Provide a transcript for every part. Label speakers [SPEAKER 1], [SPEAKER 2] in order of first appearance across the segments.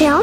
[SPEAKER 1] 聊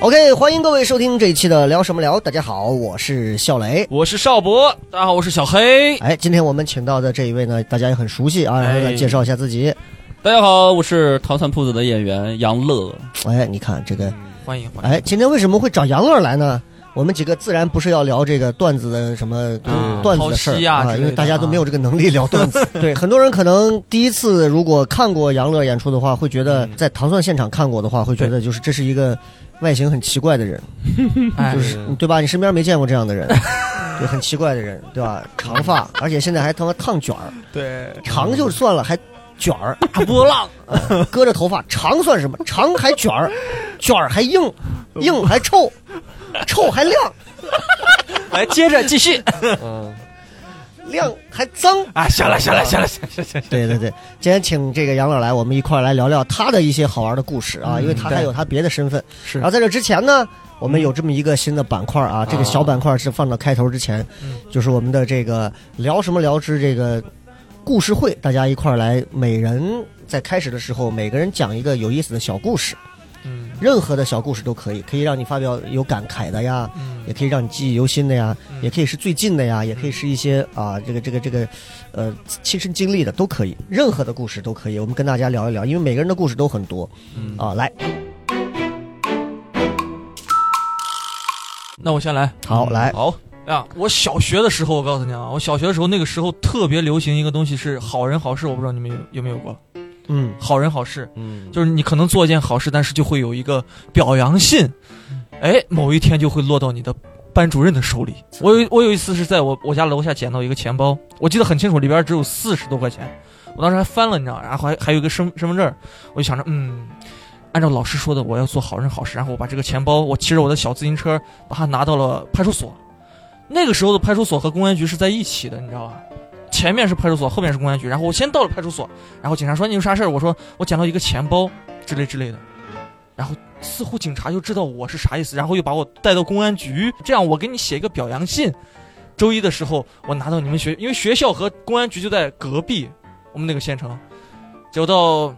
[SPEAKER 2] OK，欢迎各位收听这一期的聊什么聊。大家好，我是笑雷。
[SPEAKER 3] 我是邵博，大家好，我是小黑，
[SPEAKER 2] 哎，今天我们请到的这一位呢，大家也很熟悉啊，然后来
[SPEAKER 3] 哎
[SPEAKER 2] 介绍一下自己。
[SPEAKER 3] 大家好，我是糖蒜铺子的演员杨乐，
[SPEAKER 2] 哎，你看这个，
[SPEAKER 4] 嗯
[SPEAKER 3] 欢迎欢迎。
[SPEAKER 2] 哎，今天为什么会找杨乐来呢？我们几个自然不是要聊这个段子的什么、
[SPEAKER 3] 嗯
[SPEAKER 2] 段子的事
[SPEAKER 3] 剖析
[SPEAKER 2] 儿
[SPEAKER 3] 啊之类
[SPEAKER 2] 因为
[SPEAKER 3] 的嗯
[SPEAKER 2] 大家都没有这个能力聊段子。对，很多人可能第一次如果看过杨乐演出的话，会觉
[SPEAKER 3] 嗯
[SPEAKER 2] 得在糖蒜现场看过的话，会觉得就是这是一个外形很奇怪的人。
[SPEAKER 4] 哎，
[SPEAKER 2] 就是嗯对吧？你身边没见过这样的人，对，很奇怪的人，对吧？长发，而且现在还他妈烫卷儿，
[SPEAKER 4] 对，
[SPEAKER 2] 长就算了，还卷儿，
[SPEAKER 3] 啊
[SPEAKER 4] 大波浪，
[SPEAKER 2] 割着头发，长算什么？长还卷儿，卷儿还硬，硬还臭，臭还亮，
[SPEAKER 4] 来接着继续。
[SPEAKER 2] 亮还脏。
[SPEAKER 4] 啊，行了，行了，行了，行了行了行了，
[SPEAKER 2] 对对对，今天请这个杨老来，我们一块儿来聊聊他的一些好玩的故事啊，因为他还有他别的身份。
[SPEAKER 4] 嗯是嗯
[SPEAKER 2] 然后在这之前呢，我们有这么一个新的板块啊，这个小板块是放到开头之前，就是我们的这个聊什么聊之这个故事会，大家一块儿来，每人在开始的时候，每个人讲一个有意思的小故事。
[SPEAKER 4] 嗯
[SPEAKER 2] 任何的小故事都可以，可以让你发表有感慨的呀，也可以让你记忆犹新的呀，也可以是最近的呀，也可以是一些啊、这个这个这个，呃亲身经历的都可以，任何的故事都可以，我们跟大家聊一聊，因为每个人的故事都很多，啊，来，
[SPEAKER 4] 那我先来。
[SPEAKER 2] 好来，
[SPEAKER 3] 好，
[SPEAKER 4] 啊，我小学的时候，我告诉你啊，我小学的时候，那个时候特别流行一个东西是好人好事，我不知道你们有有没有过
[SPEAKER 2] 嗯，
[SPEAKER 4] 好人好事，
[SPEAKER 3] 嗯，
[SPEAKER 4] 就是你可能做一件好事，但是就会有一个表扬信，哎，某一天就会落到你的班主任的手里。我有我有一次是在我我家楼下捡到一个钱包，我记得很清楚，里边只有四十多块钱，我当时还翻了，你知道，然后还还有一个身身份证，我就想着，嗯，按照老师说的，我要做好人好事，然后我把这个钱包，我骑着我的小自行车，把它拿到了派出所。那个时候的派出所和公安局是在一起的，你知道吧？前面是派出所，后面是公安局。然后我先到了派出所，然后警察说你有啥事儿？我说我捡到一个钱包之类之类的。然后似乎警察就知道我是啥意思，然后又把我带到公安局，这样我给你写一个表扬信。周一的时候，我拿到你们学，因为学校和公安局就在隔壁，我们那个县城。结果到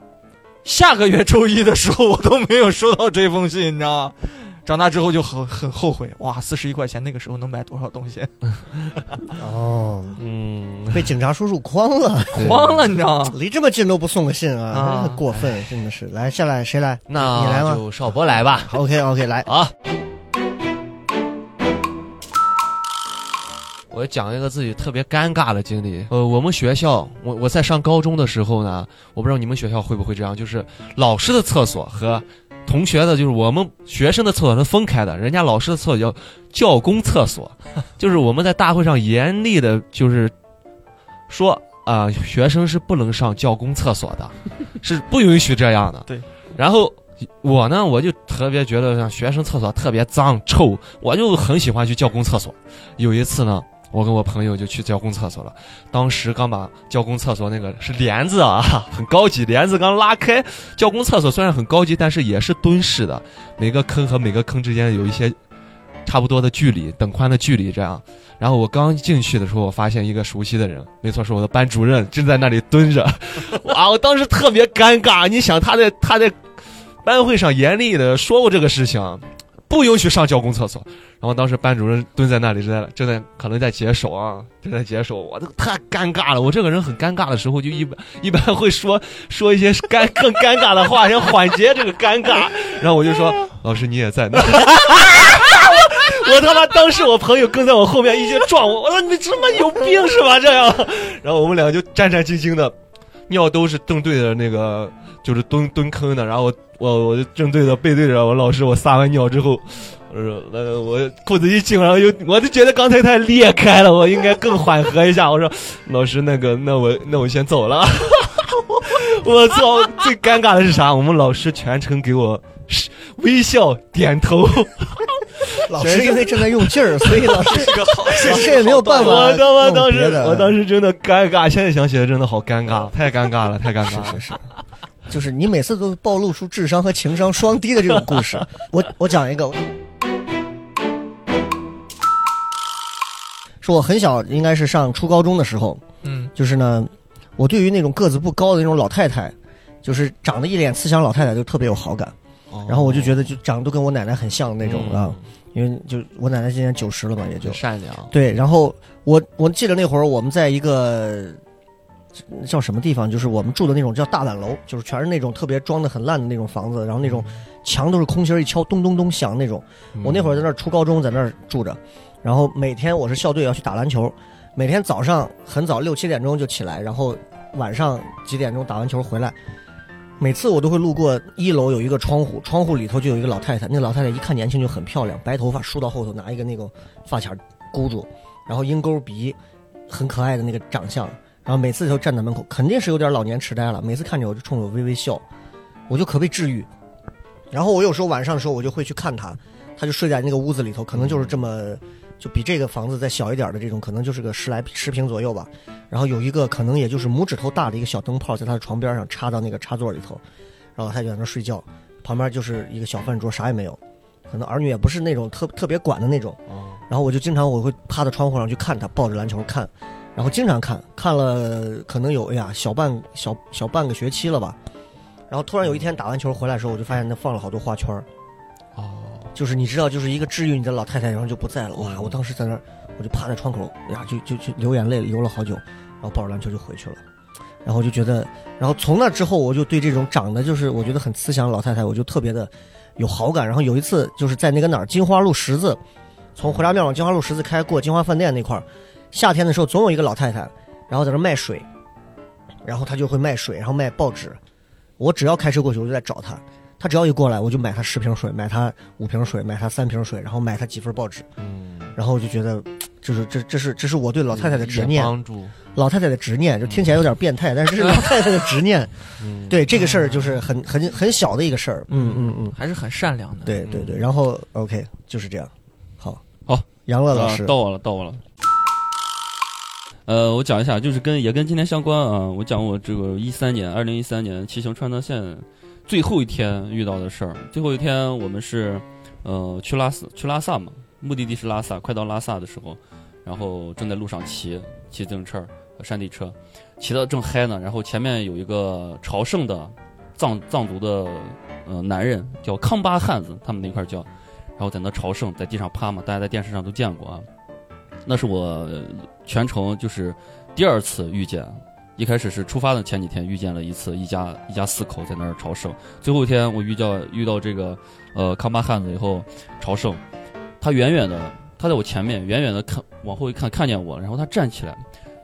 [SPEAKER 4] 下个月周一的时候，我都没有收到这封信，你知道吗？ 长大之后就很很后悔，哇，四十一块钱那个时候能买多少东西？
[SPEAKER 2] 哦，
[SPEAKER 3] 嗯，
[SPEAKER 2] 被警察叔叔诓了，
[SPEAKER 4] 慌了，你知道
[SPEAKER 3] 啊
[SPEAKER 4] 吗？
[SPEAKER 2] 离这么近都不送个信啊，真
[SPEAKER 4] 啊
[SPEAKER 2] 是过分，
[SPEAKER 3] 哎
[SPEAKER 2] 真的是，来，下来谁来你来
[SPEAKER 3] 那
[SPEAKER 2] 吧
[SPEAKER 3] 就邵博来吧。
[SPEAKER 2] ？OK OK，来，
[SPEAKER 3] 啊，我讲一个自己特别尴尬的经历。呃，我们学校，我我在上高中的时候呢，我不知道你们学校会不会这样，就是老师的厕所和同学的，就是我们学生的厕所是分开的，人家老师的厕所叫教工厕 所，就是我们在大会上严厉的，就是说啊、学生是不能上教工厕所 的，是不允许这样的。
[SPEAKER 4] 对，
[SPEAKER 3] 然后。我呢，我就特别觉得像学生厕所特别脏臭，我就很喜欢去教工厕所。有一次呢，我跟我朋友就去教工厕所了，当时刚把教工厕所那个是帘子啊， 很高级，帘子刚拉开，教工厕所虽然很高级，但是也是蹲式的，每个坑和每个坑之间有一些差不多的距离，等宽的距离这样。然后我刚进去的时候，我发现一个熟悉的人，没错，是我的班主任，正在那里蹲着，哇！我当时特别尴尬，你想他在他在班会上严厉的说过这个事情，不允许上教工厕所。然后当时班主任蹲在那里，正在正在可能在解手啊，正在解手，我都太尴尬了。我这个人很尴尬的时候，就一般 一般会说说一些 尴更尴尬的话，想缓解这个尴尬。然后我就说：“老师，你也在那。” 我他妈当时我朋友跟在我后面一直撞我，我说你他妈有病是吧？这样，然后我们俩就战战兢兢的，尿都是正对着那个就是蹲蹲坑的，然后我我我就正对着背对着我老师，我撒完尿之后，我说呃我裤子一紧，然后又我就觉得刚才太裂开了，我应该更缓和一下。我说老师那个那我那我先走了。 我操！最尴尬的是啥？我们老师全程给我是微笑点头，
[SPEAKER 2] 老师因为正在用劲儿，所以老 师
[SPEAKER 4] 这个好，
[SPEAKER 2] 这也没有办法
[SPEAKER 3] 我他妈
[SPEAKER 2] 弄
[SPEAKER 3] 当时
[SPEAKER 2] 别的，
[SPEAKER 3] 我当时真的尴尬，现在想起来真的好尴尬，太尴尬了，太尴尬
[SPEAKER 2] 是
[SPEAKER 3] 了
[SPEAKER 2] 是。 是，就是你每次都暴露出智商和情商双低的这种故事。我我讲一个，是我很小，应该是上初高中的时候，
[SPEAKER 4] 嗯
[SPEAKER 2] 就是呢，我对于那种个子不高的那种老太太，就是长得一脸慈祥老太太，就特别有好感。然后我就觉得，就长得都跟我奶奶很像那种啊，因为就我奶奶今年九十了嘛，也就
[SPEAKER 3] 就善
[SPEAKER 4] 嗯
[SPEAKER 3] 良，
[SPEAKER 2] 对，然后我我记得那会儿我们在一个叫什么地方，就是我们住的那种叫大板楼，就是全是那种特别装的很烂的那种房子，然后那种墙都是空心儿，一敲咚咚咚响那种。我那会儿在那儿初高中，在那儿住着，然后每天我是校队要去打篮球，每天早上很早六七点钟就起来，然后晚上几点钟打完球回来。每次我都会路过一楼有一个窗户，窗户里头就有一个老太太，那个老太太一看年轻就很漂亮，白头发梳到后头，拿一个那个发卡箍住，然后鹰钩鼻，很可爱的那个长相，然后每次都站在门口，肯定是有点老年痴呆了。每次看着我就冲着我微微笑，我就可被治愈。然后我有时候晚上的时候，我就会去看他，他就睡在那个屋子里头，可能就是这么，就比这个房子再小一点的这种，可能就是个十来十平左右吧。然后有一个可能也就是拇指头大的一个小灯泡，在他的床边上插到那个插座里头，然后他就在那睡觉，旁边就是一个小饭桌，啥也没有，可能儿女也不是那种特特别管的那种。
[SPEAKER 3] 哦
[SPEAKER 2] 然后我就经常我会趴到窗户上去看他，抱着篮球看，然后经常看，看了可能有哎呀小半小小半个学期了吧。然后突然有一天打完球回来的时候，我就发现那放了好多花圈儿，
[SPEAKER 3] 哦，
[SPEAKER 2] 就是你知道，就是一个治愈你的老太太，然后就不在了。哇！我当时在那儿，我就趴在窗口，哎呀，就就就流眼泪，流了好久，然后抱着篮球就回去了。然后我就觉得，然后从那之后，我就对这种长得就是我觉得很慈祥的老太太，我就特别的有好感。然后有一次就是在那个哪儿，金花路十字，从回家庙往金花路十字开过金花饭店那块儿，夏天的时候总有一个老太太，然后在那儿卖水，然后她就会卖水，然后卖报纸。我只要开车过去，我就在找她。她只要一过来，我就买她十瓶水，买她五瓶水，买她三瓶水，然后买她几份报纸，
[SPEAKER 3] 嗯，
[SPEAKER 2] 然后我就觉得，就是这这是这是我对老太太的执
[SPEAKER 3] 也
[SPEAKER 2] 念，
[SPEAKER 3] 帮助，
[SPEAKER 2] 老太太的执念，就听起来有点变态，但是这是老太太的执 念。
[SPEAKER 3] 嗯，
[SPEAKER 2] 对这个事儿就是很很很小的一个事儿，嗯嗯嗯，
[SPEAKER 4] 还是很善良的。
[SPEAKER 2] 对对对，然后 OK 就是这样，好，
[SPEAKER 5] 好，
[SPEAKER 2] 杨乐老
[SPEAKER 5] 啊
[SPEAKER 2] 师
[SPEAKER 5] 到，我了，到我了。呃，我讲一下，就是跟也跟今天相关啊。我讲我这个一三年，二零一三年骑行川藏线最后一天遇到的事儿。最后一天我们是呃去拉萨去拉萨嘛，目的地是拉萨，快到拉萨的时候，然后正在路上骑骑自行车呃山地车，骑得正嗨呢，然后前面有一个朝圣的藏藏族的呃男人叫康巴汉子，他们那块儿叫，然后在那朝圣，在地上趴嘛，大家在电视上都见过啊。那是我呃全程就是第二次遇见，一开始是出发的前几天遇见了一次，一家一家四口在那儿朝圣。最后一天我遇到遇到这个呃康巴汉子以后朝圣，他远远的他在我前面，远远的看往后一看看见我，然后他站起来，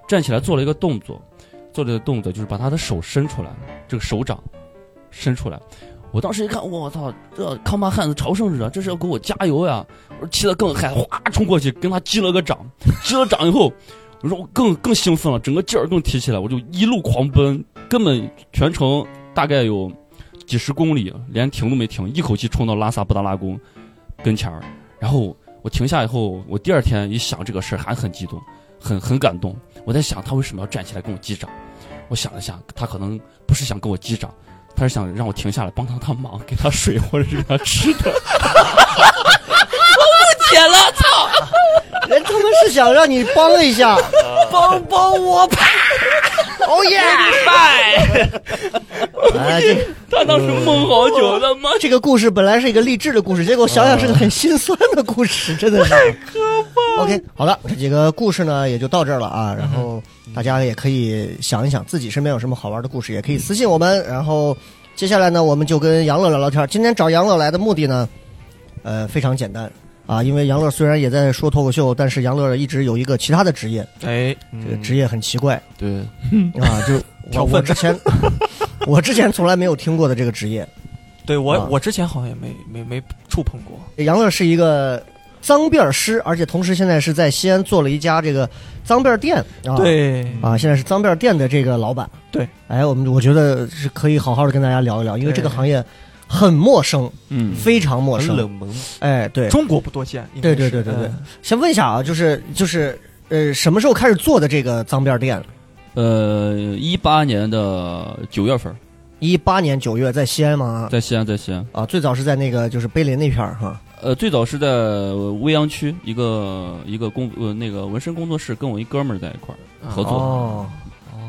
[SPEAKER 5] 站起来做了一个动作，做了一个动作就是把他的手伸出来，这个手掌伸出来。我当时一看，我操，这康巴汉子朝圣者，这是要给我加油呀！我说骑得更嗨，哗冲过去跟他击了个掌，击了掌以后，我说我更更兴奋了，整个劲儿更提起来，我就一路狂奔，根本全程大概有几十公里，连停都没停，一口气冲到拉萨布达拉宫跟前儿。然后我停下以后，我第二天一想这个事儿，还很激动，很很感动。我在想他为什么要站起来跟我击掌？我想了想，他可能不是想跟我击掌，他是想让我停下来帮他他忙，给他水或者是给他吃的。
[SPEAKER 4] 解了，操，
[SPEAKER 2] 人他妈是想让你帮一下，
[SPEAKER 4] 帮帮我吧，
[SPEAKER 2] 哦耶！
[SPEAKER 4] 拜。
[SPEAKER 2] 哎，这
[SPEAKER 5] 他当时懵好久，他妈
[SPEAKER 2] 这个故事本来是一个励志的故事，结果想想是个很心酸的故事，真的是啊太可怕。OK，好了，这几个故事呢也就到这儿了啊。然后大家也可以想一想自己身边有什么好玩的故事，也可以私信我们。然后接下来呢，我们就跟杨乐聊聊天儿。今天找杨乐来的目的呢，呃，非常简单啊，因为杨乐虽然也在说脱口秀，但是杨乐一直有一个其他的职业，
[SPEAKER 4] 哎，
[SPEAKER 2] 这个
[SPEAKER 3] 嗯
[SPEAKER 2] 职业很奇怪
[SPEAKER 3] 对，
[SPEAKER 2] 啊，就
[SPEAKER 4] 挑
[SPEAKER 2] 我
[SPEAKER 4] 粪
[SPEAKER 2] 我之前。 我之前从来没有听过的这个职业。
[SPEAKER 4] 对我、
[SPEAKER 2] 啊
[SPEAKER 4] 我之前好像也没没没触碰过。
[SPEAKER 2] 杨乐是一个脏辫儿师，而且同时现在是在西安做了一家这个脏辫儿店啊。
[SPEAKER 4] 对，
[SPEAKER 2] 啊，现在是脏辫儿店的这个老板。
[SPEAKER 4] 对，
[SPEAKER 2] 哎，我们我觉得是可以好好的跟大家聊一聊，因为
[SPEAKER 4] 对
[SPEAKER 2] 这个行业很陌生，
[SPEAKER 5] 嗯，
[SPEAKER 2] 非常陌
[SPEAKER 3] 很
[SPEAKER 2] 生。
[SPEAKER 3] 冷门，
[SPEAKER 2] 哎，对，
[SPEAKER 4] 中国不多见。应该
[SPEAKER 2] 对对
[SPEAKER 4] 是
[SPEAKER 2] 对对对
[SPEAKER 4] 嗯
[SPEAKER 2] 先问一下啊，就是就是呃，什么时候开始做的这个脏辫儿店？
[SPEAKER 5] 呃，一八年的九月份，
[SPEAKER 2] 一八年九月在西安嘛，
[SPEAKER 5] 在西安，在西安。
[SPEAKER 2] 啊，最早是在那个就是碑林那片儿哈。
[SPEAKER 5] 呃，最早是在呃未央区一个一个工呃那个纹身工作室，跟我一哥们儿在一块儿合作。
[SPEAKER 2] 哦，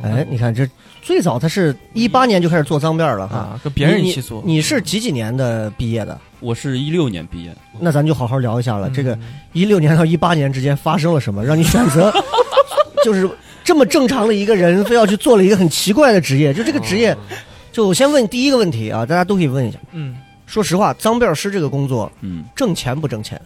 [SPEAKER 2] 哎，你看这最早他是一八年就开始做脏辫儿了哈。
[SPEAKER 4] 啊，跟别人
[SPEAKER 2] 你
[SPEAKER 4] 一起做。
[SPEAKER 2] 你是几几年的毕业的？
[SPEAKER 5] 我是一六年毕业，
[SPEAKER 2] 那咱就好好聊一下了。
[SPEAKER 4] 嗯
[SPEAKER 2] 这个一六年到一八年之间发生了什么， 让你选择就是这么正常的一个人，非要去做了一个很奇怪的职业？就这个职业，就我先问第一个问题啊，大家都可以问一下。
[SPEAKER 4] 嗯，
[SPEAKER 2] 说实话，脏辫师这个工作
[SPEAKER 5] 嗯，
[SPEAKER 2] 挣钱不挣钱？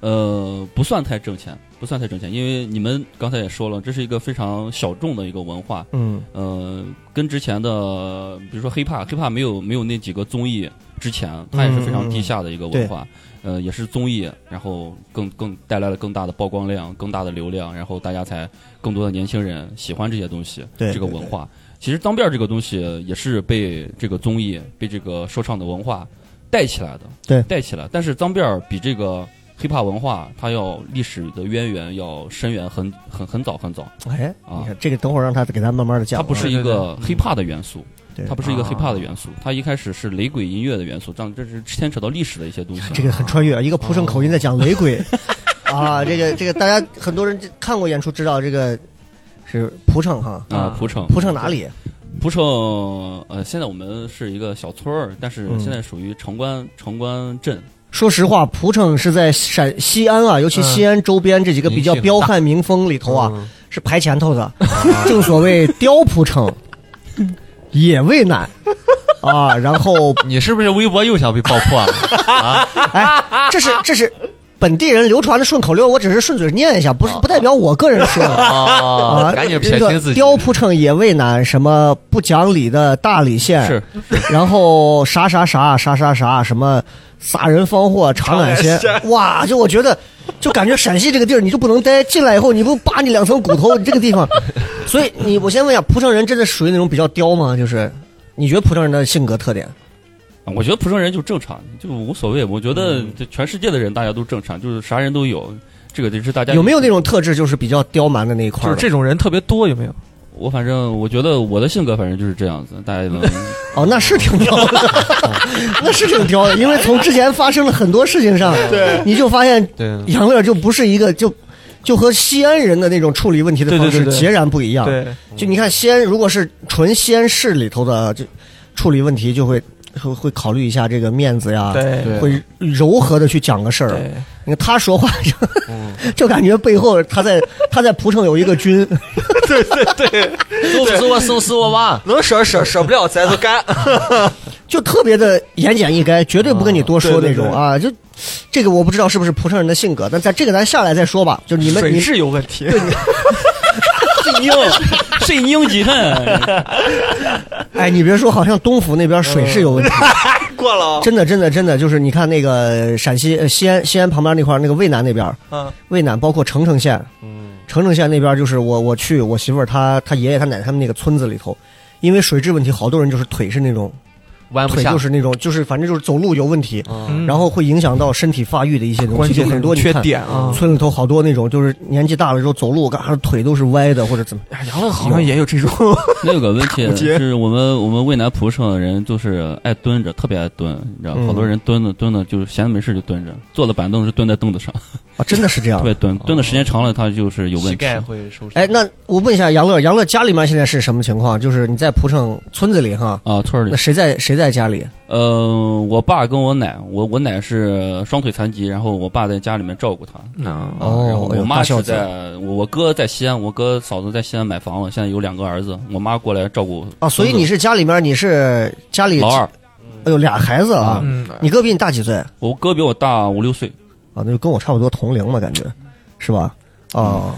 [SPEAKER 5] 呃，不算太挣钱，不算太挣钱，因为你们刚才也说了，这是一个非常小众的一个文化。
[SPEAKER 2] 嗯
[SPEAKER 5] 呃，跟之前的比如说 hiphop，hiphop 没有没有那几个综艺之前，它也是非常地下的一个文化。
[SPEAKER 2] 嗯
[SPEAKER 5] 呃，也是综艺，然后更更带来了更大的曝光量、更大的流量，然后大家才更多的年轻人喜欢这些东西，
[SPEAKER 2] 对
[SPEAKER 5] 这个文化。其实脏辫儿这个东西也是被这个综艺、被这个说唱的文化带起来的，
[SPEAKER 2] 对
[SPEAKER 5] 带起来。但是脏辫儿比这个 hiphop 文化，它要历史的渊源要深远很很很早很早。
[SPEAKER 2] 哎，
[SPEAKER 5] 啊
[SPEAKER 2] 你看这个，等会儿让他给咱慢慢的讲
[SPEAKER 5] 它
[SPEAKER 2] 啊。
[SPEAKER 5] 不是一个 hiphop 的元素
[SPEAKER 2] 嗯对，
[SPEAKER 5] 它不是一个
[SPEAKER 4] 啊
[SPEAKER 5] hiphop 的元素，它一开始是雷鬼音乐的元素，这样这是牵扯到历史的一些东西。
[SPEAKER 2] 这个很穿越，一个蒲城口音在讲雷鬼 啊，这个这个大家很多人看过演出知道这个是蒲城哈，
[SPEAKER 5] 啊，蒲城，
[SPEAKER 2] 蒲城哪里？
[SPEAKER 5] 蒲城，呃，现在我们是一个小村儿，但是
[SPEAKER 2] 嗯
[SPEAKER 5] 现在属于城关城关镇，
[SPEAKER 2] 说实话，蒲城是在陕西安啊，尤其西安周边这几个比较彪悍民风里头啊，
[SPEAKER 3] 嗯
[SPEAKER 2] 是排前头的。正所谓雕蒲城，也畏难啊。然后，
[SPEAKER 3] 你是不是微博又想被爆破了？
[SPEAKER 2] 哎，这是这是本地人流传的顺口溜，我只是顺嘴念一下，不是不代表我个人说的。
[SPEAKER 3] 啊
[SPEAKER 2] 啊，
[SPEAKER 3] 赶紧
[SPEAKER 2] 这
[SPEAKER 3] 撇
[SPEAKER 2] 个
[SPEAKER 3] 清自己。
[SPEAKER 2] 雕铺城也畏难，什么不讲理的大理县，
[SPEAKER 5] 是
[SPEAKER 2] 然后啥啥啥啥啥啥，什么撒人放火长安县，哇！就我觉得，就感觉陕西这个地儿你就不能待，进来以后你不扒你两层骨头，你这个地方。所以你，我先问一下，蒲城人真的属于那种比较刁吗？就是你觉得蒲城人的性格特点？
[SPEAKER 5] 啊我觉得蒲城人就正常，就无所谓。我觉得
[SPEAKER 2] 嗯
[SPEAKER 5] 这全世界的人大家都正常，就是啥人都有，这个就是大家
[SPEAKER 2] 有没有那？种特质就是比较刁蛮的那一块
[SPEAKER 4] 就
[SPEAKER 2] 儿
[SPEAKER 4] 是
[SPEAKER 2] 的？
[SPEAKER 4] 这种人特别多，有没有？
[SPEAKER 5] 我反正我觉得我的性格反正就是这样子，大家能
[SPEAKER 2] 哦，那是挺刁的， 那是挺刁的，因为从之前发生了很多事情上，对，你就发现
[SPEAKER 3] 对，
[SPEAKER 2] 杨乐就不是一个就就和西安人的那种处理问题的
[SPEAKER 4] 对对
[SPEAKER 2] 方式
[SPEAKER 4] 对对
[SPEAKER 2] 截然不一样。
[SPEAKER 4] 对，
[SPEAKER 2] 就你看西安，如果是纯西安市里头的这处理问题，就会会会考虑一下这个面子呀，
[SPEAKER 4] 啊对
[SPEAKER 3] 对
[SPEAKER 2] 会柔和的去讲个事儿。
[SPEAKER 4] 对，
[SPEAKER 2] 你看他说话就
[SPEAKER 3] 嗯
[SPEAKER 2] 就感觉背后他 在他在蒲城有一个军，
[SPEAKER 3] 揍死我，揍死我吧！
[SPEAKER 6] 能舍舍舍不了，咱就 干。
[SPEAKER 2] 就特别的言简意赅，绝对不跟你多说那种啊。就这个我不知道是不是蒲城人的性格，但在这个咱下来再说吧。就你们你
[SPEAKER 4] 水
[SPEAKER 2] 们
[SPEAKER 4] 质有问题。
[SPEAKER 5] 肾硬，肾硬几恨。
[SPEAKER 2] 哎，你别说，好像东府那边水是有问题。
[SPEAKER 6] 过了啊，
[SPEAKER 2] 真的，真的，真的，就是你看那个陕西呃西安西安旁边那块儿那个渭南那边儿，
[SPEAKER 4] 嗯，
[SPEAKER 2] 渭南包括澄城县，
[SPEAKER 3] 嗯，
[SPEAKER 2] 澄城县那边就是我我去我媳妇儿她她爷爷她奶奶他们那个村子里头，因为水质问题，好多人就是腿是那种
[SPEAKER 3] 弯不
[SPEAKER 2] 腿
[SPEAKER 3] 下
[SPEAKER 2] 就。是那种就是反正就是走路有问题，
[SPEAKER 3] 嗯
[SPEAKER 2] 然后会影响到身体发育的一些东
[SPEAKER 4] 关
[SPEAKER 2] 西，就
[SPEAKER 4] 键
[SPEAKER 2] 很多你
[SPEAKER 4] 缺
[SPEAKER 2] 看
[SPEAKER 4] 点啊。
[SPEAKER 2] 村里头好多那种就是年纪大了之后走路干啥腿都是歪的或者怎么，
[SPEAKER 4] 哎杨乐好像也有这种，
[SPEAKER 5] 那有个问题
[SPEAKER 4] 打不结
[SPEAKER 5] 是我们我们渭南蒲城的人就是爱蹲着，特别爱蹲，你知道，
[SPEAKER 2] 嗯
[SPEAKER 5] 好多人蹲着蹲着就是闲着没事就蹲着，坐的板凳是蹲在凳子上，
[SPEAKER 2] 啊，真的是这样
[SPEAKER 5] 特。别蹲，蹲的时间长了他就是有问
[SPEAKER 3] 膝
[SPEAKER 5] 题。
[SPEAKER 3] 盖会受伤。
[SPEAKER 2] 哎，那我问一下杨乐，杨乐家里面现在是什么情况？就是你在蒲城村子里哈，
[SPEAKER 5] 啊，村儿里
[SPEAKER 2] 那，谁在谁在家里？
[SPEAKER 5] 呃，我爸跟我奶，我我奶是双腿残疾，然后我爸在家里面照顾她，
[SPEAKER 4] 嗯
[SPEAKER 2] 哦
[SPEAKER 5] 然后
[SPEAKER 2] 哎呦
[SPEAKER 5] 我妈
[SPEAKER 2] 大
[SPEAKER 5] 是
[SPEAKER 2] 孝子
[SPEAKER 5] 在我我哥在西安，我哥嫂子在西安买房了，现在有两个儿子，我妈过来照顾
[SPEAKER 2] 啊，所以你是家里面你是家里
[SPEAKER 5] 老二，
[SPEAKER 2] 哎呦俩孩子啊，
[SPEAKER 4] 嗯，
[SPEAKER 2] 你哥比你大几岁啊？
[SPEAKER 5] 我哥比我大五六岁，嗯
[SPEAKER 2] 那就跟我差不多同龄嘛，感觉是吧？哦，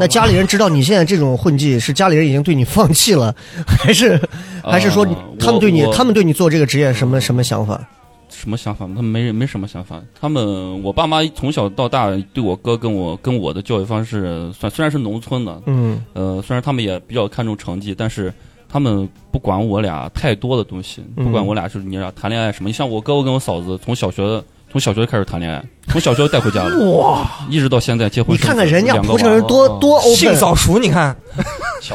[SPEAKER 2] 那
[SPEAKER 4] 了
[SPEAKER 2] 家里人知道你现在这种混迹，是家里人已经对你放弃了， 还是还是说你
[SPEAKER 5] 呃
[SPEAKER 2] 他们对你
[SPEAKER 5] 我
[SPEAKER 2] 他们对你做这个职业什么什么想法？
[SPEAKER 5] 什么想法吗？他们没没什么想法。他们我爸妈从小到大对我哥跟我跟我的教育方式，算虽然是农村的，
[SPEAKER 2] 嗯
[SPEAKER 5] 呃，虽然他们也比较看重成绩，但是他们不管我俩太多的东西，
[SPEAKER 2] 嗯
[SPEAKER 5] 不管我俩就是你俩谈恋爱什么。你像我哥，我跟我嫂子从小学从小学开始谈恋爱，从小学带回家了，哇，一直到现在结婚
[SPEAKER 2] 你
[SPEAKER 5] 生子。
[SPEAKER 2] 看看人家
[SPEAKER 5] 两个
[SPEAKER 2] 蒲城人
[SPEAKER 5] 娃啊娃
[SPEAKER 2] 多多 open，啊
[SPEAKER 4] 性早熟，你看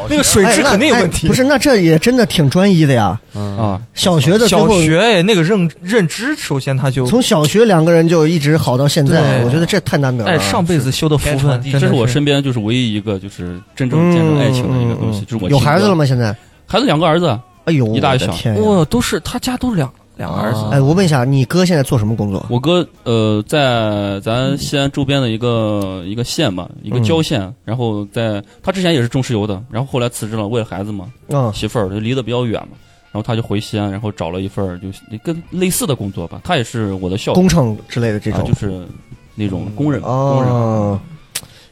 [SPEAKER 4] 那个水
[SPEAKER 2] 哎
[SPEAKER 4] 质
[SPEAKER 2] 那
[SPEAKER 4] 肯定有
[SPEAKER 2] 哎
[SPEAKER 4] 问题。
[SPEAKER 2] 不是，那这也真的挺专一的呀。
[SPEAKER 3] 啊，
[SPEAKER 5] 啊，
[SPEAKER 2] 小学的最
[SPEAKER 4] 小
[SPEAKER 2] 后，
[SPEAKER 4] 学哎，那个认认知，首先他就
[SPEAKER 2] 从小学两个人就一直好到现在，
[SPEAKER 4] 对
[SPEAKER 2] 我觉得这太难得了。
[SPEAKER 4] 哎上辈子修的福
[SPEAKER 3] 天
[SPEAKER 4] 分
[SPEAKER 3] 传地，
[SPEAKER 4] 真
[SPEAKER 5] 这
[SPEAKER 4] 的
[SPEAKER 5] 是
[SPEAKER 4] 是
[SPEAKER 5] 我身边就是唯一一个就是真正见证爱情的一个东西，
[SPEAKER 2] 嗯嗯嗯
[SPEAKER 5] 就是我
[SPEAKER 2] 有孩子了吗？现在？
[SPEAKER 5] 孩子两个儿子，啊
[SPEAKER 2] 哎呦，
[SPEAKER 5] 一大一小
[SPEAKER 2] 我的天呀！
[SPEAKER 4] 哇，都是他家都是两两个儿子，
[SPEAKER 2] 哎，我问一下，你哥现在做什么工作？
[SPEAKER 5] 我哥呃，在咱西安周边的一个一个县吧，一个
[SPEAKER 2] 嗯
[SPEAKER 5] 郊县，然后在他之前也是中石油的，然后后来辞职了，为了孩子嘛，
[SPEAKER 2] 嗯
[SPEAKER 5] 媳妇儿就离得比较远嘛，然后他就回西安，然后找了一份儿就跟类似的工作吧，他也是我的校
[SPEAKER 2] 工程之类的这
[SPEAKER 5] 啊，
[SPEAKER 2] 种
[SPEAKER 5] 就。是那种工人，工人。啊
[SPEAKER 2] 哦，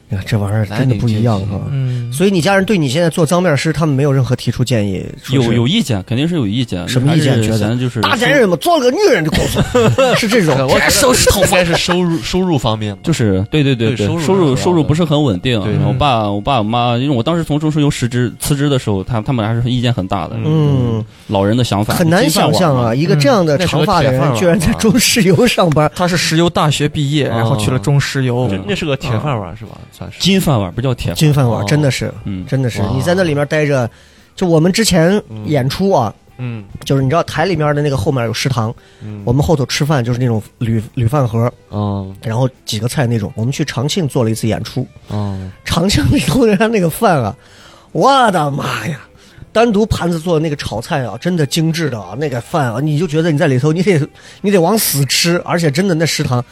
[SPEAKER 2] 你看这玩意儿真的不一样
[SPEAKER 3] 蓝领阶级
[SPEAKER 2] 啊。
[SPEAKER 4] 嗯，
[SPEAKER 2] 所以你家人对你现在做脏面师，他们没有任何提出建议，说
[SPEAKER 5] 有
[SPEAKER 2] 是
[SPEAKER 5] 有意见，肯定是有意见。
[SPEAKER 2] 什么意见
[SPEAKER 5] 还是
[SPEAKER 2] 觉得
[SPEAKER 5] 咱就是
[SPEAKER 2] 大男人嘛，做了个女人的工 作，是这种。
[SPEAKER 3] 我收拾头发应该是收 入收入方面吧，
[SPEAKER 5] 就是对对
[SPEAKER 3] 对
[SPEAKER 5] 对
[SPEAKER 3] 收入
[SPEAKER 5] 收入
[SPEAKER 3] 是吧
[SPEAKER 5] 收入不是很稳定。
[SPEAKER 3] 对
[SPEAKER 5] 然后
[SPEAKER 2] 嗯
[SPEAKER 5] 我爸我爸我妈，因为我当时从中石油辞职辞职的时候，他他们还是意见很大的。
[SPEAKER 2] 嗯，
[SPEAKER 5] 老人的想法
[SPEAKER 2] 很难想象啊，，一个这样的长发的
[SPEAKER 3] 嗯那
[SPEAKER 2] 人，
[SPEAKER 3] 时候铁饭碗
[SPEAKER 2] 居然在中石油上班。
[SPEAKER 4] 他是石油大学毕业，然后去了中石油
[SPEAKER 2] 嗯
[SPEAKER 3] 那，那是个铁饭
[SPEAKER 2] 啊
[SPEAKER 3] 碗是吧？算是
[SPEAKER 5] 金饭碗不叫铁饭
[SPEAKER 2] 金饭碗
[SPEAKER 3] 哦
[SPEAKER 2] 真的是，
[SPEAKER 5] 嗯，
[SPEAKER 2] 真的是
[SPEAKER 3] 哇，
[SPEAKER 2] 你在那里面待着，就我们之前
[SPEAKER 3] 嗯
[SPEAKER 2] 演出啊，
[SPEAKER 3] 嗯
[SPEAKER 2] 就是你知道台里面的那个后面有食堂，
[SPEAKER 3] 嗯
[SPEAKER 2] 我们后头吃饭就是那种铝铝饭盒，
[SPEAKER 3] 嗯
[SPEAKER 2] 然后几个菜那种。我们去重庆做了一次演出，
[SPEAKER 3] 嗯
[SPEAKER 2] 重庆里头人家那个饭啊，我的妈呀！单独盘子做的那个炒菜啊，真的精致的啊，那个饭啊，你就觉得你在里头，你得你得往死吃，而且真的那食堂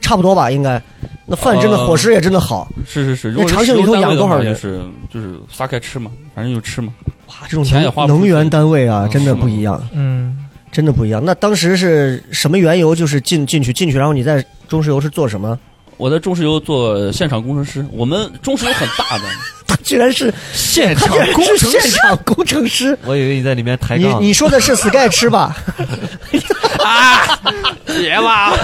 [SPEAKER 2] 差不多吧，应该那饭真的、
[SPEAKER 5] 呃
[SPEAKER 2] 伙食也真的好，
[SPEAKER 5] 是是是。如果
[SPEAKER 2] 那长兴里头养多少人
[SPEAKER 5] 就是就是撒开吃嘛，反正就吃嘛。
[SPEAKER 2] 哇，这种
[SPEAKER 5] 钱也花不出
[SPEAKER 2] 能
[SPEAKER 5] 去
[SPEAKER 2] 源单位啊，
[SPEAKER 5] 嗯
[SPEAKER 2] 真的
[SPEAKER 5] 是吗
[SPEAKER 2] 不一样。
[SPEAKER 4] 嗯，
[SPEAKER 2] 真的不一样。那当时是什么缘由？就是进进去进去，然后你在中石油是做什 么？
[SPEAKER 5] 我在中石油做现场工程师，我们中石油很大的，
[SPEAKER 2] 他居然是
[SPEAKER 4] 现
[SPEAKER 2] 他
[SPEAKER 4] 场
[SPEAKER 2] 居然
[SPEAKER 4] 工
[SPEAKER 2] 是
[SPEAKER 4] 程
[SPEAKER 2] 现
[SPEAKER 4] 师
[SPEAKER 2] 场工程师。
[SPEAKER 3] 我以为你在里面抬
[SPEAKER 2] 你
[SPEAKER 3] 杠，
[SPEAKER 2] 你说的是 Sky 吃吧？
[SPEAKER 6] 别吧，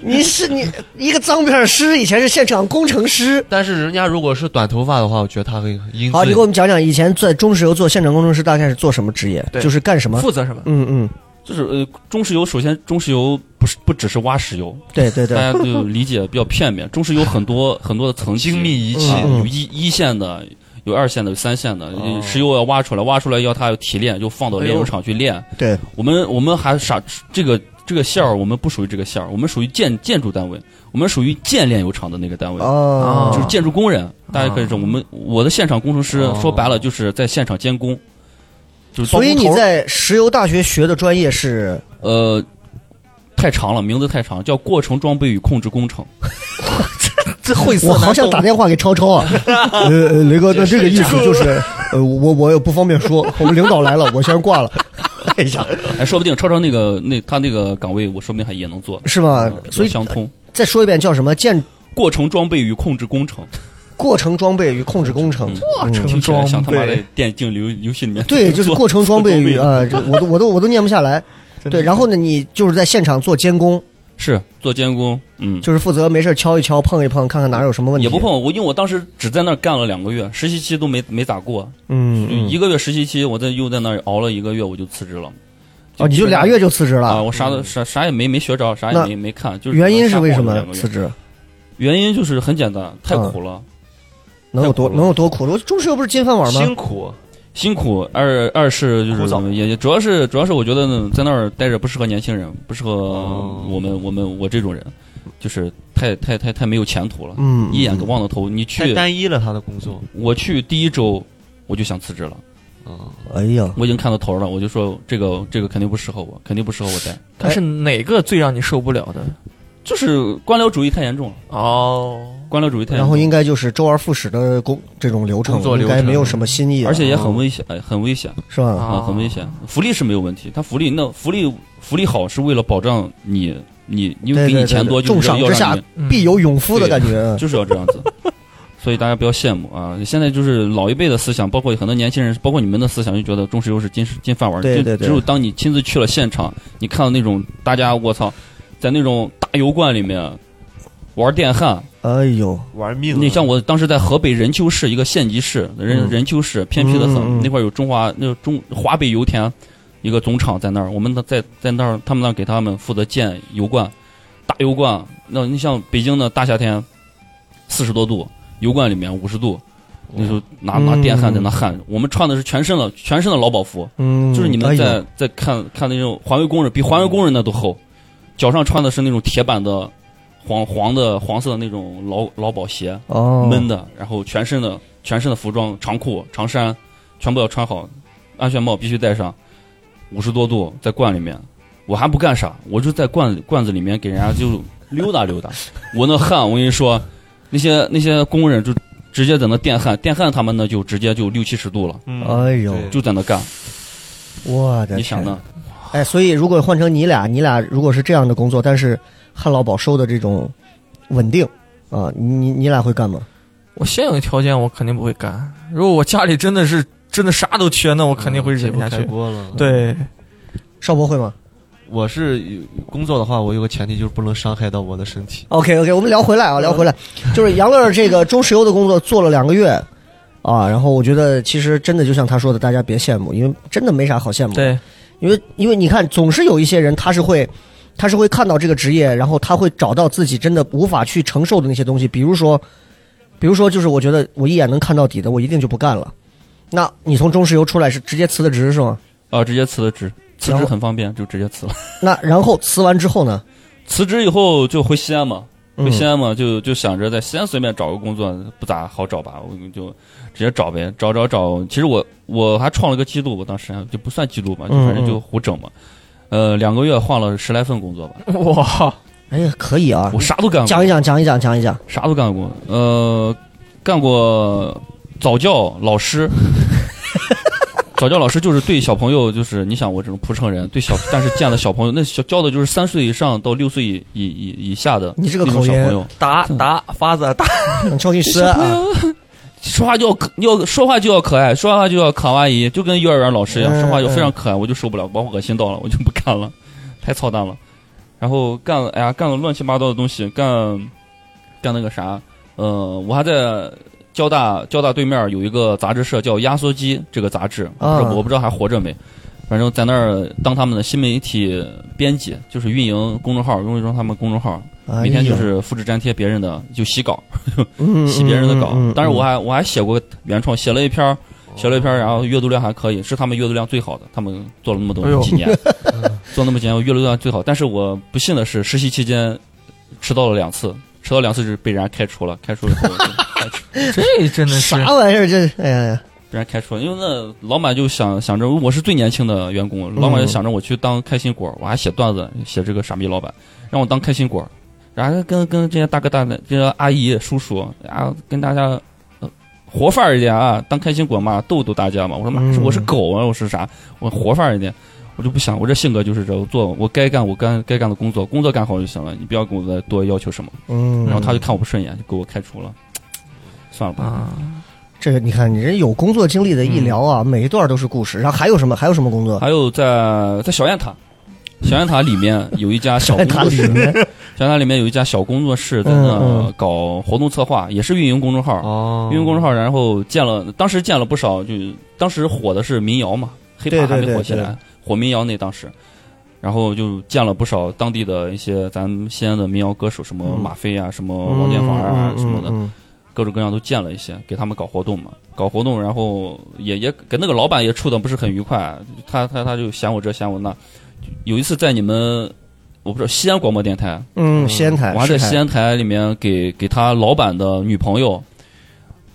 [SPEAKER 2] 你是你一个脏辫师，以前是现场工程师。
[SPEAKER 3] 但是人家如果是短头发的话，我觉得他会英
[SPEAKER 2] 好，你
[SPEAKER 3] 俊
[SPEAKER 2] 给我们讲讲以前在中石油做现场工程师大概是做什么职业？
[SPEAKER 4] 对
[SPEAKER 2] 就是干什么？
[SPEAKER 4] 负责什么？
[SPEAKER 2] 嗯嗯，
[SPEAKER 5] 就是呃，中石油首先中石油不是不只是挖石油，
[SPEAKER 2] 对对
[SPEAKER 5] 大
[SPEAKER 2] 对，
[SPEAKER 4] 呃
[SPEAKER 5] 家就理解比较片面。中石油很多很多的层级，
[SPEAKER 3] 精密仪器
[SPEAKER 5] 啊
[SPEAKER 2] 嗯
[SPEAKER 5] 有一一线的，有二线的，有三线的
[SPEAKER 3] 哦，
[SPEAKER 5] 石油要挖出来，挖出来要它要提炼，就放到
[SPEAKER 2] 哎
[SPEAKER 5] 炼油厂去炼。
[SPEAKER 2] 对，
[SPEAKER 5] 我们我们还啥这个这个线儿，我们不属于这个线儿，我们属于建建筑单位，我们属于建炼油厂的那个单位。
[SPEAKER 4] 啊
[SPEAKER 2] 哦，
[SPEAKER 5] 就是建筑工人，大家可以说我们我的现场工程师
[SPEAKER 3] 哦，
[SPEAKER 5] 说白了就是在现场监工，就是
[SPEAKER 2] 所以你
[SPEAKER 5] 包工头
[SPEAKER 2] 在石油大学学的专业是
[SPEAKER 5] 呃太长了，名字太长，叫过程装备与控制工程。
[SPEAKER 4] 这晦涩
[SPEAKER 2] 我好
[SPEAKER 4] 难
[SPEAKER 2] 想
[SPEAKER 4] 懂
[SPEAKER 2] 打电话给超超 啊，呃，呃雷哥，那这个意思就是，呃，我我也不方便说，我们领导来了，我先挂了。哎呀，
[SPEAKER 5] 哎，说不定超超那个那他那个岗位，我说不定还也能做，
[SPEAKER 2] 是吗
[SPEAKER 5] 嗯？比较
[SPEAKER 2] 所以
[SPEAKER 5] 相通。
[SPEAKER 2] 再说一遍，叫什么？建
[SPEAKER 5] 过程装备与控制 工程，
[SPEAKER 2] 过程装备与控制工程。
[SPEAKER 4] 嗯过程
[SPEAKER 5] 听起来像他妈
[SPEAKER 4] 装备
[SPEAKER 5] 在电竞游游戏里面
[SPEAKER 2] 对，就是
[SPEAKER 5] 做
[SPEAKER 2] 过程装备与
[SPEAKER 5] 做
[SPEAKER 2] 呃，这我都我都我都念不下 来。对，然后呢，你就是在现场做监工，
[SPEAKER 5] 是做监工，嗯，
[SPEAKER 2] 就是负责没事敲一敲、碰一碰，看看哪有什么问题。
[SPEAKER 5] 也不碰我，因为我当时只在那儿干了两个月，实习期都没没咋过，
[SPEAKER 2] 嗯，
[SPEAKER 5] 就
[SPEAKER 2] 嗯，
[SPEAKER 5] 一个月实习期，我在又在那儿熬了一个月，我就辞职了。
[SPEAKER 2] 哦，你就俩月就辞职
[SPEAKER 5] 啊？
[SPEAKER 2] 了？
[SPEAKER 5] 我啥都啥啥也没没学着，啥也
[SPEAKER 2] 那
[SPEAKER 5] 没没看，就是
[SPEAKER 2] 原因是
[SPEAKER 5] 瞎
[SPEAKER 2] 为
[SPEAKER 5] 晃
[SPEAKER 2] 什
[SPEAKER 5] 了
[SPEAKER 2] 么
[SPEAKER 5] 两个月
[SPEAKER 2] 辞？职？
[SPEAKER 5] 原因就是很简单，太
[SPEAKER 2] 嗯
[SPEAKER 5] 苦了，
[SPEAKER 2] 能有多
[SPEAKER 3] 太苦了
[SPEAKER 2] 能有多苦？我中石油不是金饭碗吗？
[SPEAKER 3] 辛苦，
[SPEAKER 5] 辛苦。二二是就
[SPEAKER 3] 枯燥
[SPEAKER 5] 是也也主要是主要是我觉得呢在那儿待着不适合年轻人，不适合
[SPEAKER 3] 哦
[SPEAKER 5] 我们我们我这种人，就是太太太太没有前途了。
[SPEAKER 2] 嗯，
[SPEAKER 5] 一眼给望到头，你
[SPEAKER 3] 太
[SPEAKER 5] 去
[SPEAKER 3] 单一了他的工作，
[SPEAKER 5] 我去第一周我就想辞职了，
[SPEAKER 3] 嗯，
[SPEAKER 2] 哎呀，
[SPEAKER 5] 我已经看到头了，我就说这个这个肯定不适合我，肯定不适合我待，
[SPEAKER 4] 他是哪个最让你受不了的？
[SPEAKER 5] 就是官僚主义太严重了，
[SPEAKER 4] 哦，
[SPEAKER 5] 官僚主义太严
[SPEAKER 2] 然
[SPEAKER 5] 重
[SPEAKER 2] 后
[SPEAKER 5] 了
[SPEAKER 2] 应该就是周而复始的工这种流程
[SPEAKER 3] 工，作
[SPEAKER 2] 应
[SPEAKER 3] 流程
[SPEAKER 2] 该哦没有什么新意了，
[SPEAKER 5] 而且也很危险，哎很危险。
[SPEAKER 2] 是吧？
[SPEAKER 5] 啊，很危险。福利是没有问题，它福利那福利福利好是为了保障你你，因为
[SPEAKER 2] 对对
[SPEAKER 5] 给你
[SPEAKER 2] 对
[SPEAKER 5] 钱
[SPEAKER 2] 对
[SPEAKER 5] 多，就是
[SPEAKER 2] 重赏
[SPEAKER 5] 要
[SPEAKER 2] 之
[SPEAKER 5] 让
[SPEAKER 2] 下
[SPEAKER 5] 你
[SPEAKER 4] 嗯
[SPEAKER 2] 必有勇夫的感觉。
[SPEAKER 5] 就是要这样子。所以大家不要羡慕啊！现在就是老一辈的思想，包括很多年轻人，包括你们的思想，就觉得中石油是金石金饭碗。
[SPEAKER 2] 对
[SPEAKER 5] 就
[SPEAKER 2] 对对
[SPEAKER 5] 只有当你亲自去了现场，你看到那种大家我操，在那种大油罐里面玩电焊。
[SPEAKER 2] 哎呦，
[SPEAKER 7] 玩命啊。
[SPEAKER 5] 你像我当时在河北任丘市一个县级市，任
[SPEAKER 2] 嗯
[SPEAKER 5] 任丘市偏僻的很，
[SPEAKER 2] 嗯嗯
[SPEAKER 5] 那块儿有中华那个中华北油田一个总厂在那儿，我们在在那儿他们那儿给他们负责建油罐，大油罐。那你像北京的大夏天，四十多度，油罐里面五十度，
[SPEAKER 3] 嗯
[SPEAKER 5] 那时候拿拿电焊在那焊，我们穿的是全身的全身的劳保服，
[SPEAKER 2] 嗯，
[SPEAKER 5] 就是你
[SPEAKER 2] 哎
[SPEAKER 5] 们
[SPEAKER 2] 呦
[SPEAKER 5] 在、在看看那种环卫工人，比环卫工人那都厚，脚上穿的是那种铁板的黄黄的黄色的那种劳劳保鞋，
[SPEAKER 2] 哦
[SPEAKER 5] 闷的，然后全身的全身的服装、长裤、长衫全部要穿好，安全帽必须戴上，五十多度在罐里面，我还不干啥，我就在罐子罐子里面给人家就溜达溜达，我那汗，我跟你说，那些那些工人就直接在那电焊，电焊他们那就直接就六七十度了，
[SPEAKER 7] 嗯，
[SPEAKER 2] 哎呦，
[SPEAKER 7] 对
[SPEAKER 5] 就在那干，
[SPEAKER 2] 我的
[SPEAKER 5] 你想
[SPEAKER 2] 天
[SPEAKER 5] 呢？
[SPEAKER 2] 哎，所以如果换成你俩，你俩如果是这样的工作，但是汉老宝收的这种稳定啊，你你你俩会干吗？
[SPEAKER 4] 我现有的条件我肯定不会干，如果我家里真的是真的啥都缺，那我肯定会
[SPEAKER 3] 解
[SPEAKER 4] 忍
[SPEAKER 3] 不
[SPEAKER 4] 下
[SPEAKER 3] 开
[SPEAKER 4] 去。
[SPEAKER 3] 锅了。，
[SPEAKER 4] 对，
[SPEAKER 2] 邵博会吗
[SPEAKER 3] 我是有工作的话，我有个前提就是不能伤害到我的身体。
[SPEAKER 2] ？OK OK，我们聊回来啊，聊回来，就是杨乐这个中石油的工作做了两个月啊，然后我觉得其实真的就像他说的，大家别羡慕，因为真的没啥好羡慕。，
[SPEAKER 4] 对，
[SPEAKER 2] 因为因为你看，总是有一些人他是会，他是会看到这个职业，然后他会找到自己真的无法去承受的那些东西，比如说，比如说就是我觉得我一眼能看到底的，我一定就不干了。那你从中石油出来是直接辞的职是吗？
[SPEAKER 5] 啊，直接辞的职，辞
[SPEAKER 2] 然
[SPEAKER 5] 职
[SPEAKER 2] 后
[SPEAKER 5] 很方便，就直接辞了。
[SPEAKER 2] 那然后辞完之后呢？
[SPEAKER 5] 辞职以后就回西安嘛，回
[SPEAKER 2] 嗯
[SPEAKER 5] 西安嘛，就就想着在西安随便找个工作不咋好找吧，我就直接找呗，找找找。其实我我还创了个记录，我当时还就不算记录吧，就
[SPEAKER 2] 嗯
[SPEAKER 5] 反正就胡整嘛。呃，两个月换了十来份工作吧，
[SPEAKER 4] 哇，
[SPEAKER 2] 哎呀，可以啊
[SPEAKER 5] 我，啥都干过，
[SPEAKER 2] 讲一讲，讲一讲，讲一讲。
[SPEAKER 5] 啥都干过。呃，干过早教老师， 早教老师就是对小朋友，就是你想我这种蒲城人，对小但是见了小朋友，那小教的就是三岁以上到六岁以以以以下的
[SPEAKER 2] 你这
[SPEAKER 5] 那
[SPEAKER 2] 个
[SPEAKER 5] 种
[SPEAKER 2] 口
[SPEAKER 5] 小朋
[SPEAKER 2] 音，
[SPEAKER 5] 友，
[SPEAKER 4] 打打法子打，
[SPEAKER 2] 很超级师啊，
[SPEAKER 5] 说话就要可要说话就要可爱，说话就要卡哇伊，就跟幼儿园老师一样，
[SPEAKER 2] 嗯
[SPEAKER 5] 说话就非常可爱，我就受不了，把我恶心到了，我就不干了，太操蛋了。然后干了，哎呀，干了乱七八糟的东西，干干那个啥，呃，我还在交大交大对面有一个杂志社叫《压缩机》这个杂志，
[SPEAKER 2] 啊
[SPEAKER 5] 我不知道我不知道还活着没，反正在那儿当他们的新媒体编辑，就是运营公众号，运营他们公众号，
[SPEAKER 2] 哎
[SPEAKER 5] 每天就
[SPEAKER 2] 呀
[SPEAKER 5] 是复制粘贴别人的，就洗稿。
[SPEAKER 2] 嗯
[SPEAKER 5] 洗别人的稿
[SPEAKER 2] 嗯嗯嗯。
[SPEAKER 5] 当然我还我还写过原创，写了一篇儿，写了一篇儿，然后阅读量还可以，是他们阅读量最好的。他们做了那么
[SPEAKER 4] 哎呦
[SPEAKER 5] 多几 年， 做那么几年，我阅读量最好。但是我不幸的是，实习期间迟到了两次，迟到两次就是被人家开除了，开除以后我就开除
[SPEAKER 4] 这真的是
[SPEAKER 2] 啥玩意儿？这哎呀呀，
[SPEAKER 5] 被人家开除了，因为那老板就想想着我是最年轻的员工，老板就想着我去当开心果，我还写段子，写这个傻逼老板，让我当开心果，然后跟跟这些大哥大的这些阿姨叔叔啊，跟大家、呃活泛一点啊，当开心果嘛，逗逗大家嘛。我说妈，
[SPEAKER 2] 嗯
[SPEAKER 5] 我是狗啊，我是啥？我活泛一点，我就不想，我这性格就是这，我做我该干我干该干的工作，工作干好就行了，你不要给我再多要求什么。
[SPEAKER 2] 嗯，
[SPEAKER 5] 然后他就看我不顺眼，就给我开除了，算了吧。
[SPEAKER 4] 啊，
[SPEAKER 2] 这个你看，你这有工作经历的一聊
[SPEAKER 5] 嗯
[SPEAKER 2] 啊，每一段都是故事。然后还有什么？还有什么工作？
[SPEAKER 5] 还有在在小雁塔，小雁塔里面有一家小
[SPEAKER 2] 在
[SPEAKER 5] 工
[SPEAKER 2] 塔
[SPEAKER 5] 作
[SPEAKER 2] 里
[SPEAKER 5] 室，
[SPEAKER 2] 面，
[SPEAKER 5] 小雁塔里面有一家小工作室，在
[SPEAKER 2] 嗯
[SPEAKER 5] 那
[SPEAKER 2] 嗯
[SPEAKER 5] 搞活动策划，也是运营公众号，
[SPEAKER 3] 哦
[SPEAKER 5] 运营公众号，然后建了，当时建了不少，就当时火的是民谣嘛，黑
[SPEAKER 2] 对
[SPEAKER 5] 怕还
[SPEAKER 2] 对
[SPEAKER 5] 没
[SPEAKER 2] 对
[SPEAKER 5] 火起
[SPEAKER 2] 对
[SPEAKER 5] 来，火民谣那当时。然后就建了不少当地的一些咱们西安的民谣歌手，什么
[SPEAKER 2] 嗯
[SPEAKER 5] 马飞啊，什么王建华啊
[SPEAKER 2] 嗯
[SPEAKER 5] 什么的，
[SPEAKER 2] 嗯
[SPEAKER 5] 各种各样都建了一些，给他们搞活动嘛，搞活动，然后也也跟那个老板也处的不是很愉快，啊他他他就嫌我这嫌我那。有一次在你们，我不知道西安广播电台，
[SPEAKER 2] 嗯，嗯西安台，
[SPEAKER 5] 我还在
[SPEAKER 2] 是台
[SPEAKER 5] 西安台里面给给他老板的女朋友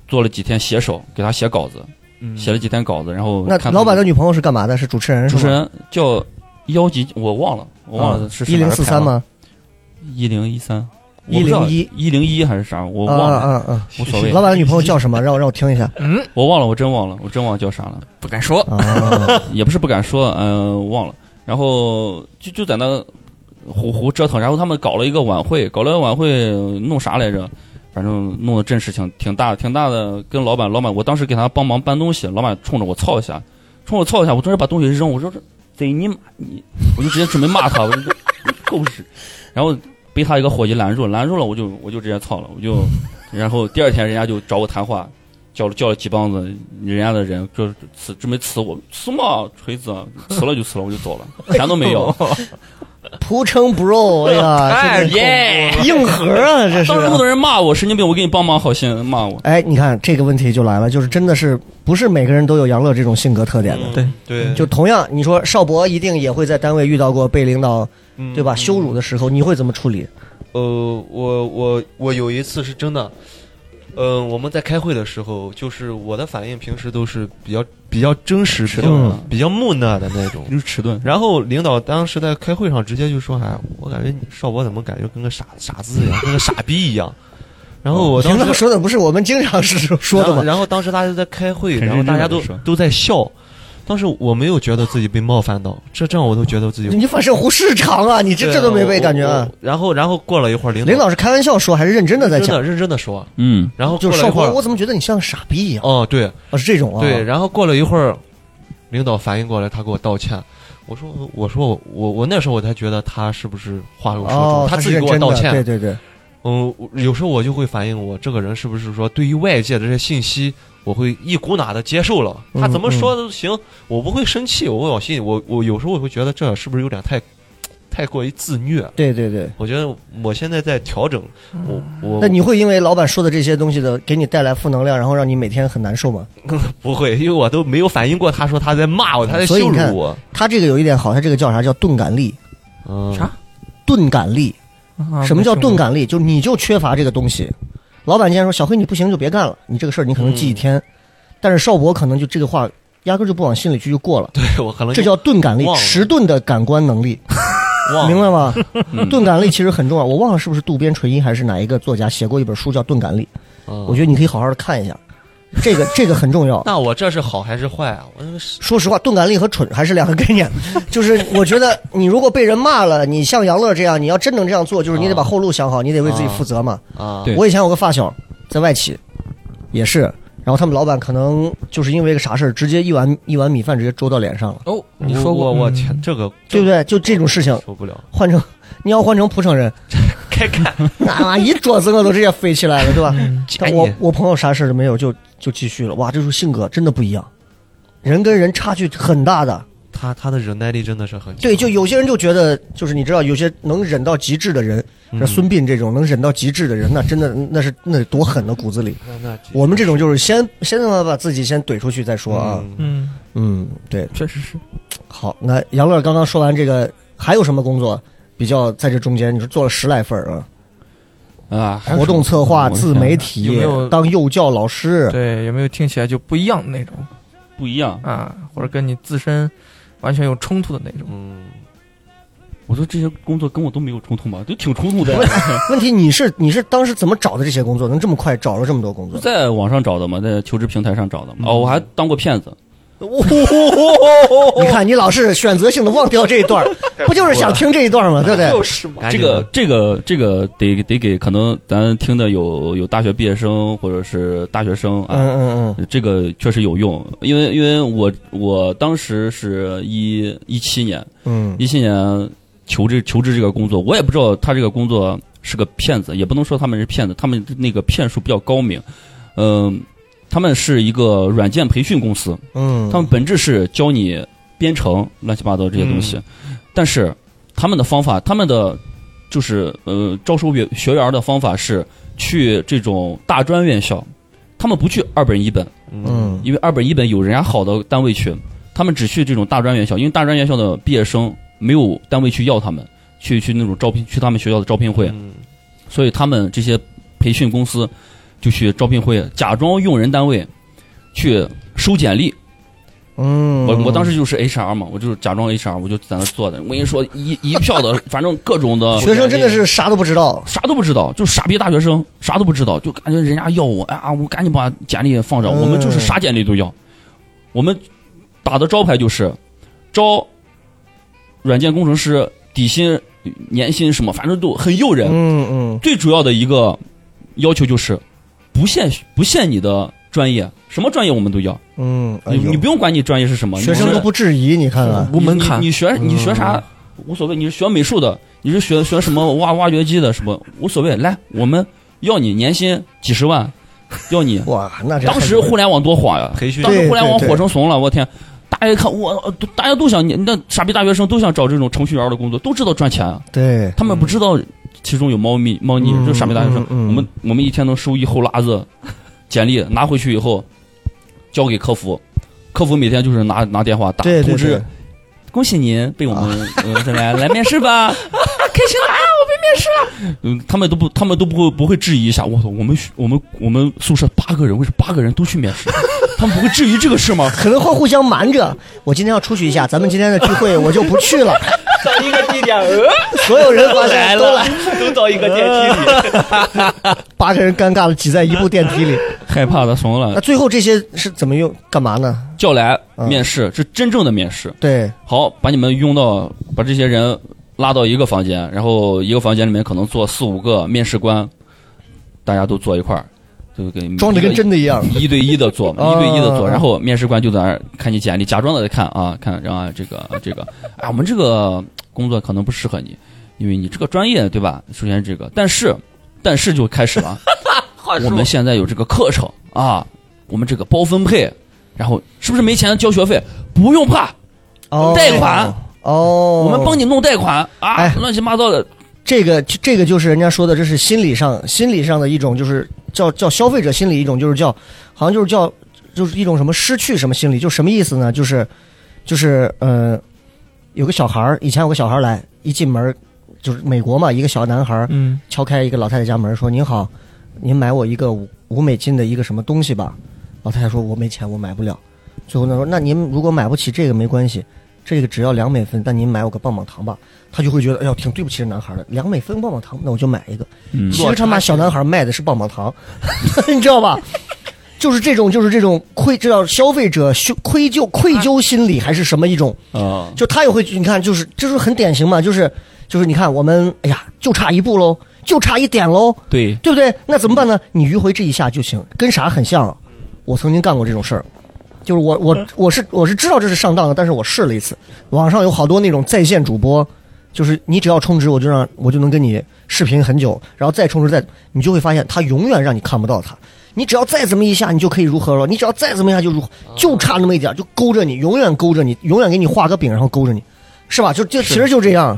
[SPEAKER 5] 做了几天写手，给他写稿子，写了几天稿子，然后
[SPEAKER 2] 嗯那
[SPEAKER 5] 看
[SPEAKER 2] 老板的
[SPEAKER 5] 女
[SPEAKER 2] 女朋友是干嘛的？是主持人？
[SPEAKER 5] 主持人叫幺级，我忘了，我忘了是
[SPEAKER 2] 一零四三？吗？
[SPEAKER 5] 一零一三，
[SPEAKER 2] 1013
[SPEAKER 5] 一零一还是啥？我
[SPEAKER 2] 啊
[SPEAKER 5] 忘了，
[SPEAKER 2] 啊啊！
[SPEAKER 5] 无所谓
[SPEAKER 2] 老，板的女朋友叫什么？让我让我听一下
[SPEAKER 4] 嗯，
[SPEAKER 5] 我忘了，我真忘了，我真忘了叫啥了。
[SPEAKER 4] 不敢说，
[SPEAKER 2] 啊！
[SPEAKER 5] 也不是不敢说，嗯、忘了。然后就就在那胡胡折腾，然后他们搞了一个晚会，搞了一个晚会弄啥来着？反正弄的阵势挺挺大的，挺大的。跟老板，老板，我当时给他帮忙搬东西，老板冲着我操一下，冲我操一下，我当时把东西扔，我 说这贼你妈你，我就直接准备骂他，我就说你狗屎，然后被他一个伙计拦住，拦住了我就我就直接操了，我就，然后第二天人家就找我谈话，叫了叫了几帮子人家的人，就是辞准备辞我，辞嘛锤子，啊辞了就辞了，我就 走了，钱都没有。
[SPEAKER 2] 蒲城 bro，哎呀， 这个
[SPEAKER 5] 耶！
[SPEAKER 2] 硬核啊，这是
[SPEAKER 5] 当。时很多人骂我神经病，我给你帮忙好心骂我。
[SPEAKER 2] 哎，你看这个问题就来了，就是真的是不是每个人都有杨乐这种性格特点的？
[SPEAKER 4] 对
[SPEAKER 3] 对，
[SPEAKER 5] 嗯
[SPEAKER 2] 就同样，你说邵博一定也会在单位遇到过被领导
[SPEAKER 3] 嗯
[SPEAKER 2] 对吧羞辱的时候，你会怎么处理？
[SPEAKER 3] 呃，我我我有一次是真的，呃，我们在开会的时候，就是我的反应平时都是比较比较真实、比较、
[SPEAKER 2] 嗯
[SPEAKER 3] 比较木讷的那种。
[SPEAKER 5] 就是迟钝，
[SPEAKER 3] 然后领导当时在开会上直接就说：“哎，我感觉你少博怎么感觉跟个傻傻子一样，跟个傻逼 一样。”然后我当
[SPEAKER 2] 领导
[SPEAKER 3] 时
[SPEAKER 2] 说的不是我们经常是说的
[SPEAKER 3] 然后
[SPEAKER 2] 吗？
[SPEAKER 3] 然后当时大家都在开会，
[SPEAKER 5] 很
[SPEAKER 3] 然后
[SPEAKER 5] 认真
[SPEAKER 3] 大
[SPEAKER 5] 地
[SPEAKER 3] 家都
[SPEAKER 5] 说
[SPEAKER 3] 都在笑。当时我没有觉得自己被冒犯到，这这样我都觉得自己
[SPEAKER 2] 你反射弧是长啊，你这这都没被
[SPEAKER 3] 我
[SPEAKER 2] 感觉。啊
[SPEAKER 3] 我。然后然后过了一会儿，领
[SPEAKER 2] 领导是开玩笑说还是认真的在
[SPEAKER 3] 真
[SPEAKER 2] 讲？
[SPEAKER 3] 的认真的说，
[SPEAKER 5] 嗯，
[SPEAKER 3] 然后
[SPEAKER 2] 就
[SPEAKER 3] 过
[SPEAKER 2] 是
[SPEAKER 3] 了
[SPEAKER 2] 邵
[SPEAKER 3] 一会
[SPEAKER 2] 博，
[SPEAKER 3] 儿，
[SPEAKER 2] 我怎么觉得你像个傻逼一样？
[SPEAKER 3] 哦对，
[SPEAKER 2] 哦，是这种啊？
[SPEAKER 3] 对，，然后过了一会儿，领导反应过来，他给我道歉。我说，我说我我我那时候我才觉得他是不是话有说中，
[SPEAKER 2] 哦，
[SPEAKER 3] 他
[SPEAKER 2] 他
[SPEAKER 3] 自
[SPEAKER 2] 是
[SPEAKER 3] 己
[SPEAKER 2] 认
[SPEAKER 3] 给我
[SPEAKER 2] 真
[SPEAKER 3] 道
[SPEAKER 2] 的，对
[SPEAKER 3] 歉。
[SPEAKER 2] 对对，
[SPEAKER 3] 嗯，我有时候我就会反映我这个人是不是说对于外界的这些信息，我会一股脑的接受了，
[SPEAKER 2] 嗯
[SPEAKER 3] 他怎么说都行，我不会生气，我会往心里。我我有时候我会觉得这是不是有点太太过于自虐？
[SPEAKER 2] 对对对。
[SPEAKER 3] 我觉得我现在在调整，我我
[SPEAKER 2] 嗯那你会因为老板说的这些东西的给你带来负能量，然后让你每天很难受吗？
[SPEAKER 3] 不会，因为我都没有反应过，他说他在骂我，他在
[SPEAKER 2] 所以
[SPEAKER 3] 羞
[SPEAKER 2] 你看
[SPEAKER 3] 辱我。
[SPEAKER 2] 他这个有一点好，他这个叫啥？叫钝感力。
[SPEAKER 3] 嗯，
[SPEAKER 4] 啥
[SPEAKER 2] 钝感力，
[SPEAKER 4] 啊
[SPEAKER 2] 什么叫
[SPEAKER 4] 没听过
[SPEAKER 2] 钝感力？就你就缺乏这个东西。老板今天说小黑你不行就别干了，你这个事儿你可能
[SPEAKER 3] 嗯
[SPEAKER 2] 记一天，但是邵博可能就这个话压根儿就不往心里去就过了，
[SPEAKER 3] 对我可能
[SPEAKER 2] 这叫
[SPEAKER 3] 就
[SPEAKER 2] 钝感力，
[SPEAKER 3] 忘了
[SPEAKER 2] 迟钝的感官能力，
[SPEAKER 3] 忘
[SPEAKER 2] 明
[SPEAKER 3] 了。
[SPEAKER 2] 白吗？
[SPEAKER 5] 嗯
[SPEAKER 2] 钝感力其实很重要，我忘了是不是渡边淳一还是哪一个作家写过一本书叫《钝感力》，
[SPEAKER 3] 嗯
[SPEAKER 2] 我觉得你可以好好的看一下，这个 这个很重要。
[SPEAKER 3] 那我这是好还是坏啊？我那个是
[SPEAKER 2] 说实话，钝感力和蠢还是两个概念。 就是我觉得你如果被人骂了，你像杨乐这样，你要真能这样做，就是你得把后路想好，你得为自己负责嘛。
[SPEAKER 3] 啊，
[SPEAKER 5] 对
[SPEAKER 2] 我以前有个发小在外企，也是，然后他们老板可能就是因为个啥事儿，直接一碗一碗米饭直接粥到脸上了，
[SPEAKER 4] 哦，
[SPEAKER 3] 我
[SPEAKER 4] 你说过
[SPEAKER 3] 我我
[SPEAKER 4] 嗯
[SPEAKER 3] 天，这个
[SPEAKER 2] 对不对？就这种事情，
[SPEAKER 3] 受不了，
[SPEAKER 2] 换成你要换成蒲城人，
[SPEAKER 3] 开干，
[SPEAKER 2] 那一桌子我都直接飞起来了，对吧？ 但我
[SPEAKER 3] 你
[SPEAKER 2] 我朋友啥事儿都没有，就就继续了。哇，这时候性格真的不一样，人跟人差距很大的。
[SPEAKER 3] 他他的忍耐力真的是很强
[SPEAKER 2] 对，就有些人就觉得，就是你知道，有些能忍到极致的人，像孙膑这种能忍到极致的人，那真的那是那得多狠的骨子里。
[SPEAKER 3] 那那
[SPEAKER 2] 我们这种就是先先他妈把自己先怼出去再说啊。
[SPEAKER 3] 嗯
[SPEAKER 4] 嗯，
[SPEAKER 2] 嗯，对，
[SPEAKER 4] 确实是。
[SPEAKER 2] 好，那杨乐刚刚说完这个，还有什么工作比较在这中间，你是做了十来份儿啊？
[SPEAKER 5] 啊，还有
[SPEAKER 2] 活动
[SPEAKER 5] 什么
[SPEAKER 2] 策划、
[SPEAKER 5] 我的
[SPEAKER 2] 自
[SPEAKER 5] 天
[SPEAKER 2] 媒
[SPEAKER 5] 哪
[SPEAKER 2] 体，
[SPEAKER 4] 有没有
[SPEAKER 2] 当幼教老师？
[SPEAKER 4] 对，有没有听起来就不一样的那种
[SPEAKER 5] 不一样。
[SPEAKER 4] 啊？或者跟你自身完全有冲突的那种？
[SPEAKER 3] 嗯，
[SPEAKER 5] 我说这些工作跟我都没有冲突吧，都挺冲突的。
[SPEAKER 2] 问题你是你是当时怎么找的这些工作？能这么快找了这么多工 作？
[SPEAKER 5] 在网上找的嘛，在求职平台上找的嘛。哦，我还当过骗子，
[SPEAKER 2] 你看，你老是选择性的忘掉这一段 儿，不就是想听这一段儿吗？对不对？
[SPEAKER 6] 就是嘛，
[SPEAKER 3] 赶
[SPEAKER 5] 这
[SPEAKER 3] 紧
[SPEAKER 5] 个
[SPEAKER 3] 吧
[SPEAKER 5] 这个这个得得给可能咱听的有有大学毕业生或者是大学生啊，
[SPEAKER 2] 嗯嗯嗯，
[SPEAKER 5] 这个确实有用，因为因为我我当时是一一七年，
[SPEAKER 2] 嗯，
[SPEAKER 5] 一七年求职求职这个工作，我也不知道他这个工作是个骗子，也不能说他们是骗子，他们那个骗术比较高明，嗯、他们是一个软件培训公司，
[SPEAKER 2] 嗯，
[SPEAKER 5] 他们本质是教你编程乱七八糟这些东西，但是他们的方法，他们的就是呃招收学学员的方法是去这种大专院校，他们不去二本一本。
[SPEAKER 2] 嗯
[SPEAKER 5] 因为二本一本有人家好的单位去，他们只去这种大专院校，因为大专院校的毕业生没有单位去要他们，去去那种招聘去他们学校的招聘会，
[SPEAKER 3] 嗯
[SPEAKER 5] 所以他们这些培训公司就去招聘会，假装用人单位去收简历。
[SPEAKER 2] 嗯，
[SPEAKER 5] 我我当时就是 HR 嘛，我就是假装 HR，我就在那做的。我跟你说，一一票的，反正各种的
[SPEAKER 2] 学生真的是啥都不知道，
[SPEAKER 5] 啥都不知道，就傻逼大学生，啥都不知道，就感觉人家要我，哎呀，我赶紧把简历放上。
[SPEAKER 2] 嗯
[SPEAKER 5] 我们就是啥简历都要，我们打的招牌就是招软件工程师，底薪、年薪什么，反正都很诱人。
[SPEAKER 2] 嗯嗯
[SPEAKER 5] 最主要的一个要求就是不限不限你的专业，什么专业我们都要，
[SPEAKER 2] 嗯，哎
[SPEAKER 5] 你
[SPEAKER 2] 呦
[SPEAKER 5] 你不用管你专业是什么，
[SPEAKER 2] 学生都不质疑，你看看，
[SPEAKER 4] 无门槛
[SPEAKER 5] 你你你学
[SPEAKER 2] 嗯
[SPEAKER 5] 你学啥无所谓，你是学美术的，你是学学什么挖挖掘机的什么无所谓，来我们要你年薪几十万，要你
[SPEAKER 2] 哇，那这
[SPEAKER 5] 当时互联网多火呀，
[SPEAKER 3] 培训
[SPEAKER 5] 当时互联网
[SPEAKER 2] 对对对
[SPEAKER 5] 火成怂了，我天！大家一看，我呃都大家都想，你那傻逼大学生都想找这种程序员的工作，都知道赚钱啊，
[SPEAKER 2] 对
[SPEAKER 5] 他们不知道其中有猫腻猫腻，
[SPEAKER 2] 嗯
[SPEAKER 5] 就傻逼大学生。
[SPEAKER 2] 嗯嗯
[SPEAKER 5] 我们我们一天能收一后拉子简历，拿回去以后交给客服，客服每天就是拿拿电话打
[SPEAKER 2] 对对
[SPEAKER 5] 通
[SPEAKER 2] 对
[SPEAKER 5] 知，，恭喜您被我 们呃再来来面试吧， 开心了啊，我被面试了。嗯，他们都不他们都不会不会质疑一下，我操，我们学我们我们宿舍八个人，为什么八个人都去面试？ 他们不会质疑这个事吗？
[SPEAKER 2] 可能会互相瞒着。我今天要出去一下，咱们今天的聚会我就不去 了。
[SPEAKER 6] 到一个地点，呃，
[SPEAKER 2] 所有人发
[SPEAKER 6] 来
[SPEAKER 2] 现都
[SPEAKER 6] 了
[SPEAKER 2] 来，，
[SPEAKER 6] 都到一个电梯里。
[SPEAKER 2] 八个人尴尬的挤在一部电梯里。
[SPEAKER 5] 害怕的怂
[SPEAKER 2] 那
[SPEAKER 5] 了，
[SPEAKER 2] 最后这些是怎么用？干嘛呢？
[SPEAKER 5] 叫来
[SPEAKER 2] 嗯
[SPEAKER 5] 面试，这真正的面试。
[SPEAKER 2] 对，
[SPEAKER 5] 好，把你们拥到，把这些人拉到一个房间，然后一个房间里面可能坐四五个面试官，大家都坐一块儿，就给
[SPEAKER 2] 装的跟
[SPEAKER 5] 一个
[SPEAKER 2] 真的一样。
[SPEAKER 5] 一对一的做嘛，一对一的做，
[SPEAKER 2] 啊
[SPEAKER 5] 然后面试官就在那儿看你简历，假装的在看啊，看，然后这个啊这个，啊，我们这个工作可能不适合你，因为你这个专业对吧？首先这个，但是但是就开始了，
[SPEAKER 6] 话
[SPEAKER 5] 我
[SPEAKER 6] 说
[SPEAKER 5] 们，现在有这个课程啊，我们这个包分配，然后是不是没钱交学费？不用怕，
[SPEAKER 2] 哦，
[SPEAKER 5] 贷款
[SPEAKER 2] 哦，
[SPEAKER 5] 我们帮你弄贷款啊
[SPEAKER 2] 哎，
[SPEAKER 5] 乱七八糟的，
[SPEAKER 2] 这个这个就是人家说的，这是心理上心理上的一种，就是叫叫消费者心理一种，就是叫好像就是叫就是一种什么失去什么心理，就什么意思呢？就是就是呃，有个小孩儿，以前有个小孩儿来，一进门儿就是美国嘛，一个小男孩儿
[SPEAKER 4] 嗯
[SPEAKER 2] 敲开一个老太太家门说：“您好，您买我一个五五美金的一个什么东西吧。”老太太说：“我没钱，我买不了。”最后呢说：“那您如果买不起这个没关系，这个只要两美分，但您买我个棒棒糖吧。”他就会觉得，哎呦，挺对不起这男孩的，两美分棒棒糖，那我就买一个。
[SPEAKER 5] 嗯
[SPEAKER 2] 其实他妈小男孩卖的是棒棒糖， 你知道吧？就是这种，就是这种愧，这叫消费者羞愧疚愧疚心理还是什么一种？
[SPEAKER 5] 啊，
[SPEAKER 2] 就他也会，你看，就是这就是很典型嘛，就是就是你看我们，哎呀，就差一步喽，就差一点喽，
[SPEAKER 5] 对，
[SPEAKER 2] 对不对？那怎么办呢？你迂回这一下就行，跟啥很像啊？我曾经干过这种事儿，就是我我我是我是知道这是上当的，但是我试了一次。网上有好多那种在线主播，就是你只要充值，我就让我就能跟你视频很久，然后再充值再，你就会发现他永远让你看不到他。你只要再怎么一下，你就可以如何了？你只要再怎么一下就如何，就差那么一点儿，就勾着你，永远勾着你，永远给你画个饼，然后勾着你，是吧？就就其实就这样，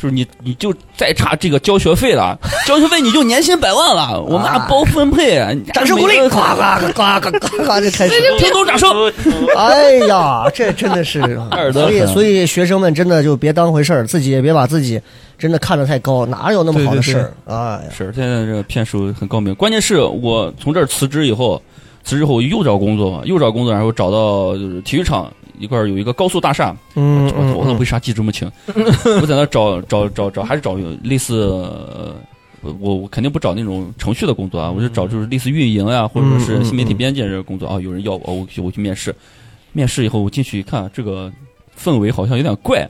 [SPEAKER 5] 就是你你就再差这个交学费 了，交学费你就年薪百万了，我们按包分配，
[SPEAKER 2] 啊掌声鼓励，
[SPEAKER 5] 每 个
[SPEAKER 2] 呱呱呱呱呱呱就开始。
[SPEAKER 5] 听懂掌声。
[SPEAKER 2] 哎呀，这真的 是，
[SPEAKER 5] 二德
[SPEAKER 2] 所以
[SPEAKER 5] 很
[SPEAKER 2] 所以学生们真的就别当回事儿，自己也别把自己真的看得太高，哪有那么好的事儿？哎呀，
[SPEAKER 5] 是，现在这个骗术很高明。关键是我从这儿辞职以后，辞职后又找工作嘛，又找工作，然后找到就是体育场一块儿有一个高速大厦，
[SPEAKER 2] 嗯
[SPEAKER 5] 我我为啥记这么清？我在那找找找找，还是找类似，呃我我肯定不找那种程序的工作啊，我就找就是类似运营呀、或者
[SPEAKER 2] 嗯
[SPEAKER 5] 说
[SPEAKER 2] 嗯嗯
[SPEAKER 5] 是
[SPEAKER 2] 嗯
[SPEAKER 5] 新媒体编辑这个工作啊。有人要我，我去我去面试，面试以后我进去一看，这个氛围好像有点怪。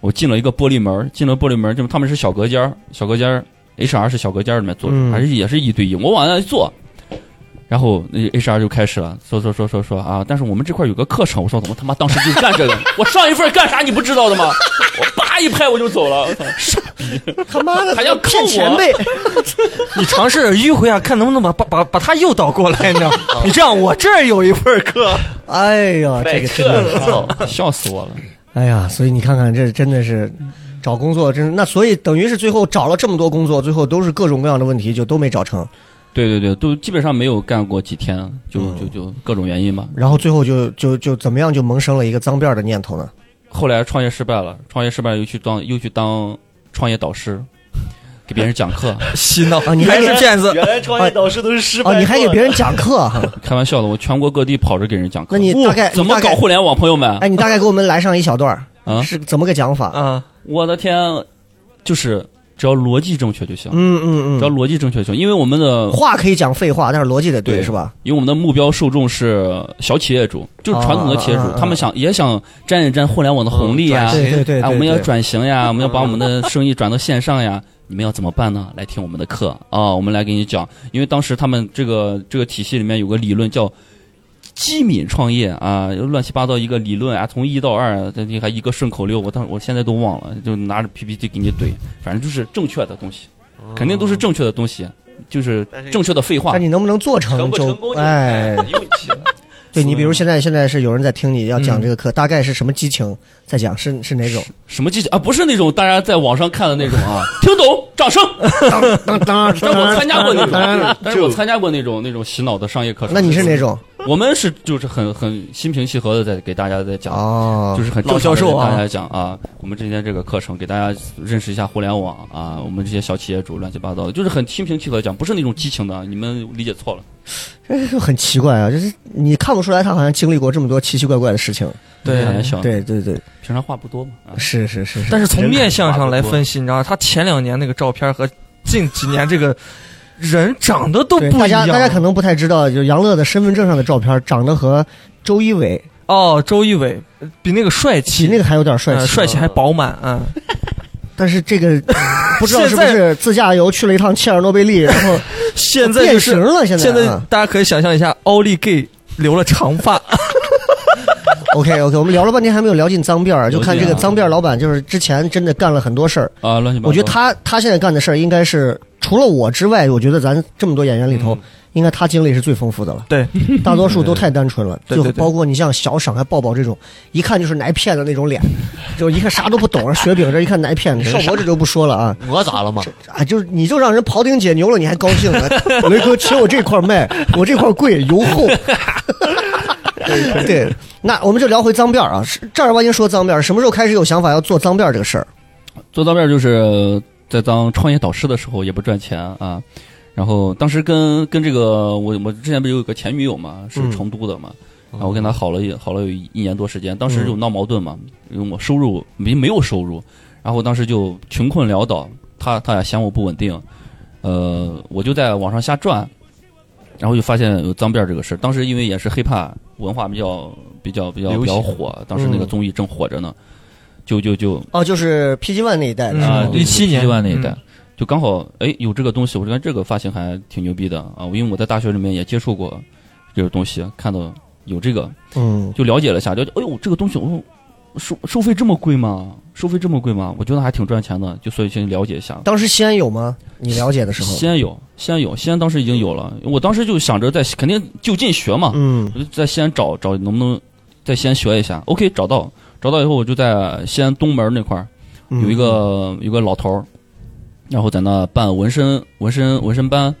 [SPEAKER 5] 我进了一个玻璃门儿，进了玻璃门儿，就是他们是小隔间儿小隔间儿 HR 是小隔间儿里面坐着，
[SPEAKER 2] 嗯
[SPEAKER 5] 还是也是一对一，我往那一坐。然后那 HR 就开始了，说说说说说啊！但是我们这块有个课程，我说我他妈当时就干 这个，我上一份干啥你不知道的吗？我叭一拍我就走了，我操
[SPEAKER 2] 他妈的
[SPEAKER 5] 还要
[SPEAKER 2] 骗
[SPEAKER 5] 扣
[SPEAKER 2] 前
[SPEAKER 5] 我
[SPEAKER 2] 辈，
[SPEAKER 4] 你尝试迂回啊，看能不能把把把把他诱导过来， 你知道？你这样，我这儿有一份课，
[SPEAKER 2] 哎 呀，这
[SPEAKER 6] 太
[SPEAKER 2] 个
[SPEAKER 6] 扯
[SPEAKER 2] 真的，
[SPEAKER 6] 了，
[SPEAKER 5] 操笑死我了。
[SPEAKER 2] 哎呀，所以你看看，这真的是找工作，真是那所以等于是最后找了这么多工作，最后都是各种各样的问题，就都没找成，
[SPEAKER 5] 对对对，都基本上没有干过几天，就
[SPEAKER 2] 嗯
[SPEAKER 5] 就就各种原因吧。
[SPEAKER 2] 然后最后就就就怎么样就萌生了一个脏辫儿的念头 呢？
[SPEAKER 5] 后来创业失败了，创业失败了又去当又去当创业导师，给别人讲课。
[SPEAKER 4] 洗脑
[SPEAKER 2] 啊你还
[SPEAKER 4] 原
[SPEAKER 2] 是
[SPEAKER 4] 来是骗子，
[SPEAKER 6] 原来创业导师都是失败过
[SPEAKER 2] 哦，
[SPEAKER 6] 的。
[SPEAKER 2] 你还给别人讲课啊 哈？
[SPEAKER 5] 开玩笑的，我全国各地跑着给人讲课。
[SPEAKER 2] 那你大概
[SPEAKER 5] 哦怎么搞？互联网，朋友们
[SPEAKER 2] 你大概？哎，你大概给我们来上一小段儿，
[SPEAKER 5] 啊
[SPEAKER 2] 是怎么个讲法？
[SPEAKER 4] 啊，
[SPEAKER 5] 我的天，就是只要逻辑正确就行，
[SPEAKER 2] 嗯嗯
[SPEAKER 5] 只要
[SPEAKER 2] 嗯，
[SPEAKER 5] 逻辑正确就行。因为我们的
[SPEAKER 2] 话可以讲废话，但是逻辑得对，
[SPEAKER 5] 对
[SPEAKER 2] 是吧？
[SPEAKER 5] 因为我们的目标受众是小企业主，就是传统的企业主，
[SPEAKER 2] 啊啊啊啊哦
[SPEAKER 5] 他们想也想沾一沾互联网的红利呀、
[SPEAKER 4] 嗯
[SPEAKER 5] 啊
[SPEAKER 4] 转型对
[SPEAKER 2] 哎对
[SPEAKER 5] 我们要转型呀，我们要把我们的生意转到线上呀。 你们要怎么办呢？来听我们的课啊，我们来给你讲。因为当时他们这个这个体系里面有个理论叫机敏创业啊，乱七八糟一个理论啊，从一到二，这你还一个顺口溜，我当我现在都忘了，就拿着 PPT 给你怼，反正就是正确的东西，肯定都是正确的东西，就是
[SPEAKER 6] 但是
[SPEAKER 5] 正确的废话
[SPEAKER 2] 看。你能不能做成
[SPEAKER 6] 成不
[SPEAKER 2] 就
[SPEAKER 6] 成功就是
[SPEAKER 2] 哎，
[SPEAKER 6] 看运气了。
[SPEAKER 2] 对你比如现在现在是有人在听你要讲这个课，大概是什么激情在讲，是是哪种？
[SPEAKER 5] 什么技巧啊？不是那种大家在网上看的那 种啊，听懂，掌声。
[SPEAKER 2] 当当
[SPEAKER 5] 但是我参加过那
[SPEAKER 2] 当
[SPEAKER 5] 种，但是我参加过那种那种洗脑的商业课程。
[SPEAKER 2] 那你是哪？种？
[SPEAKER 5] 我们是就是很很心平气和的在给大家在讲
[SPEAKER 2] 哦，
[SPEAKER 5] 就是很
[SPEAKER 4] 老教授啊
[SPEAKER 5] 啊，大家讲啊，我们今天这个课程给大家认识一下互联网啊，我们这些小企业主乱七八糟的，就是很心平气和地讲，不是那种激情的，啊你们理解错了。
[SPEAKER 2] 这就哎很奇怪啊！就是你看不出来他好像经历过这么多奇奇怪怪的事情。
[SPEAKER 4] 对
[SPEAKER 5] 很小，，
[SPEAKER 2] 对对对，
[SPEAKER 5] 平常话不多嘛。啊
[SPEAKER 2] 是是是是。
[SPEAKER 4] 但是从面相上来分析，你知道，他前两年那个照片和近几年这个人长得都不
[SPEAKER 2] 对
[SPEAKER 4] 一
[SPEAKER 2] 大家
[SPEAKER 4] 样。
[SPEAKER 2] 大家可能不太知道，就是杨乐的身份证上的照片长得和周一伟
[SPEAKER 4] 哦，周一伟呃比那个帅
[SPEAKER 2] 比
[SPEAKER 4] 气，
[SPEAKER 2] 那个还有点帅
[SPEAKER 4] 呃
[SPEAKER 2] 气，哦
[SPEAKER 4] 帅气还饱满啊。
[SPEAKER 2] 但是这 个不知道是不
[SPEAKER 4] 现
[SPEAKER 2] 是自驾游去了一趟切尔诺贝 利，然后
[SPEAKER 4] 现在就
[SPEAKER 2] 变形
[SPEAKER 4] 是
[SPEAKER 2] 了。现在
[SPEAKER 4] 现在
[SPEAKER 2] 啊
[SPEAKER 4] 大家可以想象一下，奥利给留了长 发，
[SPEAKER 2] OK OK，我们聊了半天还没有聊进脏辫儿，就看这个
[SPEAKER 5] 了解啊
[SPEAKER 2] 脏辫儿老板就是之前真的干了很多事儿。
[SPEAKER 5] 啊，乱七八糟。
[SPEAKER 2] 我觉得他他现在干的事儿应该是除了我之外，我觉得咱这么多演员里头，
[SPEAKER 4] 嗯
[SPEAKER 2] 应该他经历是最丰富的了。
[SPEAKER 4] 对，
[SPEAKER 2] 大多数都太单纯了，
[SPEAKER 4] 对
[SPEAKER 2] 就
[SPEAKER 4] 对对
[SPEAKER 2] 包括你像小赏还抱抱这种，一看就是奶片的那种脸，就一看啥都不懂，雪饼这一看奶片，少博这就不说了啊。
[SPEAKER 3] 我咋了嘛？
[SPEAKER 2] 啊，就是你就让人庖丁解牛了，你还高兴呢？雷哥，切我这块儿卖，我这块儿贵，油厚。 对，那我们就聊回脏辫儿啊，是正儿八经说脏辫儿，什么时候开始有想法要做脏辫儿这个事儿？
[SPEAKER 5] 做到这儿就是呃在当创业导师的时候也不赚钱啊。然后当时跟跟这个我我之前不是有个前女友嘛，是
[SPEAKER 2] 嗯
[SPEAKER 5] 成都的嘛，
[SPEAKER 3] 哦嗯
[SPEAKER 5] 然后我跟她好了也好了有一年多时间，当时就闹矛盾嘛，因为我收入没没有收入，然后当时就穷困潦倒，她她也嫌我不稳定，呃，我就在网上瞎转，然后就发现有脏辫儿这个事儿。当时因为也是 hiphop 文化比较比较比较
[SPEAKER 3] 流行
[SPEAKER 5] 比较火，当时那个
[SPEAKER 2] 嗯
[SPEAKER 5] 综艺正火着呢，就就就
[SPEAKER 2] 哦，就是 PG One 那一代的
[SPEAKER 4] 嗯
[SPEAKER 2] 是
[SPEAKER 5] 啊
[SPEAKER 2] 吗，
[SPEAKER 5] 对
[SPEAKER 4] 17年
[SPEAKER 5] 万那一代
[SPEAKER 4] 嗯，
[SPEAKER 5] 就刚好哎有这个东西，我就看这个发型还挺牛逼的啊，因为我在大学里面也接触过这个东西，看到有这个
[SPEAKER 2] 嗯，
[SPEAKER 5] 就了解了一下，了解哎呦这个东西，我说收收费这么贵吗？收费这么贵吗？我觉得还挺赚钱的，就所以先了解一下。
[SPEAKER 2] 当时西安有吗？你了解的时候？
[SPEAKER 5] 西安有，西安有，西安当时已经有了，我当时就想着在肯定就近学嘛，
[SPEAKER 2] 嗯
[SPEAKER 5] 我就在西安找找能不能在西安学一下。OK，找到找到以后，我就在西安东门那块儿。
[SPEAKER 2] 嗯
[SPEAKER 5] 有一个有个老头儿，然后在那办纹身纹身纹身班，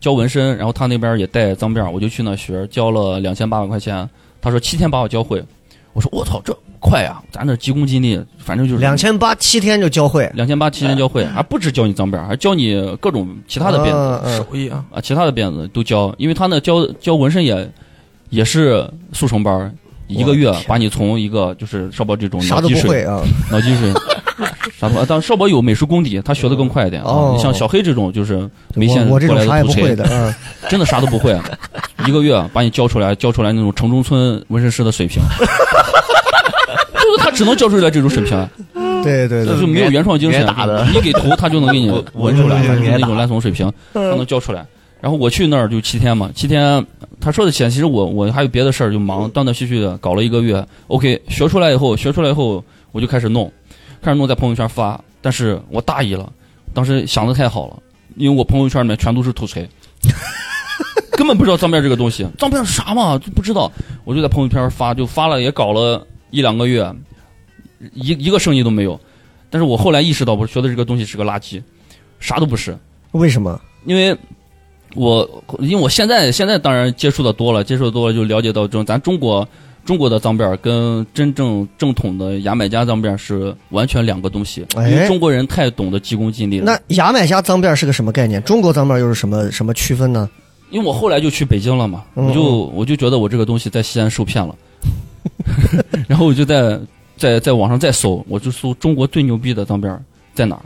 [SPEAKER 5] 教纹身，然后他那边也带脏辫儿，我就去那学，交了两千八百块钱，他说七天把我教会，我说我操这快呀、咱这急功近利，反正就是
[SPEAKER 2] 两千哎八七天就教会，
[SPEAKER 5] 两千八七天教会，还不止教你脏辫儿，还教你各种其他的辫子
[SPEAKER 2] 嗯嗯
[SPEAKER 4] 手艺啊，
[SPEAKER 5] 啊，其他的辫子都教，因为他那教教纹身也也是速成班儿。一个月
[SPEAKER 2] 我的天
[SPEAKER 5] 把你从一个就是少包这种
[SPEAKER 2] 啥
[SPEAKER 5] 脑
[SPEAKER 2] 都
[SPEAKER 5] 积
[SPEAKER 2] 不
[SPEAKER 5] 水
[SPEAKER 2] 会啊。
[SPEAKER 5] 脑积 水，啥不？但邵博有美术功底，他学的更快一点。
[SPEAKER 2] 哦
[SPEAKER 5] 啊。你像小黑这种就是眉
[SPEAKER 2] 我
[SPEAKER 5] 县
[SPEAKER 2] 我这
[SPEAKER 5] 过
[SPEAKER 2] 种
[SPEAKER 5] 来
[SPEAKER 2] 啥也
[SPEAKER 5] 土
[SPEAKER 2] 不会
[SPEAKER 5] 锤，
[SPEAKER 2] 的，嗯，
[SPEAKER 5] 真的啥都不会，啊 一个月啊把你教出来，教出来那种城中村纹身师的 水平。就是他只能教出来这种水平，啊
[SPEAKER 2] 对对
[SPEAKER 5] 就
[SPEAKER 2] 对
[SPEAKER 5] 是没有原创精神
[SPEAKER 6] 别打的。
[SPEAKER 5] 你给图，他就能给你
[SPEAKER 6] 纹出来
[SPEAKER 5] 就是
[SPEAKER 6] 别打
[SPEAKER 5] 那种烂怂水平，他能教出来。然后我去那儿就七天嘛，七天他说的钱，其实我我还有别的事儿，就忙断断续续的搞了一个月。OK，学出来以后，学出来以后我就开始弄，开始弄在朋友圈发，但是我大意了，当时想的太好了，因为我朋友圈里面全都是土锤，根本不知道脏辫这个东西，脏辫是啥嘛就不知道，我就在朋友圈发，就发了也搞了一两个月，一一个生意都没有。但是我后来意识到，我学的这个东西是个垃圾，啥都不是。
[SPEAKER 2] 为什么？
[SPEAKER 5] 因为我因为我现在现在当然接触的多了，接触的多了就了解到这种咱中国中国的脏辫儿跟真正正统的牙买加脏辫儿是完全两个东西，因为
[SPEAKER 2] 哎
[SPEAKER 5] 中国人太懂得急功近利了。
[SPEAKER 2] 那牙买加脏辫是个什么概念？中国脏辫又是什么什么区分呢？
[SPEAKER 5] 因为我后来就去北京了嘛，
[SPEAKER 2] 嗯
[SPEAKER 5] 我就我就觉得我这个东西在西安受骗了，然后我就在在在网上再搜，我就搜中国最牛逼的脏辫儿在哪儿，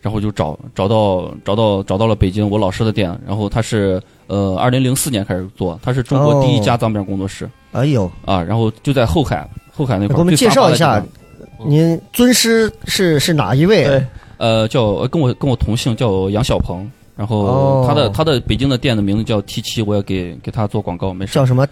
[SPEAKER 5] 然后就找找到找到找到了北京我老师的店，然后他是呃二零零四年开始做，他是中国第一家脏辫工作室、
[SPEAKER 2] 哎呦，
[SPEAKER 5] 啊，然后就在后海后海那
[SPEAKER 2] 给
[SPEAKER 5] 块儿，
[SPEAKER 2] 我们
[SPEAKER 5] 最
[SPEAKER 2] 介
[SPEAKER 5] 繁
[SPEAKER 2] 绍
[SPEAKER 5] 华的
[SPEAKER 2] 一下
[SPEAKER 5] 地方，
[SPEAKER 2] 您尊师是是哪一位？
[SPEAKER 5] 呃，叫呃跟我跟我同姓，叫杨小鹏。然
[SPEAKER 2] 哦
[SPEAKER 5] 后他的、他的北京的店的名字叫 T 七，我也给给他做广告，没事。
[SPEAKER 2] 叫什么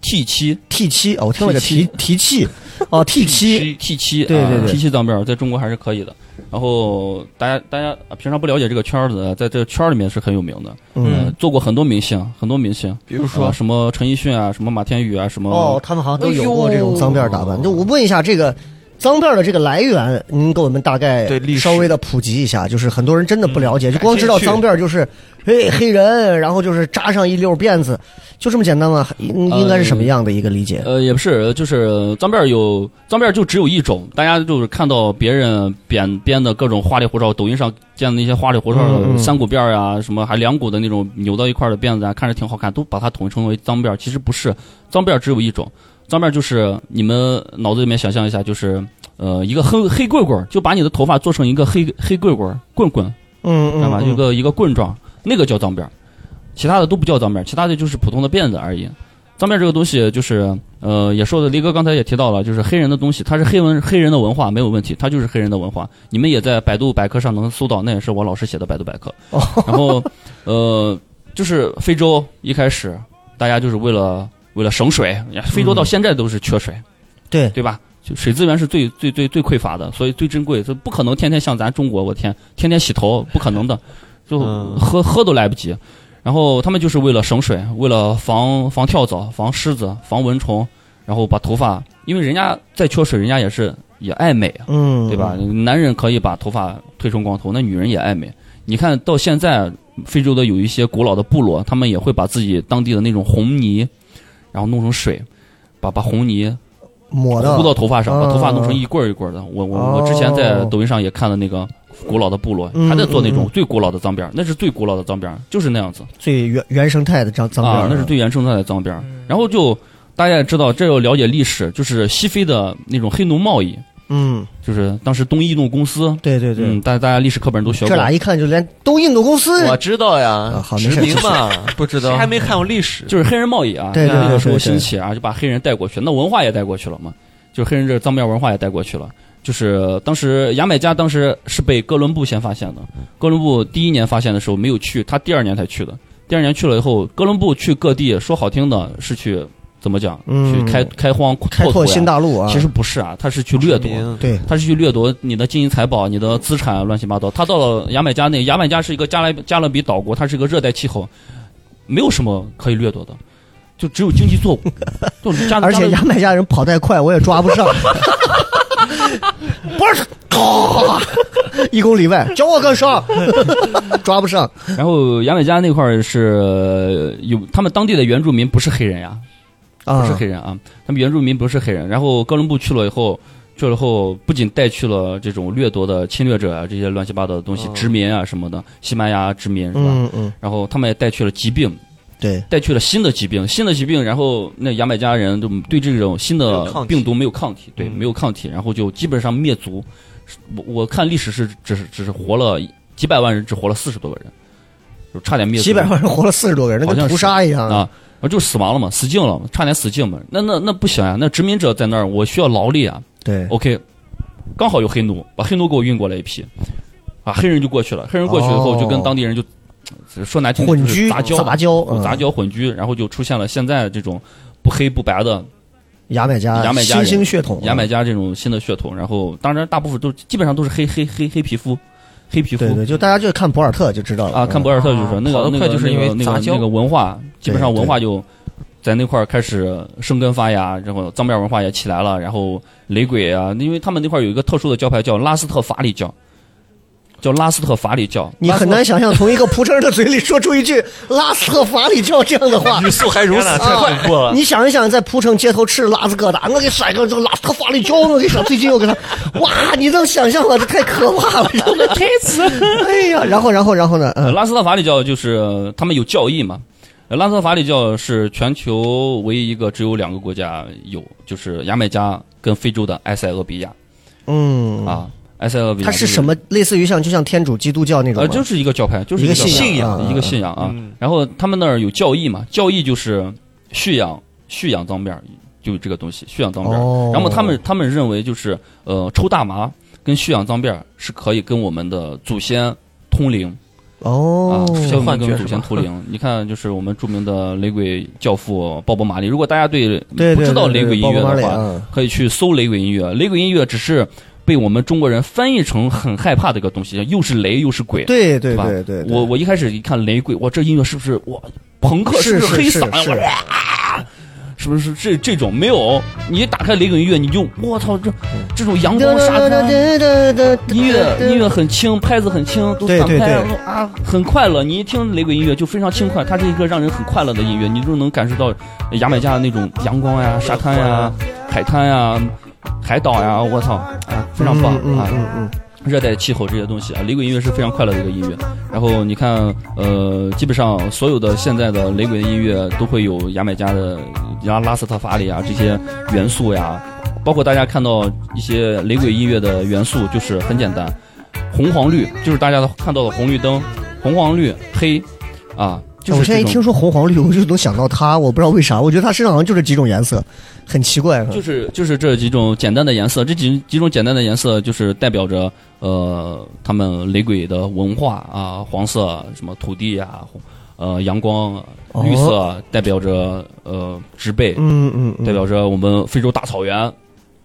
[SPEAKER 5] T 七
[SPEAKER 2] T 七？哦，我听了个
[SPEAKER 5] T7
[SPEAKER 2] 提提气，哦 T 七
[SPEAKER 5] T 七，啊
[SPEAKER 2] 对对对
[SPEAKER 5] ，T 七脏辫儿在中国还是可以的。然后大家大家啊平常不了解这个圈儿的，在这个圈儿里面是很有名的，
[SPEAKER 2] 嗯
[SPEAKER 4] 嗯
[SPEAKER 5] 呃，做过很多明星，很多明星，
[SPEAKER 4] 比如
[SPEAKER 5] 啊
[SPEAKER 4] 说
[SPEAKER 5] 什么陈奕迅啊，什么马天宇啊，什么
[SPEAKER 2] 哦，他们好像都
[SPEAKER 4] 哎
[SPEAKER 2] 有
[SPEAKER 4] 呦
[SPEAKER 2] 过这种脏辫儿打扮。就我问一下这个。脏辫儿的这个来源，您给我们大概
[SPEAKER 4] 对历史
[SPEAKER 2] 稍微的普及一下，就是很多人真的不了解，
[SPEAKER 4] 嗯
[SPEAKER 2] 就光知道
[SPEAKER 4] 感兴
[SPEAKER 2] 脏
[SPEAKER 4] 趣
[SPEAKER 2] 辫儿就是，嘿黑人，然后就是扎上一溜辫子，就这么简单吗？应应该是什么样的一个理解？
[SPEAKER 5] 呃呃，也不是，就是脏辫儿有脏辫儿就只有一种，大家就是看到别人编编的各种花里胡哨，抖音上见的那些花里胡哨
[SPEAKER 2] 嗯嗯
[SPEAKER 5] 的三股辫儿啊，什么还两股的那种扭到一块儿的辫子啊，看着挺好看，都把它统称为脏辫儿。其实不是，脏辫儿只有一种，脏辫儿就是你们脑子里面想象一下，就是呃一个黑黑棍棍儿，就把你的头发做成一个黑黑棍棍儿棍棍，
[SPEAKER 2] 嗯
[SPEAKER 5] 知道吧？
[SPEAKER 2] 嗯，
[SPEAKER 5] 一个一个棍状，那个叫脏辫儿，其他的都不叫脏辫儿，其他的就是普通的辫子而已。脏辫儿这个东西，就是呃，也说的，雷哥刚才也提到了，就是黑人的东西，它是黑文黑人的文化没有问题，它就是黑人的文化。你们也在百度百科上能搜到，那也是我老师写的百度百科。
[SPEAKER 2] 哦
[SPEAKER 5] 然后呃，就是非洲一开始大家就是为了为了省水，非
[SPEAKER 2] 嗯
[SPEAKER 5] 洲到现在都是缺水，
[SPEAKER 2] 对
[SPEAKER 5] 对吧？就水资源是最最最最匮乏的，所以最珍贵，所以不可能天天像咱中国，我天，天天洗头，不可能的，就
[SPEAKER 3] 嗯
[SPEAKER 5] 喝、喝都来不及。然后他们就是为了省水，为了防防跳蚤、防虱子、防蚊虫，然后把头发，因为人家再缺水，人家也是也爱美啊，
[SPEAKER 2] 嗯，
[SPEAKER 5] 对吧？？男人可以把头发推成光头，那女人也爱美。你看到现在，非洲的有一些古老的部落，他们也会把自己当地的那种红泥，然后弄成水，把把红泥
[SPEAKER 2] 抹的
[SPEAKER 5] 糊到头发上，
[SPEAKER 2] 嗯
[SPEAKER 5] 把头发弄成一棍儿一棍儿的。我我
[SPEAKER 2] 哦
[SPEAKER 5] 我之前在抖音上也看了那个古老的部落
[SPEAKER 2] 嗯，
[SPEAKER 5] 还在做那
[SPEAKER 2] 嗯
[SPEAKER 5] 种最古老的脏辫儿，那是最古老的脏辫儿，就是那样子
[SPEAKER 2] 最原原生态的脏脏辫
[SPEAKER 5] 啊
[SPEAKER 2] 儿，，
[SPEAKER 5] 那是最原生态的脏辫儿。然后就大家也知道，这要了解历史，就是西非的那种黑奴贸易，
[SPEAKER 2] 嗯，
[SPEAKER 5] 就是当时东印度公司，
[SPEAKER 2] 对对对
[SPEAKER 5] 嗯，，大大家历史课本都学
[SPEAKER 2] 这
[SPEAKER 5] 过。
[SPEAKER 2] 俩一看就连东印度公司，
[SPEAKER 6] 我知道
[SPEAKER 2] 啊
[SPEAKER 6] 呀
[SPEAKER 2] 好，没
[SPEAKER 6] 殖
[SPEAKER 2] 事
[SPEAKER 6] 民嘛，
[SPEAKER 4] 不知
[SPEAKER 6] 谁
[SPEAKER 4] 道
[SPEAKER 6] 还没看过历史？
[SPEAKER 5] 就是黑人贸易啊，
[SPEAKER 2] 对对对
[SPEAKER 5] 那个时
[SPEAKER 2] 对
[SPEAKER 5] 候
[SPEAKER 2] 对
[SPEAKER 5] 兴起啊，就把黑人带过去，那文化也带过去了嘛，就是黑人这个脏辫文化也带过去了。就是当时牙买加当时是被哥伦布先发现的，哥伦布第一年发现的时候没有去，他第二年才去的。第二年去了以后，哥伦布去各地，说好听的是去怎么讲，
[SPEAKER 2] 嗯
[SPEAKER 5] 去开开荒拓
[SPEAKER 2] 开拓
[SPEAKER 5] 土呀
[SPEAKER 2] 新大陆啊，
[SPEAKER 5] 其实不是啊，他是去掠
[SPEAKER 3] 殖，
[SPEAKER 5] 夺
[SPEAKER 3] 民
[SPEAKER 2] 对，
[SPEAKER 5] 他是去掠夺你的金银财宝、你的资产，乱七八糟。他到了牙买加那，牙买加是一个加勒加勒比岛国，它是一个热带气候，没有什么可以掠夺的，就只有经济作物。 就加
[SPEAKER 2] 而且
[SPEAKER 5] 加勒
[SPEAKER 2] 牙买加人跑太快，我也抓不上。 不是，啊咔一公里外，叫我个上， 抓不上。
[SPEAKER 5] 然后牙买加那块儿是呃有他们当地的原住民不是黑人呀，
[SPEAKER 2] 啊
[SPEAKER 5] 不是黑人啊，他们原住民不是黑人。然后哥伦布去了以后，去了以后不仅带去了这种掠夺的侵略者啊，这些乱七八糟的东西，
[SPEAKER 3] 哦
[SPEAKER 5] 殖民啊什么的，西班牙殖民是吧？
[SPEAKER 2] 嗯嗯，
[SPEAKER 5] 然后他们也带去了疾病。
[SPEAKER 2] 对，
[SPEAKER 5] 带去了新的疾病，新的疾病，然后那牙买加人就对这种新
[SPEAKER 3] 没有
[SPEAKER 5] 的
[SPEAKER 3] 抗体
[SPEAKER 5] 病毒没有抗体，对，
[SPEAKER 3] 嗯
[SPEAKER 5] 没有抗体，然后就基本上灭族。我我看历史是只是只是活了几百万人，只活了四十多个人，就差点灭族。
[SPEAKER 2] 几百万人活了四十多个人，那
[SPEAKER 5] 好像
[SPEAKER 2] 跟
[SPEAKER 5] 是
[SPEAKER 2] 屠杀一样。
[SPEAKER 5] 啊，然后就死亡了嘛，死尽了嘛，差点死尽嘛。那那那不行呀、那殖民者在那儿，我需要劳力啊。
[SPEAKER 2] 对，
[SPEAKER 5] OK，刚好有黑奴，把黑奴给我运过来一批，啊，黑人就过去了，黑人过去以后就跟
[SPEAKER 2] 哦
[SPEAKER 5] 当地人就。呃说难听点
[SPEAKER 2] 混
[SPEAKER 5] 就是
[SPEAKER 2] 居
[SPEAKER 5] 杂交
[SPEAKER 2] 杂交，嗯
[SPEAKER 5] 杂交混居，然后就出现了现在这种不黑不白的
[SPEAKER 2] 嗯牙买加，
[SPEAKER 5] 牙买
[SPEAKER 2] 新
[SPEAKER 5] 加人
[SPEAKER 2] 兴血统，啊
[SPEAKER 5] 牙买加这种新的血统。然后，当然大部分都基本上都是黑黑黑黑皮肤，黑皮肤
[SPEAKER 2] 对对，就大家就看博尔特就知道了
[SPEAKER 5] 啊。看博
[SPEAKER 2] 尔
[SPEAKER 5] 尔特就是那
[SPEAKER 4] 跑
[SPEAKER 5] 个
[SPEAKER 4] 得
[SPEAKER 5] 那
[SPEAKER 4] 快
[SPEAKER 5] 个
[SPEAKER 4] 就是因为
[SPEAKER 5] 那
[SPEAKER 4] 杂
[SPEAKER 5] 个
[SPEAKER 4] 交
[SPEAKER 5] 那个文化，基本上文化就在那块儿开始生根发芽，然后脏辫文化也起来了，然后雷鬼啊，因为他们那块儿有一个特殊的教派叫拉斯特法里教，叫拉斯特法里教。
[SPEAKER 2] 你很难想象从一个蒲城人的嘴里说出一句拉斯特法里教这样的 话，
[SPEAKER 6] 语速还如此
[SPEAKER 2] 天哪太
[SPEAKER 6] 快
[SPEAKER 5] 啊
[SPEAKER 6] 过了，
[SPEAKER 2] 啊你想一想，在蒲城街头吃辣子疙瘩，我给甩个这个拉特法力胶，我给甩，最近又给他， 哇，你能想象吗？这太可怕 了，真的太死！哎呀，然后然后然后呢？
[SPEAKER 5] 呃，
[SPEAKER 2] 嗯，
[SPEAKER 5] 拉斯特法里教就是呃他们有教义嘛。呃拉斯特法里教是全球唯一一个只有两个国家有，就是牙买加跟非洲的埃塞俄比亚、
[SPEAKER 2] 嗯，
[SPEAKER 5] 啊，埃塞俄比亚
[SPEAKER 2] 它是
[SPEAKER 5] 这个
[SPEAKER 2] 什么？类似于像就像天主基督教那种
[SPEAKER 5] 呃，
[SPEAKER 2] 吗，
[SPEAKER 5] 就是一个教派，就是
[SPEAKER 2] 一个
[SPEAKER 5] 教派
[SPEAKER 2] 信仰
[SPEAKER 5] 啊一个信仰啊。
[SPEAKER 3] 嗯
[SPEAKER 5] 然后他们那儿有教义嘛，教义就是蓄养蓄养脏辫儿，就有这个东西，血氧脏辫儿。
[SPEAKER 2] 哦，
[SPEAKER 5] 然后他们他们认为就是呃，抽大麻跟血氧脏辫儿是可以跟我们的祖先通灵啊
[SPEAKER 2] 哦，，
[SPEAKER 5] 像我们
[SPEAKER 4] 幻觉
[SPEAKER 5] 跟
[SPEAKER 4] 是
[SPEAKER 5] 祖先
[SPEAKER 4] 吧
[SPEAKER 5] 通灵。你看，就是我们著名的雷鬼教父鲍勃·马利。如果大家对
[SPEAKER 2] 对对啊
[SPEAKER 5] 不知道雷鬼音乐的话，
[SPEAKER 2] 话，
[SPEAKER 5] 可以去搜雷鬼音乐。雷鬼音乐只是被我们中国人翻译成很害怕的一个东西，又是雷又是鬼。
[SPEAKER 2] 对对
[SPEAKER 5] 吧
[SPEAKER 2] 对对，对
[SPEAKER 5] 我我一开始一看雷鬼，哇，这音乐是不是哇朋克？
[SPEAKER 2] 是
[SPEAKER 5] 不是黑
[SPEAKER 2] 是
[SPEAKER 5] 嗓呀？
[SPEAKER 2] 是
[SPEAKER 5] 我是不是这这种没有？你一打开雷鬼音乐，你就我操，这
[SPEAKER 2] 嗯
[SPEAKER 5] 这种阳光沙滩。音乐音乐很轻，拍子很轻，都
[SPEAKER 2] 对
[SPEAKER 5] 反
[SPEAKER 2] 对
[SPEAKER 5] 拍
[SPEAKER 2] 对
[SPEAKER 5] 啊，很快乐。你一听雷鬼音乐就非常轻快，它是一个让人很快乐的音乐，你就能感受到牙买加的那种阳光呀、沙滩呀、海滩呀、海岛呀，我操啊，非常棒
[SPEAKER 2] 嗯
[SPEAKER 5] 啊！
[SPEAKER 2] 嗯嗯
[SPEAKER 5] 热带气候这些东西啊，雷鬼音乐是非常快乐的一个音乐。然后你看，呃，基本上所有的现在的雷鬼的音乐都会有牙买加的拉拉斯特法里啊这些元素呀，包括大家看到一些雷鬼音乐的元素，就是很简单，红黄绿，就是大家看到的红绿灯，红黄绿黑啊，就
[SPEAKER 2] 嗯，我
[SPEAKER 5] 是
[SPEAKER 2] 现在
[SPEAKER 5] 这
[SPEAKER 2] 一听
[SPEAKER 5] 种。
[SPEAKER 2] 说红黄绿，我就能想到它，我不知道为啥，我觉得它身上好像就这几种颜色，很奇怪。啊
[SPEAKER 5] 就是是就是这几种简单的颜色，这几几种简单的颜色就是代表着呃他们雷鬼的文化啊，黄色什么土地啊，红呃阳光，
[SPEAKER 2] 吧
[SPEAKER 5] 绿，
[SPEAKER 2] 哦
[SPEAKER 5] 色啊代表着呃植被，
[SPEAKER 2] 嗯嗯，嗯
[SPEAKER 5] 代表着我们非洲大草原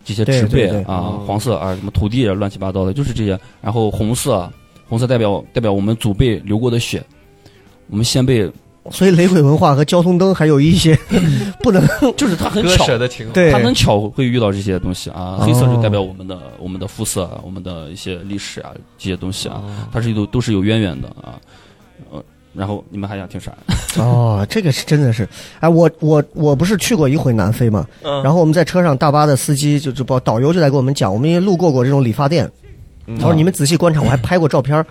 [SPEAKER 5] 这些
[SPEAKER 2] 对
[SPEAKER 5] 植
[SPEAKER 2] 对
[SPEAKER 5] 被
[SPEAKER 2] 对
[SPEAKER 5] 啊
[SPEAKER 3] 哦，
[SPEAKER 5] 黄色啊什么土地啊乱七八糟的，就是这些。然后红色，啊红色代表代表我们祖辈流过的血，我们先辈
[SPEAKER 2] 所以雷鬼文化和交通灯还有一些不能
[SPEAKER 5] 就是它很
[SPEAKER 3] 割
[SPEAKER 5] 巧
[SPEAKER 3] 舍的挺好。
[SPEAKER 2] 对
[SPEAKER 5] 他很巧会遇到这些东西啊，
[SPEAKER 2] 哦
[SPEAKER 5] 黑色就代表我们的、我们的肤色、啊我们的一些历史啊，这些东西啊，
[SPEAKER 3] 哦
[SPEAKER 5] 它是都都是有渊源的啊。呃，然后你们还想 听啥？
[SPEAKER 2] 哦，这个是真的是，哎，我我我不是去过一回南非嘛，
[SPEAKER 4] 嗯
[SPEAKER 2] 然后我们在车上，大巴的司机就就包导游就在跟我们讲，我们因为路过过这种理发店，
[SPEAKER 3] 嗯
[SPEAKER 2] 他说你们仔细观察，我还拍过照片儿，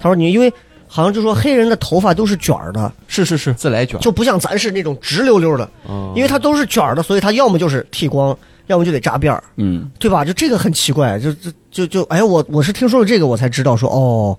[SPEAKER 2] 他说你因为好像就说黑人的头发都是卷儿的，
[SPEAKER 3] 是是是，自来卷。
[SPEAKER 2] 就不像咱是那种直溜溜的，
[SPEAKER 3] 嗯
[SPEAKER 2] 因为他都是卷儿的，所以他要么就是剃光，要么就得扎辫儿，
[SPEAKER 5] 嗯，
[SPEAKER 2] 对吧？就这个很奇怪，就就就就，哎，我我是听说了这个，我才知道说哦，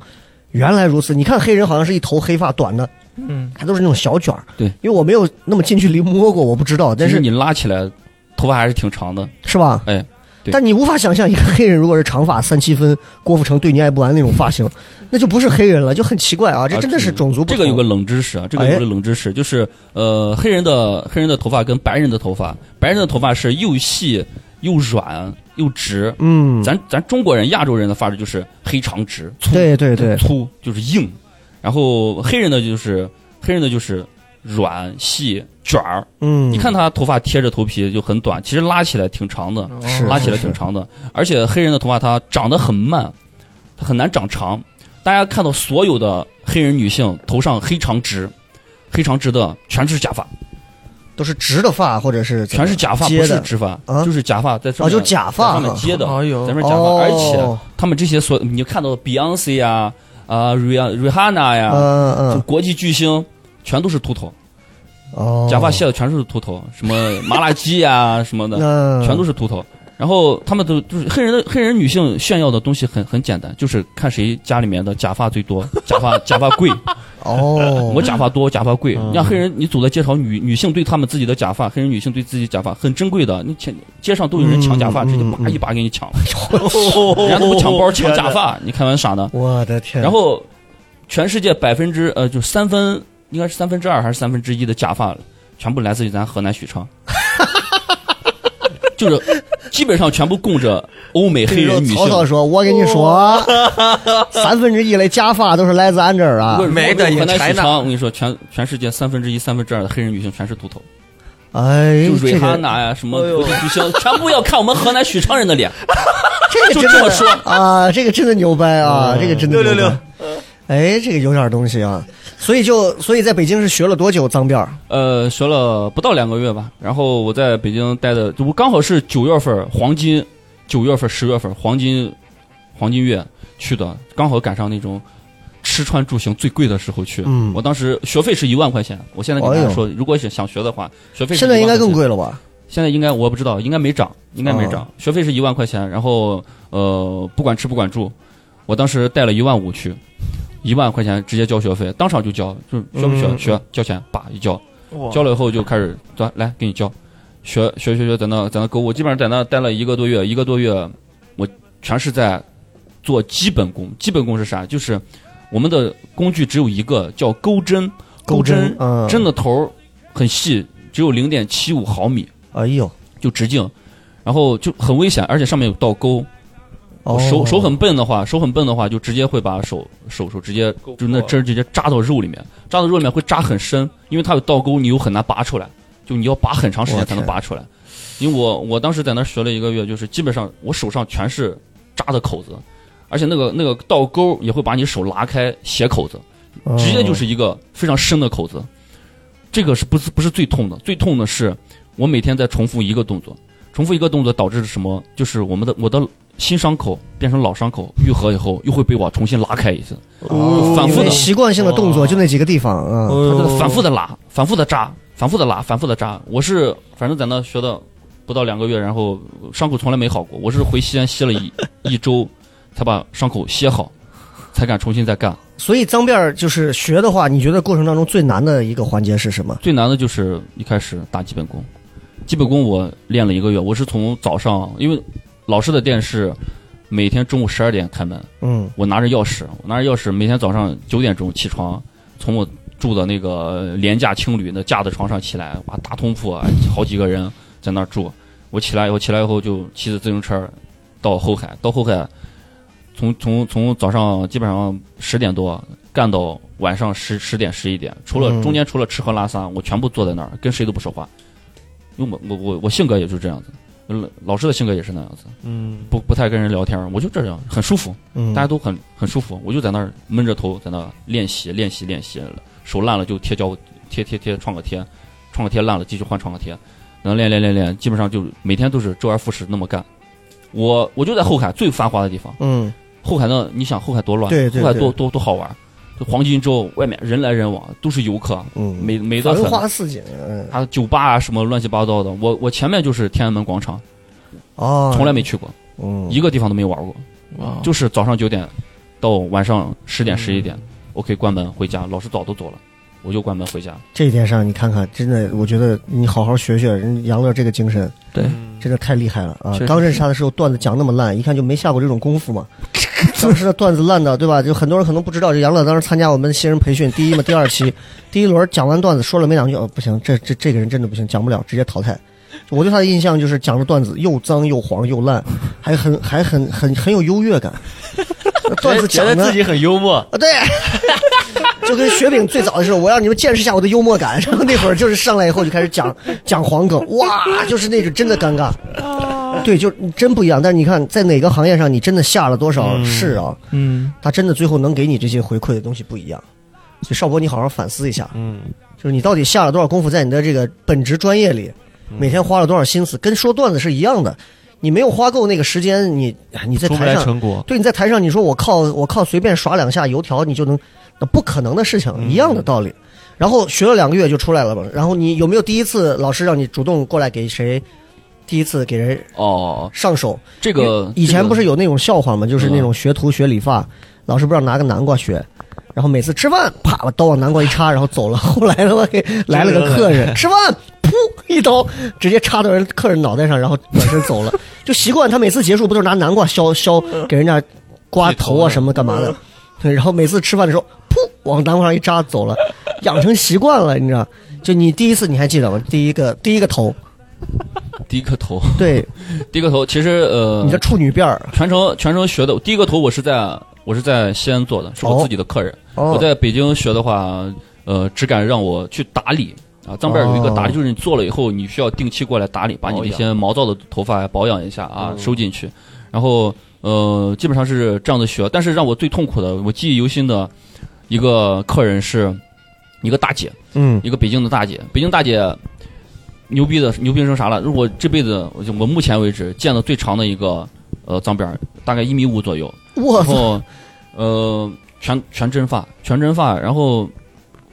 [SPEAKER 2] 原来如此。你看黑人好像是一头黑发短的，
[SPEAKER 4] 嗯，
[SPEAKER 2] 还都是那种小卷儿，
[SPEAKER 5] 对，
[SPEAKER 2] 因为我没有那么近距离摸过，我不知道，但
[SPEAKER 5] 其实
[SPEAKER 2] 是
[SPEAKER 5] 你拉起来，头发还是挺长的。
[SPEAKER 2] 是吧？
[SPEAKER 5] 哎。对
[SPEAKER 2] 但你无法想象一个黑人如果是长发三七分，郭富城对你爱不完那种发型，那就不是黑人了，就很奇怪啊！这真的是种族不
[SPEAKER 5] 这
[SPEAKER 2] 同。哎
[SPEAKER 5] 个有个冷知识啊，这个有个冷知识，就是呃，黑人的黑人的头发跟白人的头发，白人的头发是又细又软又直。
[SPEAKER 2] 嗯，
[SPEAKER 5] 咱咱中国人、亚洲人的发质就是黑长直粗，
[SPEAKER 2] 对对对，
[SPEAKER 5] 粗就是硬，然后黑人的就是黑人的就是软细卷儿。
[SPEAKER 2] 嗯，
[SPEAKER 5] 你看他头发贴着头皮就很短，其实拉起来挺长的，
[SPEAKER 2] 哦是
[SPEAKER 5] 拉起来挺长的。而且黑人的头发它长得很慢，它很难长长。大家看到所有的黑人女性头上黑长直，黑长直的全是假发，
[SPEAKER 2] 都是直的发或者是怎么
[SPEAKER 5] 全是假发，
[SPEAKER 2] 接
[SPEAKER 5] 不是
[SPEAKER 2] 的
[SPEAKER 5] 直发，
[SPEAKER 2] 啊
[SPEAKER 5] 就是假发在上
[SPEAKER 2] 啊，
[SPEAKER 5] 面，
[SPEAKER 2] 就假
[SPEAKER 5] 在
[SPEAKER 2] 发
[SPEAKER 5] 上面接的，
[SPEAKER 4] 哎呦
[SPEAKER 5] 咱们假发，
[SPEAKER 2] 哦，
[SPEAKER 5] 而且他们这些所你看到的 Beyonce 呀、啊、瑞瑞哈娜哎呀，
[SPEAKER 2] 嗯
[SPEAKER 5] 就
[SPEAKER 2] 嗯
[SPEAKER 5] 国际巨星全都是秃头，
[SPEAKER 2] 哦，
[SPEAKER 5] 假发卸的全是秃头，什么麻辣鸡呀什么的，
[SPEAKER 2] 那
[SPEAKER 5] 全都是秃头。然后他们都就是黑人的黑人女性炫耀的东西很很简单，就是看谁家里面的假发最多， 假发假发贵，
[SPEAKER 2] 哦，
[SPEAKER 5] 我假发多，我假发贵。
[SPEAKER 3] 嗯
[SPEAKER 5] 你看黑人，你走在街上，女女性对她们自己的假发，黑人女性对自己假发很珍贵的，你前街上都有人抢假发，
[SPEAKER 2] 嗯
[SPEAKER 5] 直接
[SPEAKER 2] 嗯
[SPEAKER 5] 叭
[SPEAKER 2] 嗯哦
[SPEAKER 5] 一把给你抢了，人家都不抢包抢假发，你开玩啥呢？
[SPEAKER 2] 我的天，
[SPEAKER 5] 然后全世界百分之呃，就三分，应该是三分之二还是三分之一的假发，全部来自于咱河南许昌， 就是基本上全部供着欧美黑人女
[SPEAKER 2] 曹操
[SPEAKER 5] 性。
[SPEAKER 2] 说：“我跟你
[SPEAKER 5] 哦
[SPEAKER 2] 说，三分之一的假发都是来自俺这儿啊
[SPEAKER 5] 如果
[SPEAKER 4] 没得
[SPEAKER 5] 如果河
[SPEAKER 4] 也
[SPEAKER 5] 南许
[SPEAKER 4] 才呢
[SPEAKER 5] 昌，我跟你说，全全世界三分之一、三分之二的黑人女性全是秃头，！”
[SPEAKER 2] 哎，
[SPEAKER 5] 就
[SPEAKER 2] 这
[SPEAKER 5] 瑞哈
[SPEAKER 2] 个哎
[SPEAKER 5] 娜呀，什么国际巨星，全部要看我们河南许昌人的脸。
[SPEAKER 2] 这个
[SPEAKER 5] 就
[SPEAKER 2] 真的
[SPEAKER 5] 这么说嗯
[SPEAKER 2] 啊，这个真的牛掰啊，这个真的牛
[SPEAKER 4] 六六
[SPEAKER 2] 掰。哎，这个有点东西啊，所以就所以在北京是学了多久脏辫儿？
[SPEAKER 5] 呃，学了不到两个月吧，然后我在北京待的，我刚好是九月份儿黄金，九月份儿十月份儿黄金黄金月去的，刚好赶上那种吃穿住行最贵的时候去。
[SPEAKER 2] 嗯
[SPEAKER 5] 我当时学费是一万块钱，我现在跟大家说，如果想想学的话，学费是
[SPEAKER 2] 现在应该
[SPEAKER 5] 10,000
[SPEAKER 2] 更
[SPEAKER 5] 块钱。
[SPEAKER 2] 贵了吧？
[SPEAKER 5] 现在应该我不知道，应该没涨，应该没
[SPEAKER 2] 哦
[SPEAKER 5] 涨。学费是一万块钱，然后呃，不管吃不管住，我当时带了一万五去，一万块钱直接交学费，当场就交，就是学不学、
[SPEAKER 2] 嗯
[SPEAKER 5] 学交钱，叭一交。
[SPEAKER 4] 我
[SPEAKER 5] 交了以后就开始，走，来给你交，学学学学，在那在那购物，基本上在那待了一个多月，一个多月，我全是在做基本功。基本功是啥？就是我们的工具只有一个，叫钩针。钩针
[SPEAKER 2] 针，嗯，
[SPEAKER 5] 针的头儿很细，只有零点七五毫米，
[SPEAKER 2] 哎呦，
[SPEAKER 5] 就直径，然后就很危险，而且上面有倒钩。
[SPEAKER 2] 哦
[SPEAKER 5] 手手很笨的话，手很笨的话，就直接会把手手手直接就那针儿直接扎到肉里面，扎到肉里面会扎很深，因为它有倒钩，你又很难拔出来，就你要拔很长时间才能拔出来。因为我我当时在那儿学了一个月，就是基本上我手上全是扎的口子，而且那个那个倒钩也会把你手拉开血口子，
[SPEAKER 2] 哦嗯
[SPEAKER 5] 直接就是一个非常深的口子。这个是不是不是最痛的？最痛的是我每天在重复一个动作，重复一个动作导致什么？就是我们的我的新伤口变成老伤口愈合以后，又会被我重新拉开一次，
[SPEAKER 2] 哦
[SPEAKER 5] 反复的
[SPEAKER 2] 因为习惯性的动作就那几个地方啊，
[SPEAKER 4] 哦
[SPEAKER 5] 反复的拉，反复的扎，反复的拉，反复的扎。我是反正在那学的不到两个月，然后伤口从来没好过。我是回西安歇了一一周，才把伤口歇好，才敢重新再干。
[SPEAKER 2] 所以脏辫儿就是学的话，你觉得过程当中最难的一个环节是什么？
[SPEAKER 5] 最难的就是一开始打基本功，基本功我练了一个月，我是从早上，因为老师的店是每天中午十二点开门，
[SPEAKER 2] 嗯，
[SPEAKER 5] 我拿着钥匙，我拿着钥匙，每天早上九点钟起床，从我住的那个廉价青旅那架子床上起来，哇，大通铺，哎好几个人在那儿住。我起来以后，起来以后就骑着自行车到后海，到后海，从从从早上基本上十点多干到晚上十十点十一点，除了
[SPEAKER 2] 嗯
[SPEAKER 5] 中间除了吃喝拉撒，我全部坐在那儿，跟谁都不说话，因为我我我我性格也就这样子，老老师的性格也是那样子，
[SPEAKER 4] 嗯，
[SPEAKER 5] 不不太跟人聊天，我就这样，很舒服。
[SPEAKER 2] 嗯
[SPEAKER 5] 大家都很很舒服，我就在那儿闷着头在那儿练习练习练习，手烂了就贴胶贴贴贴创可贴，创可贴烂了继续换创可贴，能练练练练，基本上就每天都是周而复始那么干。我我就在后海最繁华的地方，
[SPEAKER 2] 嗯，
[SPEAKER 5] 后海呢，你想后海多乱，
[SPEAKER 2] 对对
[SPEAKER 5] 后海
[SPEAKER 2] 对
[SPEAKER 5] 多多多好玩，就黄金周外面人来人往，都是游客，
[SPEAKER 2] 嗯
[SPEAKER 5] 美美得
[SPEAKER 2] 繁
[SPEAKER 5] 很。
[SPEAKER 2] 花似锦，嗯，
[SPEAKER 5] 还有酒吧啊，什么乱七八糟的，我我前面就是天安门广场，
[SPEAKER 2] 哦，
[SPEAKER 5] 从来没去过，
[SPEAKER 2] 嗯，
[SPEAKER 5] 一个地方都没玩过。
[SPEAKER 4] 哇，
[SPEAKER 5] 就是早上九点到晚上十
[SPEAKER 2] 嗯
[SPEAKER 5] 点十一点，我可以关门回家。老师早都走了，我就关门回家。
[SPEAKER 2] 这一点上，你看看，真的，我觉得你好好学学人杨乐这个精神，
[SPEAKER 4] 对
[SPEAKER 2] 真的太厉害了啊
[SPEAKER 4] 确！实
[SPEAKER 2] 刚认识他的时候，段子讲那么烂，一看就没下过这种功夫嘛。当时的段子烂的，对吧？就很多人可能不知道，这杨乐当时参加我们新人培训第一嘛、第二期，第一轮讲完段子说了没两句，哦，不行，这这这个人真的不行，讲不了，直接淘汰。我对他的印象就是讲的段子又脏又黄又烂，还很还很很很有优越感。段子
[SPEAKER 6] 觉
[SPEAKER 2] 讲
[SPEAKER 6] 得
[SPEAKER 2] 的
[SPEAKER 6] 自己很幽默，
[SPEAKER 2] 啊，对， 就跟雪饼最早的时候，我让你们见识一下我的幽默感。然后那会儿就是上来以后就开始讲讲黄梗，哇，就是那种真的尴尬。 对，就是真不一样。但是你看，在哪个行业上，你真的下了多少是啊？
[SPEAKER 4] 嗯，
[SPEAKER 2] 他真的最后能给你这些回馈的东西不一样。所以少博，你好好反思一下，
[SPEAKER 3] 嗯，
[SPEAKER 2] 就是你到底下了多少功夫在你的这个本职专业里，每天花了多少心思，跟说段子是一样的。你没有花够那个时间，你你在
[SPEAKER 3] 出不
[SPEAKER 2] 台
[SPEAKER 3] 来
[SPEAKER 2] 上
[SPEAKER 3] 成果。
[SPEAKER 2] 对，你在台上你说我靠我靠随便耍两下油条你就能，那不可能的事情，一样的道理。然后学了两个月就出来了嘛。然后你有没有第一次老师让你主动过来给谁，第一次给人
[SPEAKER 5] 哦，
[SPEAKER 2] 上手？
[SPEAKER 5] 这
[SPEAKER 2] 因为
[SPEAKER 5] 个
[SPEAKER 2] 以前不是
[SPEAKER 5] 有
[SPEAKER 2] 有那种笑话吗？就是
[SPEAKER 5] 嗯
[SPEAKER 2] 那种学徒学理发，老师不让拿个南瓜学。然后每次吃饭，啪把刀往南瓜一插，然后走了。 后来他妈给来了个客 人，吃饭，噗一刀直接插到人客人脑袋上，然后转身走了。就习惯他每次结束不都是拿南瓜削削
[SPEAKER 5] 嗯
[SPEAKER 2] 给人家刮头啊什么干嘛的？对，然后每次吃饭的时候，噗往南瓜上一扎走了，养成习惯了，你知道？就你第一次你还记得吗？第一个第一个头，
[SPEAKER 5] 第一个头，
[SPEAKER 2] 对
[SPEAKER 5] 第一个头其实呃
[SPEAKER 2] 你，的处女辫儿，
[SPEAKER 5] 全程全程学的第一个头，我是在我是在西安做的，是我
[SPEAKER 2] 哦
[SPEAKER 5] 自己的客人。
[SPEAKER 2] 哦
[SPEAKER 5] 我在北京学的话，呃，只敢让我去打理啊。脏辫儿有一个打理，
[SPEAKER 2] 哦
[SPEAKER 5] 就是你做了以后，你需要定期过来打理，把你那些毛躁的头发保养一下
[SPEAKER 2] 哦
[SPEAKER 5] 啊，收进去。然后呃，基本上是这样的学。但是让我最痛苦的，我记忆犹新的一个客人是一个大姐，
[SPEAKER 2] 嗯
[SPEAKER 5] 一个北京的大姐，北京大姐牛逼的牛逼成啥了？就是我这辈子，我就我目前为止见的最长的一个呃脏辫儿，大概一米五左右。
[SPEAKER 2] 我
[SPEAKER 5] 然
[SPEAKER 2] 操，
[SPEAKER 5] 后呃全全真发，全真发，然后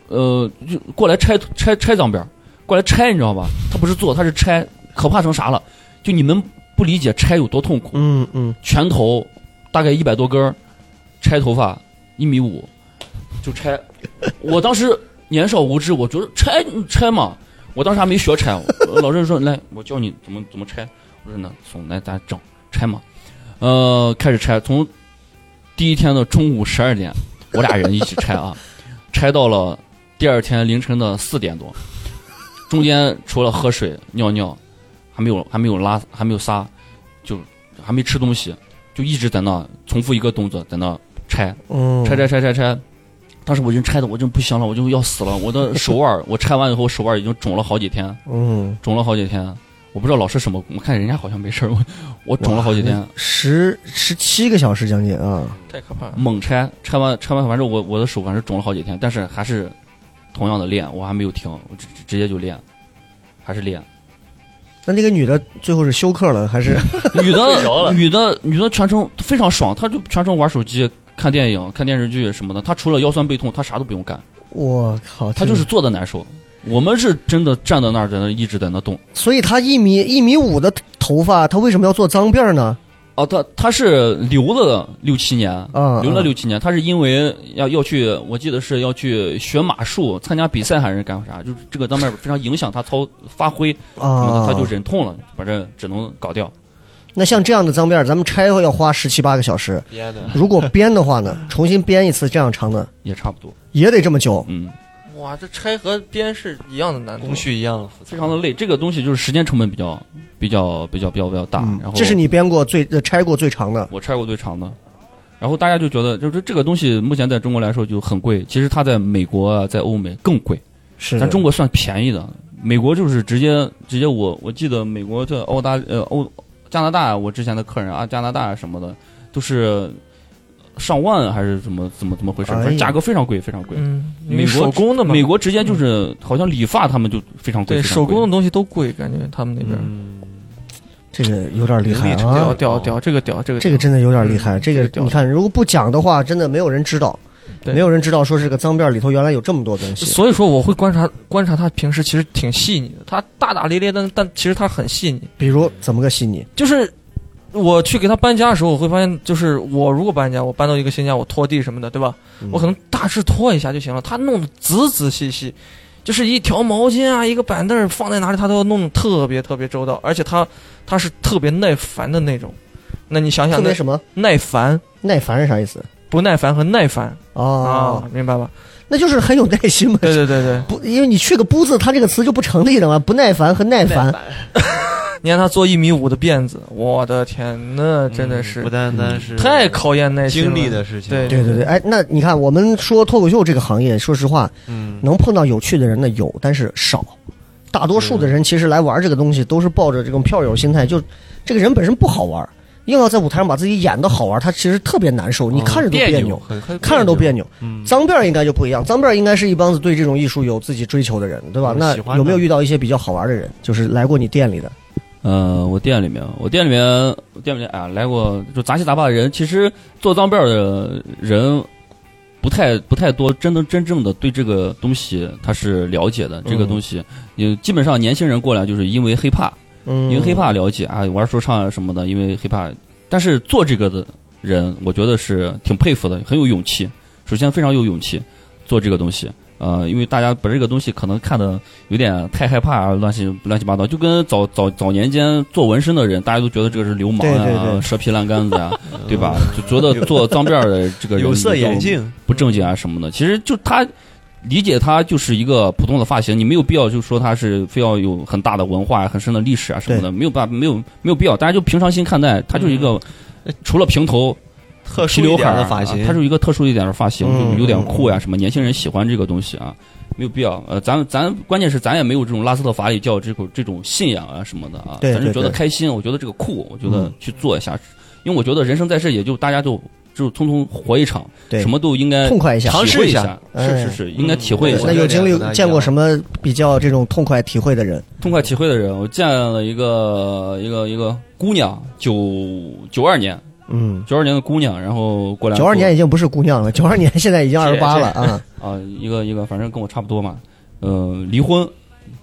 [SPEAKER 5] 呃就过来拆拆拆脏辫儿，过来拆，你知道吧？他不是做，他是拆，可怕成啥了？就你们不理解拆有多痛苦，
[SPEAKER 2] 嗯嗯。
[SPEAKER 5] 全头大概一百多根儿，拆头发一米五， 就拆。我当时年少无知，我觉得拆拆嘛，我当时还没学拆，我老师说来，我教你怎么怎么拆。我说那总来咱整拆嘛，呃，开始拆，从第一天的中午十二点，我俩人一起拆啊， 拆到了第二天凌晨的四点多，中间除了喝水、尿尿，还没有还没有拉，还没有撒，就还没吃东西，就一直在那重复一个动作，在那拆。
[SPEAKER 2] 嗯，
[SPEAKER 5] 拆拆拆拆拆。当时我已经拆的我真不行了，我就要死了。我的手腕儿， 我拆完以后手腕儿已经肿了好几天，
[SPEAKER 2] 嗯，
[SPEAKER 5] 肿了好几天。我不知道老师什么，我看人家好像 没事儿，我我肿了好几天，
[SPEAKER 2] 十十七个小时将近啊，
[SPEAKER 4] 太可怕了。
[SPEAKER 5] 猛拆，拆完拆完，反正我我的手反正肿了好几天，但是还是同样的练，我还没有停，我直直接就练，还是 练。
[SPEAKER 2] 那那个女的最后是休克了还是？
[SPEAKER 5] 女
[SPEAKER 6] 睡着
[SPEAKER 5] 的
[SPEAKER 6] 了
[SPEAKER 5] 女的女的全程非常爽，她就全程玩手机、看电影、看电视剧什么的，她除了腰酸背痛，她啥都不用干，
[SPEAKER 2] 我靠，
[SPEAKER 5] 她就是，坐的难受。我们是真的站在那儿，在那儿一直在那动。
[SPEAKER 2] 所以她一米一米五的头发，她为什么要做脏辫儿呢？
[SPEAKER 5] 哦，他他是留了六七年，
[SPEAKER 2] 嗯
[SPEAKER 5] 留了
[SPEAKER 2] 嗯
[SPEAKER 5] 六七年。他是因为要要去，我记得是要去学马术，参加比赛还是干啥？就是这个当面非常影响他操发挥，
[SPEAKER 2] 啊，
[SPEAKER 5] 他就忍痛了，反正只能搞掉。
[SPEAKER 2] 那像这样的脏辫儿，咱们拆要花十七八个小时，
[SPEAKER 4] 别的，
[SPEAKER 2] 如果编的话 呢，重新编一次这样长的
[SPEAKER 5] 也差不多，
[SPEAKER 2] 也得这么久。
[SPEAKER 5] 嗯，
[SPEAKER 4] 哇，这拆和编是一样的难度
[SPEAKER 3] 工。序一样，
[SPEAKER 5] 非常的累。这个东西就是时间成本比较比较比较比较比较大。
[SPEAKER 2] 嗯
[SPEAKER 5] 然后
[SPEAKER 2] 这是你编过最呃拆过最长的，
[SPEAKER 5] 我拆过最长的，然后大家就觉得就是这个东西目前在中国来说就很贵，其实它在美国啊，在欧美更贵。
[SPEAKER 4] 嗯
[SPEAKER 2] 是
[SPEAKER 5] 咱中国算便宜的，美国就是直接直接我我记得美国这澳大呃欧加拿大，我之前的客人啊加拿大什么的都是上万还是怎么怎么怎么回事，
[SPEAKER 2] 哎呀
[SPEAKER 5] 反正价格非常贵非常贵。
[SPEAKER 4] 嗯，
[SPEAKER 5] 美国
[SPEAKER 4] 手工的嘛，
[SPEAKER 5] 美国直接就是好像理发他们就非常贵，
[SPEAKER 4] 对
[SPEAKER 5] 非常
[SPEAKER 4] 手
[SPEAKER 5] 贵
[SPEAKER 4] 工的东西都贵，感觉他们那
[SPEAKER 3] 嗯
[SPEAKER 4] 边。
[SPEAKER 5] 嗯
[SPEAKER 2] 这个有点厉害
[SPEAKER 4] 能力
[SPEAKER 2] 啊
[SPEAKER 4] 屌，屌屌，这个屌这个
[SPEAKER 2] 这个真的有点厉害。这
[SPEAKER 4] 嗯这个
[SPEAKER 2] 个
[SPEAKER 4] 屌
[SPEAKER 2] 你看，如果不讲的话，真的没有人知道，
[SPEAKER 4] 对
[SPEAKER 2] 没有人知道说这个脏辫儿里头原来有这么多东西。
[SPEAKER 4] 所以说我会观察观察他平时其实挺细腻的，他大大咧咧，但但其实他很细腻。
[SPEAKER 2] 比如怎么个细腻？
[SPEAKER 4] 就是我去给他搬家的时候，我会发现，就是我如果搬家，我搬到一个新家，我拖地什么的，对吧？
[SPEAKER 2] 嗯
[SPEAKER 4] 我可能大致拖一下就行了，他弄得仔仔细细，就是一条毛巾啊，一个板凳儿放在哪里，他都要弄得特别特别周到，而且他他是特别耐烦的那种。那你想
[SPEAKER 2] 特
[SPEAKER 4] 想，
[SPEAKER 2] 别
[SPEAKER 4] 那
[SPEAKER 2] 什么
[SPEAKER 4] 耐烦、
[SPEAKER 2] 耐烦是啥意思？
[SPEAKER 4] 不耐烦和耐烦
[SPEAKER 2] 哦，
[SPEAKER 4] 啊，明白吧？
[SPEAKER 2] 那就是很有耐心嘛。
[SPEAKER 4] 对对对对，
[SPEAKER 2] 不，因为你去个“不”字，它这个词就不成立的嘛。不耐烦和耐烦，
[SPEAKER 4] 你看他做一米五的辫子，我的天，那真的
[SPEAKER 3] 嗯不
[SPEAKER 4] 是
[SPEAKER 3] 单单
[SPEAKER 5] 嗯
[SPEAKER 3] 是
[SPEAKER 4] 太考验耐心了
[SPEAKER 3] 经历的事情，
[SPEAKER 4] 对
[SPEAKER 2] 对对对。哎，那你看，我们说脱口秀这个行业，说实话，
[SPEAKER 3] 嗯，
[SPEAKER 2] 能碰到有趣的人呢有，但是少。大多数的人其实来玩这个东西，都是抱着这种票友心态，就这个人本身不好玩，硬要在舞台上把自己演的好玩，他其实特别难受，你看着都
[SPEAKER 3] 哦别
[SPEAKER 2] 嗯别
[SPEAKER 3] 扭，
[SPEAKER 2] 扭，
[SPEAKER 3] 很很
[SPEAKER 2] 看着都别。扭。
[SPEAKER 3] 嗯，
[SPEAKER 2] 脏辫儿应该就不一样，脏辫儿应该是一帮子对这种艺术有自己追求的人，对吧？
[SPEAKER 3] 嗯
[SPEAKER 2] 那
[SPEAKER 3] 喜欢的
[SPEAKER 2] 有没有遇到一些比较好玩的人，就是来过你店里的？
[SPEAKER 5] 呃，我店里面，我店里面，我店里面啊，来过就杂七杂八的人。其实做脏辫儿的人不太不太多，真的真正的对这个东西他是了解的。这个
[SPEAKER 2] 嗯
[SPEAKER 5] 东西，也基本上年轻人过来就是因为黑怕，
[SPEAKER 2] 嗯，
[SPEAKER 5] 因为黑怕了解啊，玩说唱啊什么的，因为黑怕。但是做这个的人，我觉得是挺佩服的，很有勇气。首先非常有勇气做这个东西，呃，因为大家把这个东西可能看的有点太害怕啊，乱七乱七八糟，就跟早早早年间做纹身的人，大家都觉得这个是流氓啊，
[SPEAKER 2] 对对对
[SPEAKER 5] 蛇皮烂杆子呀、啊对
[SPEAKER 2] 嗯
[SPEAKER 5] 吧？就觉得做脏辫儿的这个人
[SPEAKER 3] 有色
[SPEAKER 5] 就
[SPEAKER 3] 眼镜，
[SPEAKER 5] 不正经啊
[SPEAKER 2] 嗯
[SPEAKER 5] 什么的。其实就他理解他就是一个普通的发型，你没有必要就说他是非要有很大的文化、啊、很深的历史啊什么的，没有办法，没有没有必要，大家就平常心看待，他就是
[SPEAKER 2] 嗯
[SPEAKER 5] 一个、呃除了平头。
[SPEAKER 3] 特
[SPEAKER 5] 齐
[SPEAKER 3] 殊
[SPEAKER 5] 刘
[SPEAKER 3] 一
[SPEAKER 5] 海
[SPEAKER 3] 点
[SPEAKER 5] 儿
[SPEAKER 3] 的
[SPEAKER 5] 啊
[SPEAKER 3] 发型，
[SPEAKER 5] 它是一个特殊一点的发型，
[SPEAKER 2] 嗯
[SPEAKER 5] 就是有点酷呀、什么。年轻人喜欢这个东西啊，没有必要。呃，咱咱关键是咱也没有这种拉斯特法里教这种这种信仰啊什么的啊，
[SPEAKER 2] 对
[SPEAKER 5] 咱就
[SPEAKER 2] 对
[SPEAKER 5] 觉得
[SPEAKER 2] 对
[SPEAKER 5] 开心，我觉得这个酷，我觉得
[SPEAKER 2] 嗯
[SPEAKER 5] 去做一下，因为我觉得人生在世也就大家就就匆匆活一场，
[SPEAKER 2] 对
[SPEAKER 5] 什么都应该
[SPEAKER 2] 痛快一下
[SPEAKER 5] 体，会
[SPEAKER 3] 尝试一
[SPEAKER 5] 一
[SPEAKER 3] 下
[SPEAKER 5] 下，
[SPEAKER 2] 哎嗯
[SPEAKER 5] 是是是，应该体会一
[SPEAKER 3] 对
[SPEAKER 5] 下
[SPEAKER 2] 那。有经
[SPEAKER 3] 我觉得这两个不太一
[SPEAKER 2] 历
[SPEAKER 3] 样
[SPEAKER 2] 见过什么比较这种痛快体会的人？
[SPEAKER 5] 痛快体会的人，我见了一个一个一个姑娘，九九二年
[SPEAKER 2] 嗯，
[SPEAKER 5] 九二年的姑娘，然后过来
[SPEAKER 2] 九二
[SPEAKER 5] 做
[SPEAKER 2] 年已经不是姑娘了，九二年现在已经二十八了啊。
[SPEAKER 5] 啊、一个一个，反正跟我差不多嘛。呃，离婚，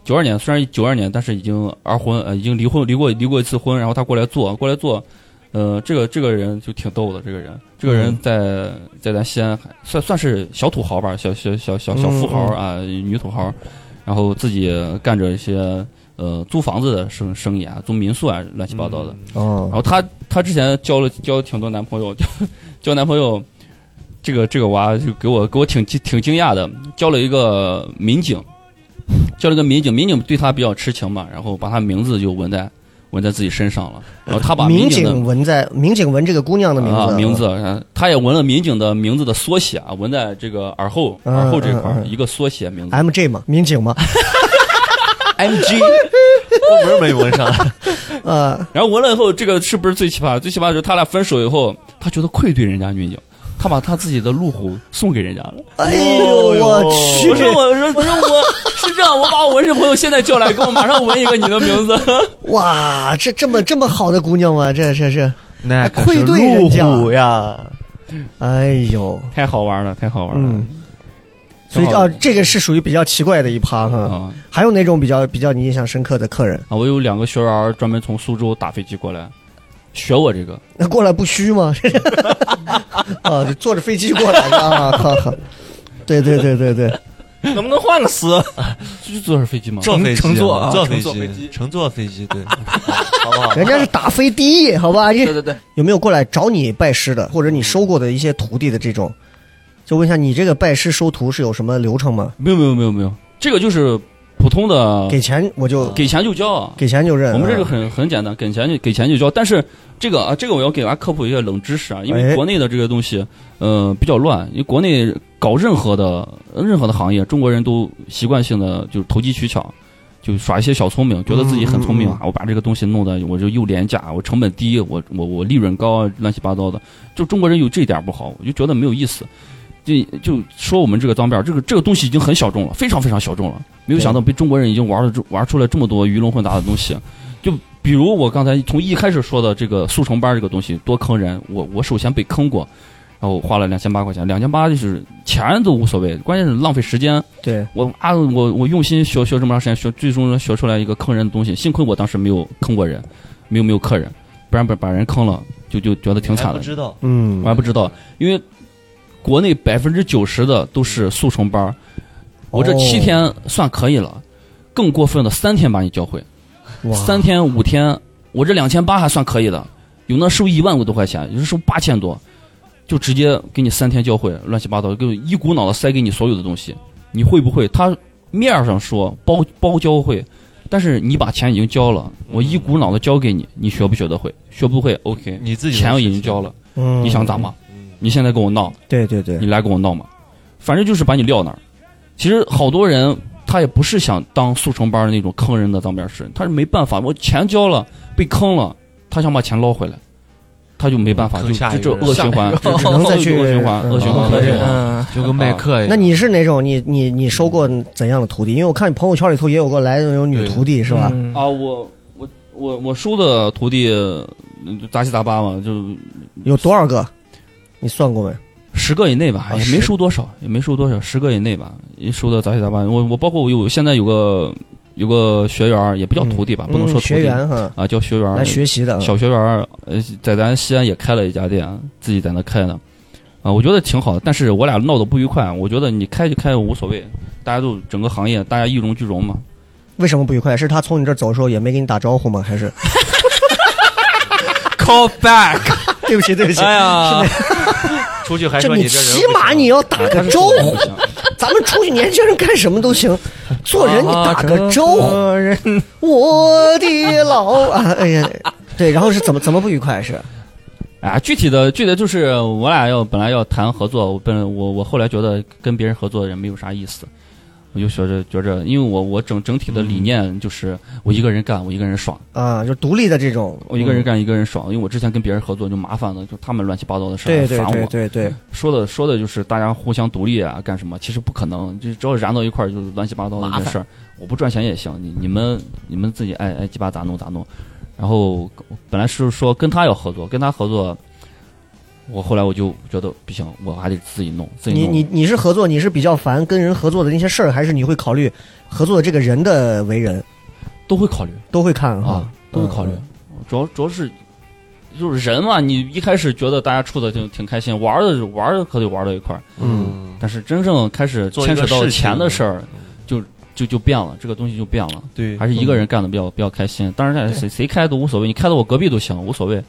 [SPEAKER 5] 九二年，虽然九二年，但是已经二婚，呃，已经离婚，离过离过一次婚。然后他过来做，过来做，呃，这个这个人就挺逗的，这个人，这个人在、在咱西安还算算是小土豪吧，小小小小小富豪啊、女土豪。然后自己干着一些呃租房子的生生意啊，租民宿啊，乱七八糟的。
[SPEAKER 2] 哦
[SPEAKER 5] 然，后她她之前交了交了挺多男朋友， 交交男朋友，这个这个娃就给我给我挺惊挺惊讶的，交了一个民警，交了个民警，民警对她比较痴情嘛，然后把她名字就纹在纹在自己身上了，然后她把
[SPEAKER 2] 民
[SPEAKER 5] 警的
[SPEAKER 2] 警纹在民警纹这个姑娘的名字，
[SPEAKER 5] 啊名字，啊她也纹了民警的名字的缩写啊，纹在这个耳后
[SPEAKER 2] 嗯
[SPEAKER 5] 耳后这块儿
[SPEAKER 2] 嗯嗯
[SPEAKER 5] 一个缩写名字
[SPEAKER 2] M J 嘛，民警嘛，
[SPEAKER 5] M G，
[SPEAKER 3] 我不是没纹上，
[SPEAKER 2] 呃，
[SPEAKER 5] 然后纹了以后，这个是不是最奇葩？最奇葩就是他俩分手以后，他觉得愧对人家女警，他把他自己的路虎送给人家了。
[SPEAKER 2] 哎呦我去
[SPEAKER 5] 我，说我说我说我是这样，我把我纹身朋友现在叫来，给我马上纹一个你的名字。
[SPEAKER 2] 哇，这这么这么好的姑娘吗？这这是，
[SPEAKER 5] 哎
[SPEAKER 3] 那可是
[SPEAKER 2] 哎愧对人家啊
[SPEAKER 3] 路虎呀，
[SPEAKER 2] 哎呦，
[SPEAKER 5] 太好玩了，太好玩了
[SPEAKER 2] 嗯。，所以
[SPEAKER 5] 挺好
[SPEAKER 2] 啊，这个是属于比较奇怪的一趴
[SPEAKER 5] 啊、
[SPEAKER 2] 哈。还有哪种比较比较你印象深刻的客人？
[SPEAKER 5] 啊！我有两个学员儿专门从苏州打飞机过来，学我这个。
[SPEAKER 2] 那过来不虚 吗？啊，就坐着飞机过来的啊，哈哈。对对对对对，
[SPEAKER 4] 能不能换个词？
[SPEAKER 5] 就是坐着飞机吗？
[SPEAKER 3] 坐飞机啊，
[SPEAKER 4] 乘坐啊
[SPEAKER 3] 坐
[SPEAKER 4] 乘坐飞
[SPEAKER 3] 机，
[SPEAKER 4] 机
[SPEAKER 3] 乘坐飞机， 对，好不好？
[SPEAKER 2] 人家是打飞的，好吧？你
[SPEAKER 4] 对对对，
[SPEAKER 2] 有没有过来找你拜师的，或者你收过的一些徒弟的这种？就问一下，你这个拜师收徒是有什么流程吗？
[SPEAKER 5] 没有没有没有没有，这个就是普通的
[SPEAKER 2] 给钱我就
[SPEAKER 5] 给钱就交啊。
[SPEAKER 2] 给钱就认啊。
[SPEAKER 5] 我们这个很很简单，给钱就给钱就交。但是这个啊，这个我要给大家科普一下冷知识啊，因
[SPEAKER 2] 哎
[SPEAKER 5] 为国内的这个东西，呃，比较乱。因为国内搞任何的任何的行业，中国人都习惯性的就是投机取巧，就耍一些小聪明，觉得自己很聪
[SPEAKER 2] 嗯
[SPEAKER 5] 明啊，我把这个东西弄得我就又廉价，我成本低，我我我利润高，啊乱七八糟的。就中国人有这一点不好，我就觉得没有意思。就就说我们这个脏辫儿，这个这个东西已经很小众了，非常非常小众了。没有想到被中国人已经玩了这玩出来这么多鱼龙混杂的东西。啊就比如我刚才从一开始说的这个速成班这个东西多坑人，我我首先被坑过，然后花了两千八块钱，两千八就是钱都无所谓，关键是浪费时间。
[SPEAKER 2] 对，
[SPEAKER 5] 我啊，我我用心学学这么长时间，学最终学出来一个坑人的东西。幸亏我当时没有坑过人，没有没有客人，不然把把人坑了，就就觉得挺惨
[SPEAKER 3] 还
[SPEAKER 5] 的
[SPEAKER 3] 哎不。知道，
[SPEAKER 2] 嗯
[SPEAKER 5] 我还不知道，因为国内百分之九十的都是速成班儿，我这
[SPEAKER 2] 哦
[SPEAKER 5] 七天算可以了，更过分的三天把你教会，
[SPEAKER 2] 哇
[SPEAKER 5] 三天五天，我这两千八还算可以的，有那收一万多块钱，有的收八千多，就直接给你三天教会，乱七八糟，就一股脑的塞给你所有的东西，你会不会？他面儿上说包包教会。但是你把钱已经交了，我一股脑的交给你，你学不学得会？学不会，OK，
[SPEAKER 3] 你自己
[SPEAKER 5] 钱已经交了，
[SPEAKER 2] 嗯
[SPEAKER 5] 你想咋？嘛？你现在跟我闹，
[SPEAKER 2] 对对对
[SPEAKER 5] 你，来跟我闹嘛，反正就是把你撂那儿。其实好多人他也不是想当速成班的那种坑人的当面师，他是没办法，我钱交了被坑了，他想把钱捞回来，他就没办法，
[SPEAKER 3] 坑
[SPEAKER 5] 就
[SPEAKER 3] 下
[SPEAKER 5] 就
[SPEAKER 3] 一
[SPEAKER 5] 这
[SPEAKER 3] 个人
[SPEAKER 5] 恶循环，
[SPEAKER 4] 下一个
[SPEAKER 2] 只能再
[SPEAKER 5] 恶
[SPEAKER 2] 去
[SPEAKER 5] 循环，
[SPEAKER 2] 嗯
[SPEAKER 5] 恶循环，
[SPEAKER 3] 嗯
[SPEAKER 5] 恶循环。
[SPEAKER 4] 嗯，
[SPEAKER 3] 就跟
[SPEAKER 5] 啊
[SPEAKER 3] 麦克一样。
[SPEAKER 2] 啊那你是哪种？你你你收过
[SPEAKER 5] 嗯
[SPEAKER 2] 怎样的徒弟？因为我看你朋友圈里头也有过来的那种女徒弟，是吧？
[SPEAKER 4] 嗯？
[SPEAKER 5] 啊，我我我我收的徒弟嗯就杂七杂八嘛，就
[SPEAKER 2] 有多少个？你算过没？
[SPEAKER 5] 十个以内吧，
[SPEAKER 2] 啊
[SPEAKER 5] 也
[SPEAKER 2] 十
[SPEAKER 5] 没收多少，也没收多少，十个以内吧，也收的杂七杂八。我我包括我有现在有个有个学员儿，也不叫徒弟吧，不能
[SPEAKER 2] 嗯
[SPEAKER 5] 说徒弟
[SPEAKER 2] 学员哈，
[SPEAKER 5] 啊，叫学员儿
[SPEAKER 2] 来学习的。啊
[SPEAKER 5] 小学员儿，呃，在咱西安也开了一家店，自己在那开呢。啊，我觉得挺好的，但是我俩闹得不愉快。我觉得你开就开无所谓，大家都整个行业大家一荣俱荣嘛。
[SPEAKER 2] 为什么不愉快？是他从你这儿走的时候也没给你打招呼吗？还是
[SPEAKER 4] Call back，
[SPEAKER 2] 对不起，对不起，
[SPEAKER 4] 哎呀，
[SPEAKER 3] 出去还
[SPEAKER 2] 这
[SPEAKER 3] 说
[SPEAKER 2] 你
[SPEAKER 3] 这人不
[SPEAKER 2] 起
[SPEAKER 3] 行，
[SPEAKER 2] 码你要打
[SPEAKER 5] 啊
[SPEAKER 2] 个招呼。，咱们出去，年轻人干什么都 行，做人你
[SPEAKER 5] 啊
[SPEAKER 2] 打个招呼。我的老啊，哎呀，对，然后是怎么怎么不愉快？是
[SPEAKER 5] 啊，具体的具体的就是我俩要本来要谈合作，我本我我后来觉得跟别人合作也没有啥意思，我就觉着觉着，因为我我整整体的
[SPEAKER 2] 嗯
[SPEAKER 5] 理念就是我一个人干，我一个人爽，
[SPEAKER 2] 啊，就独立的这种，
[SPEAKER 5] 我一个人干一个人爽，因为我之前跟别人合作就麻烦了，就他们乱七八糟的事
[SPEAKER 2] 嗯对
[SPEAKER 5] 儿
[SPEAKER 2] 对
[SPEAKER 5] 烦
[SPEAKER 2] 对
[SPEAKER 5] 我，
[SPEAKER 2] 对对，
[SPEAKER 5] 说的说的就是大家互相独立啊，干什么？其实不可能，就只要燃到一块儿就是乱七八糟的一件事儿。我不赚钱也行，你你们你们自己爱爱鸡巴咋弄咋弄。然后本来是说跟他要合作，跟他合作，我后来我就觉得不行，我还得自己弄，自己
[SPEAKER 2] 你
[SPEAKER 5] 弄。
[SPEAKER 2] 你你是合作，你是比较烦跟人合作的那些事儿，还是你会考虑合作的这个人的为人，
[SPEAKER 5] 都会考虑
[SPEAKER 2] 都会看哈
[SPEAKER 5] 啊，，都会考虑
[SPEAKER 2] 嗯。
[SPEAKER 5] 主要主要是就是人嘛，你一开始觉得大家处的就挺开心，玩儿的玩儿的可得玩儿到一块儿，
[SPEAKER 2] 嗯
[SPEAKER 5] 但是真正开始
[SPEAKER 3] 做一
[SPEAKER 5] 牵
[SPEAKER 3] 个
[SPEAKER 5] 扯到
[SPEAKER 3] 事情
[SPEAKER 5] 钱的事儿，就就就变了，这个东西就变了。
[SPEAKER 3] 对嗯
[SPEAKER 5] 还是一个人干的比较比较开心。当然，谁谁开都无所谓，你开到我隔壁都行，无所谓，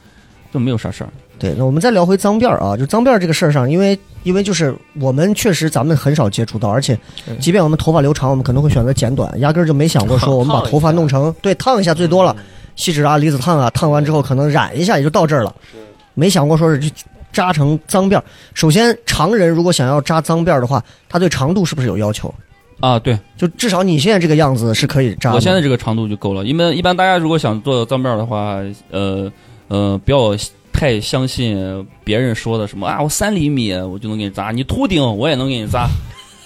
[SPEAKER 5] 这没有啥事儿。
[SPEAKER 2] 对，那我们再聊回脏辫儿啊，就脏辫儿这个事儿上，因为因为就是我们确实咱们很少接触到，而且
[SPEAKER 4] 对
[SPEAKER 2] 即便我们头发留长，我们可能会选择剪短，压根儿就没想过说我们把头发弄成对烫一下最多
[SPEAKER 5] 嗯
[SPEAKER 2] 了，锡纸啊、离子烫啊，烫完之后可能染一下也就到这儿了，没想过说是去扎成脏辫儿。首先，常人如果想要扎脏辫儿的话，他对长度是不是有要求？
[SPEAKER 5] 啊，对
[SPEAKER 2] 就至少你现在这个样子是可以扎的。
[SPEAKER 5] 我现在这个长度就够了。因为一般大家如果想做脏辫儿的话，呃呃，不要太相信别人说的什么啊，我三厘米我就能给你扎，你秃顶我也能给你扎，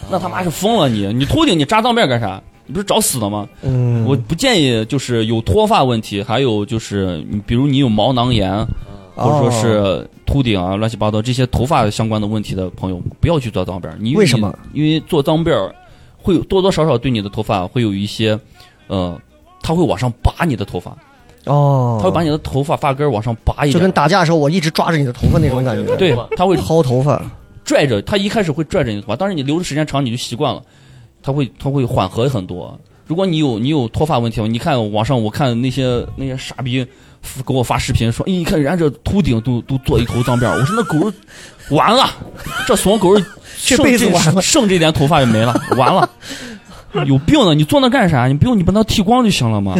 [SPEAKER 5] 那他妈是疯了你！你秃顶你扎脏辫儿干啥？你不是找死的吗？
[SPEAKER 2] 嗯，
[SPEAKER 5] 我不建议，就是有脱发问题，还有就是你比如你有毛囊炎，或者说
[SPEAKER 2] 哦
[SPEAKER 5] 是秃顶啊、乱七八糟这些头发相关的问题的朋友，不要去做脏辫儿。你
[SPEAKER 2] 为什么？
[SPEAKER 5] 因为做脏辫儿会有多多少少对你的头发会有一些，呃，它会往上拔你的头发，
[SPEAKER 2] 哦，
[SPEAKER 5] 它会把你的头发发根儿往上拔一
[SPEAKER 2] 就跟
[SPEAKER 5] 点。
[SPEAKER 2] 打架的时候我一直抓着你的头发那种感觉，
[SPEAKER 5] 对，它会
[SPEAKER 2] 薅头发。
[SPEAKER 5] 拽着，它一开始会拽着你的头发，但是你留的时间长，你就习惯了，它会它会缓和很多。如果你有你有脱发问题，你看网上我看那些那些傻逼给我发视频说，哎，你看人家这秃顶都都做一头脏辫儿，我说那狗儿完了，这怂狗儿
[SPEAKER 2] 这
[SPEAKER 5] 剩
[SPEAKER 2] 辈子完了
[SPEAKER 5] 剩这点头发就没了，完了。有病呢！你做那干啥？你不用你把它剃光就行了嘛。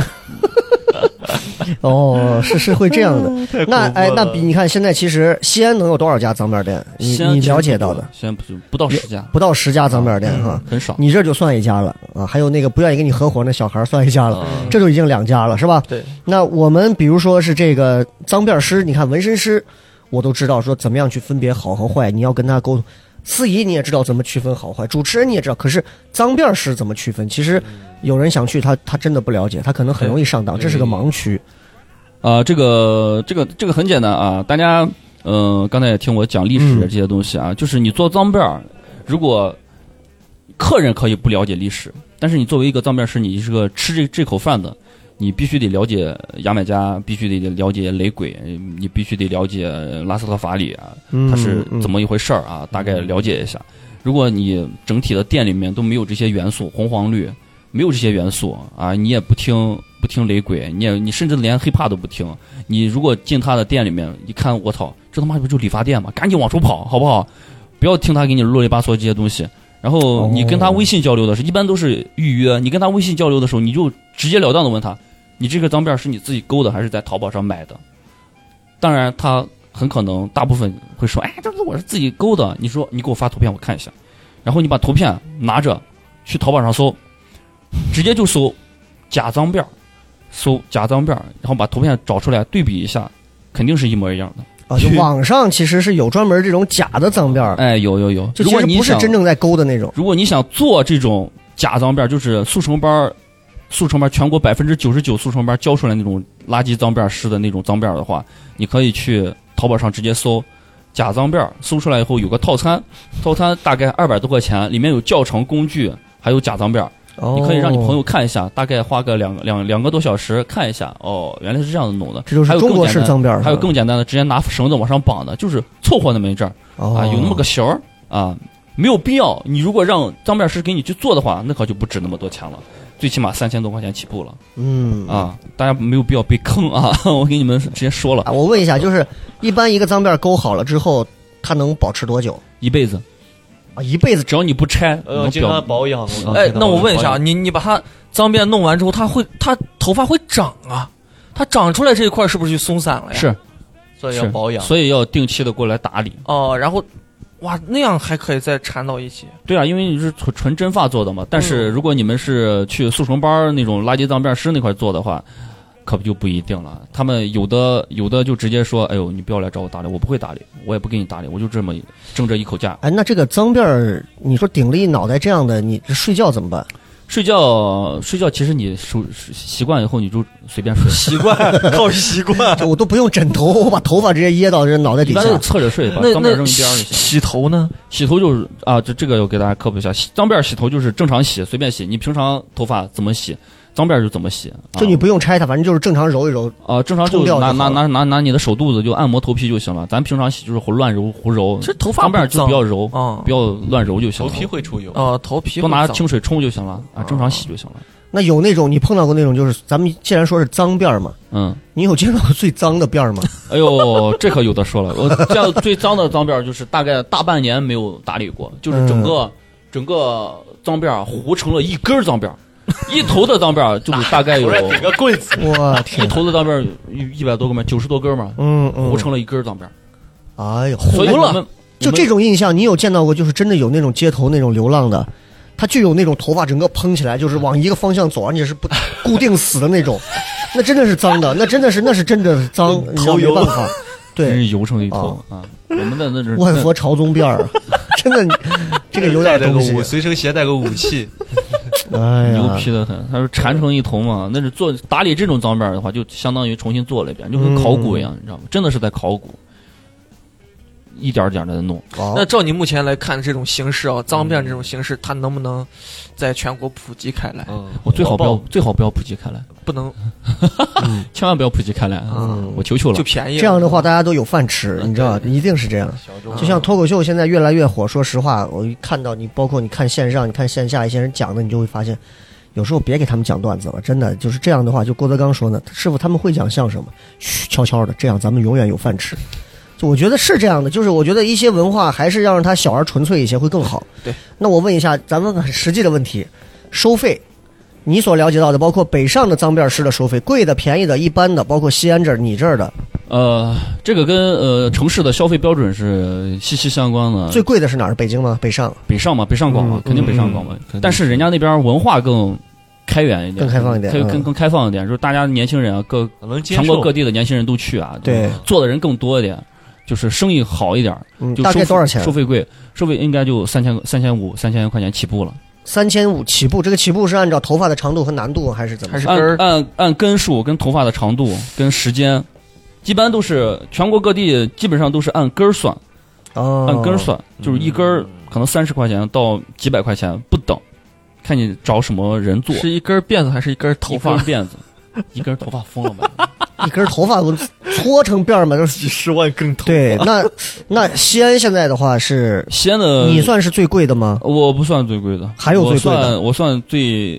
[SPEAKER 2] 哦，是是会这 样的。那哎，那比你看现在其实西安能有多少家脏辫店？你
[SPEAKER 5] 西安
[SPEAKER 2] 你
[SPEAKER 5] 其实
[SPEAKER 2] 了
[SPEAKER 5] 不
[SPEAKER 2] 解
[SPEAKER 5] 多嗯
[SPEAKER 2] 到的，
[SPEAKER 5] 西安不不到十家，
[SPEAKER 2] 不到十家脏辫店哈。
[SPEAKER 5] 很少。
[SPEAKER 2] 你这就算一家了啊，还有那个不愿意跟你合伙那小孩儿算一家了，
[SPEAKER 5] 嗯
[SPEAKER 2] 这就已经两家了，是吧？
[SPEAKER 4] 对。
[SPEAKER 2] 那我们比如说是这个脏辫师，你看纹身师，我都知道说怎么样去分别好和坏，你要跟他沟通。司仪你也知道怎么区分好坏，主持人你也知道，可是脏辫师怎么区分？其实
[SPEAKER 5] 嗯
[SPEAKER 2] 有人想去，他他真的不了解，他可能很容易上当，这是个盲区。
[SPEAKER 5] 啊、这个这个这个很简单啊，大家呃，刚才也听我讲历史
[SPEAKER 2] 嗯
[SPEAKER 5] 这些东西啊，就是你做脏辫儿，如果客人可以不了解历史，但是你作为一个脏辫师，你是个吃这这口饭的，你必须得了解牙买加，必须得了解雷鬼，你必须得了解拉斯特法里啊，
[SPEAKER 2] 嗯
[SPEAKER 5] 它是怎
[SPEAKER 2] 么？
[SPEAKER 5] 么一回事儿啊，大概了解一下。如果你整体的店里面都没有这些元素，红黄绿没有这些元素啊，你也不听不听雷鬼，你也你甚至连黑怕都不听。你如果进他的店里面一看，我操，这他妈不就理发店吗？赶紧往出跑，好不好？不要听他给你啰里吧嗦这些东西。然后你跟他微信交流的时候，一般都是预约。你跟他微信交流的时候，你就直截了当的问他，你这个脏辫儿是你自己勾的还是在淘宝上买的？当然，他很可能大部分会说，哎，这不是我是自己勾的。你说你给我发图片，我看一下。然后你把图片拿着去淘宝上搜，直接就搜假脏辫儿，搜假脏辫儿，然后把图片找出来对比一下，肯定是一模一样的。
[SPEAKER 2] 啊，就网上其实是有专门这种假的脏辫儿，
[SPEAKER 5] 哎，有有有，
[SPEAKER 2] 就其
[SPEAKER 5] 如果
[SPEAKER 2] 实
[SPEAKER 5] 你
[SPEAKER 2] 不是
[SPEAKER 5] 想
[SPEAKER 2] 真正在勾的那种。
[SPEAKER 5] 如果你想做这种假脏辫儿，就是速成班儿，速成班儿全国百分之九十九速成班儿教出来那种垃圾脏辫儿师的那种脏辫儿的话，你可以去淘宝上直接搜假脏辫儿，搜出来以后有个套餐，套餐大概二百多块钱，里面有教程、工具，还有假脏辫儿，你可以让你朋
[SPEAKER 2] 哦，
[SPEAKER 5] 友看一下，大概花个两两两个多小时看一下，哦，原来是这样弄的。
[SPEAKER 2] 这就是
[SPEAKER 5] 还有
[SPEAKER 2] 中国
[SPEAKER 5] 更
[SPEAKER 2] 式
[SPEAKER 5] 简单
[SPEAKER 2] 脏辫儿，
[SPEAKER 5] 还有更简单的，直接拿绳子往上绑的，就是凑合那么一阵儿。
[SPEAKER 2] 哦
[SPEAKER 5] 啊，有那么个弦儿啊，没有必要。你如果让张面师给你去做的话，那可就不值那么多钱了，最起码三千多块钱起步了
[SPEAKER 2] 嗯。
[SPEAKER 5] 啊！ 大家没有必要被坑啊！ 我给你们直接说了，
[SPEAKER 2] 啊，我问一下，就是一般一个脏辫儿勾好了之后，它能保持多久？
[SPEAKER 5] 一辈子，
[SPEAKER 2] 啊，一辈子
[SPEAKER 5] 只要你不拆，
[SPEAKER 6] 呃，
[SPEAKER 5] 能
[SPEAKER 6] 经常
[SPEAKER 5] 表
[SPEAKER 6] 保养。
[SPEAKER 4] 哎，那我问一
[SPEAKER 6] 保
[SPEAKER 4] 下，
[SPEAKER 6] 养，
[SPEAKER 4] 你你把它脏辫弄完之后，它会它头发会长啊？它长出来这一块是不是就松散了呀？
[SPEAKER 5] 是
[SPEAKER 6] 所以要
[SPEAKER 5] 是
[SPEAKER 6] 保养。
[SPEAKER 5] 所以要定期的过来打理。
[SPEAKER 4] 哦，然后哇，那样还可以再缠到一起。
[SPEAKER 5] 对啊，因为你是纯纯真发做的嘛，但是
[SPEAKER 4] 嗯
[SPEAKER 5] 如果你们是去速成班儿那种垃圾脏辫师那块做的话。可不就不一定了，他们有的有的就直接说，哎呦，你不要来找我打理，我不会打理，我也不给你打理，我就这么挣这一口价，
[SPEAKER 2] 哎，那这个脏辫儿，你说顶了一脑袋这样的，你睡觉怎么办？
[SPEAKER 5] 睡觉睡觉，其实你熟习惯以后，你就随 便睡，
[SPEAKER 6] 习惯靠习惯。
[SPEAKER 2] 就我都不用枕头，我把头发直接掖到这脑袋
[SPEAKER 5] 一
[SPEAKER 2] 底
[SPEAKER 5] 般
[SPEAKER 2] 下
[SPEAKER 5] 都。是侧着睡，把
[SPEAKER 4] 那
[SPEAKER 5] 脏辫
[SPEAKER 4] 那
[SPEAKER 5] 扔一边儿就
[SPEAKER 4] 洗
[SPEAKER 5] 行。
[SPEAKER 4] 洗
[SPEAKER 5] 嗯
[SPEAKER 4] 头呢？
[SPEAKER 5] 洗头就是啊，这这个要给大家科普一下，洗脏辫洗头就是正常洗，随便洗。你平常头发怎么洗？脏辫儿就怎么洗。啊
[SPEAKER 2] 就你不用拆它，反正就是正常揉一揉。
[SPEAKER 5] 啊，正常
[SPEAKER 2] 冲
[SPEAKER 5] 就
[SPEAKER 2] 掉就
[SPEAKER 5] 拿拿
[SPEAKER 2] 好了
[SPEAKER 5] 拿拿拿你的手肚子就按摩头皮就行了。咱平常洗就是胡乱揉胡揉
[SPEAKER 4] 其，实头发
[SPEAKER 5] 脏辫儿就不要揉，
[SPEAKER 4] 啊
[SPEAKER 5] 不要乱揉就行
[SPEAKER 3] 头
[SPEAKER 5] 了。
[SPEAKER 3] 哦皮会出油，
[SPEAKER 4] 啊，头皮
[SPEAKER 5] 多拿
[SPEAKER 4] 会脏
[SPEAKER 5] 清水冲就行了啊，正常洗就行了。
[SPEAKER 2] 那有那种你碰到过那种就是咱们既然说是脏辫儿嘛，
[SPEAKER 5] 嗯，
[SPEAKER 2] 你有见到过最脏的辫 儿吗？
[SPEAKER 5] 哎呦，这可有的说了。我见到最脏的脏辫儿就是大概大半年没有打理过，就是整个整个脏辫儿糊成了一根儿脏辫儿，一头的脏辫儿就是大概有
[SPEAKER 6] 个棍子，
[SPEAKER 2] 我
[SPEAKER 5] 一
[SPEAKER 2] 天，
[SPEAKER 5] 头的脏辫儿一一百多根嘛，九十多根嘛，
[SPEAKER 2] 嗯嗯
[SPEAKER 5] 糊，成了一根儿脏辫儿。
[SPEAKER 2] 哎呦，
[SPEAKER 5] 所以
[SPEAKER 2] 糊
[SPEAKER 5] 我们
[SPEAKER 2] 就这种印象，你有见到过？就是真的有那种街头那种流浪的，他就有那种头发整个蓬起来，就是往一个方向走，而且是不固定死的那 种，那真的是脏的，那真的是那是真的是脏，你知道没办法。
[SPEAKER 5] 真
[SPEAKER 2] 对，
[SPEAKER 5] 是嗯油成了一头啊！我们的那是
[SPEAKER 2] 万佛朝宗辫 儿，真的，这个有
[SPEAKER 3] 带
[SPEAKER 2] 点
[SPEAKER 3] 着
[SPEAKER 2] 东
[SPEAKER 3] 个
[SPEAKER 2] 西
[SPEAKER 3] 武，。随身携带个武器，
[SPEAKER 2] 哎
[SPEAKER 5] 牛
[SPEAKER 2] 呀，
[SPEAKER 5] 批的很，他说缠成一头嘛，那是做打理这种脏辫儿的话，就相当于重新做了一遍，就跟考古一样，你知道吗？真的是在考古，一点儿点儿的弄。
[SPEAKER 2] 好
[SPEAKER 4] 那照你目前来看这种形式啊，脏辫这
[SPEAKER 5] 嗯
[SPEAKER 4] 种形式，它能不能在全国普及开来？
[SPEAKER 3] 嗯，
[SPEAKER 5] 我最好不要最好不要普及开来，
[SPEAKER 4] 不能
[SPEAKER 5] 千万不要普及开来啊！
[SPEAKER 4] 嗯
[SPEAKER 5] 我求求了
[SPEAKER 4] 就，便宜了
[SPEAKER 2] 这样的话，大家都有饭吃，
[SPEAKER 3] 对
[SPEAKER 5] 嗯
[SPEAKER 2] 你知道吧，一定是这样。
[SPEAKER 3] 小
[SPEAKER 4] 嗯
[SPEAKER 3] 众
[SPEAKER 2] 就像脱口秀现在越来越火，说实话，我一看到你，包括你看线上，你看线下一些人讲的，你就会发现，有时候别给他们讲段子了，真的就是这样的话，就郭德纲说呢，师傅他们会讲相声吗？嘘，悄悄的，这样咱们永远有饭吃。就我觉得是这样的，就是我觉得一些文化还是要让它小而纯粹一些会更好。
[SPEAKER 4] 对，
[SPEAKER 2] 那我问一下，咱们很实际的问题，收费。你所了解到的，包括北上的脏辫师的收费，贵的、便宜的、一般的，包括西安这儿、你这儿的，
[SPEAKER 5] 呃，这个跟呃城市的消费标准是息息相关的。
[SPEAKER 2] 最贵的是哪儿？北京吗？北上
[SPEAKER 5] 北上嘛，北上广嘛
[SPEAKER 2] 嗯，
[SPEAKER 5] 肯定北上广嘛。但是人家那边文化更开源一点，
[SPEAKER 2] 更开放一点
[SPEAKER 5] 更
[SPEAKER 2] 嗯
[SPEAKER 5] 更更开放一点，就是大家年轻人啊，各
[SPEAKER 3] 能接
[SPEAKER 5] 全国
[SPEAKER 3] 受嗯
[SPEAKER 5] 各地的年轻人都去啊，
[SPEAKER 2] 对，
[SPEAKER 5] 做的人更多一点，就是生意好一点，
[SPEAKER 2] 嗯，
[SPEAKER 5] 就
[SPEAKER 2] 大概
[SPEAKER 5] 收
[SPEAKER 2] 多少钱？
[SPEAKER 5] 收费贵，收费应该就三千三千五三千块钱起步了，
[SPEAKER 2] 三千五起步，这个起步是按照头发的长度和难度还是怎么？
[SPEAKER 4] 嗯还是根儿
[SPEAKER 5] 按按按根数、跟头发的长度、跟时间，一般都是全国各地基本上都是按根儿算，
[SPEAKER 2] 哦，
[SPEAKER 5] 按根儿算，就是一根
[SPEAKER 4] 嗯
[SPEAKER 5] 儿可能三十块钱到几百块钱不等，看你找什么人做，
[SPEAKER 4] 是一根辫子还是一根头
[SPEAKER 5] 一
[SPEAKER 4] 发
[SPEAKER 5] 根？辫子，一根头发疯了 吗？
[SPEAKER 2] 一根头发不搓成辫儿嘛， 就是
[SPEAKER 6] 几十万根头。
[SPEAKER 2] 对。那那西安现在的话是，
[SPEAKER 5] 西安 的
[SPEAKER 2] 你算是最贵的吗？
[SPEAKER 5] 我不算最贵的，
[SPEAKER 2] 还有
[SPEAKER 5] 我
[SPEAKER 2] 最贵的
[SPEAKER 5] 算我算最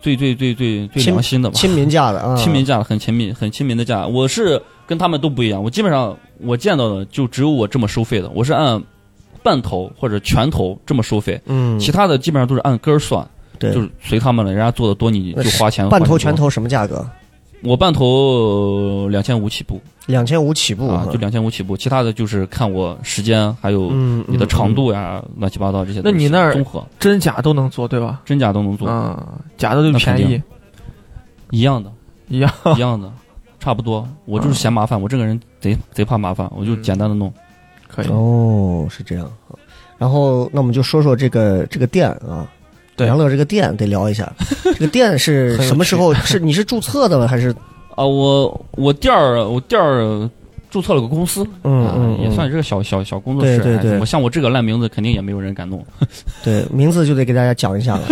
[SPEAKER 5] 最最最最最
[SPEAKER 2] 亲
[SPEAKER 5] 良心的吧。
[SPEAKER 2] 亲民价的啊，
[SPEAKER 5] 亲民价很亲民，很亲民的价。我是跟他们都不一样，我基本上我见到的就只有我这么收费的，我是按半头或者全头这么收费，
[SPEAKER 2] 嗯，
[SPEAKER 5] 其他的基本上都是按根儿算，
[SPEAKER 2] 对
[SPEAKER 5] 就是随他们了，人家做的多你就花钱。
[SPEAKER 2] 半
[SPEAKER 5] 花
[SPEAKER 2] 头
[SPEAKER 5] 钱
[SPEAKER 2] 全
[SPEAKER 5] 多，
[SPEAKER 2] 头什么价格？
[SPEAKER 5] 我半头两千五起步
[SPEAKER 2] 两千五起步
[SPEAKER 5] 啊，就两千五起步，其他的就是看我时间还有
[SPEAKER 2] 嗯，
[SPEAKER 5] 你的长
[SPEAKER 2] 嗯。
[SPEAKER 5] 度呀，乱七八糟这些
[SPEAKER 4] 那
[SPEAKER 5] 东西。
[SPEAKER 4] 你那儿
[SPEAKER 5] 综合
[SPEAKER 4] 真假都能做对吧？
[SPEAKER 5] 真假都能
[SPEAKER 2] 啊
[SPEAKER 5] 做，
[SPEAKER 4] 嗯，假的就
[SPEAKER 5] 那肯
[SPEAKER 4] 便宜
[SPEAKER 5] 一样的，
[SPEAKER 4] 一样。
[SPEAKER 2] 啊
[SPEAKER 5] 一样的，差不多。我就是嫌麻烦，我这个人贼贼怕麻烦，我
[SPEAKER 2] 嗯
[SPEAKER 5] 就简单的弄。
[SPEAKER 4] 可以，
[SPEAKER 2] 哦，是这样。然后，那我们就说说这个这个店啊，
[SPEAKER 4] 对
[SPEAKER 2] 杨乐这个店得聊一 下。这个店是
[SPEAKER 4] 很有
[SPEAKER 2] 什么时候？是你是注册的吗？还是
[SPEAKER 5] 啊，我我店儿我店儿注册了个公司，
[SPEAKER 2] 嗯
[SPEAKER 5] 啊
[SPEAKER 2] 嗯，
[SPEAKER 5] 也
[SPEAKER 2] 嗯
[SPEAKER 5] 算是个小小小工作室。哎
[SPEAKER 2] 对对对
[SPEAKER 5] 我像我这个烂名字，肯定也没有人敢弄
[SPEAKER 2] 对，名字就得给大家讲一 下了，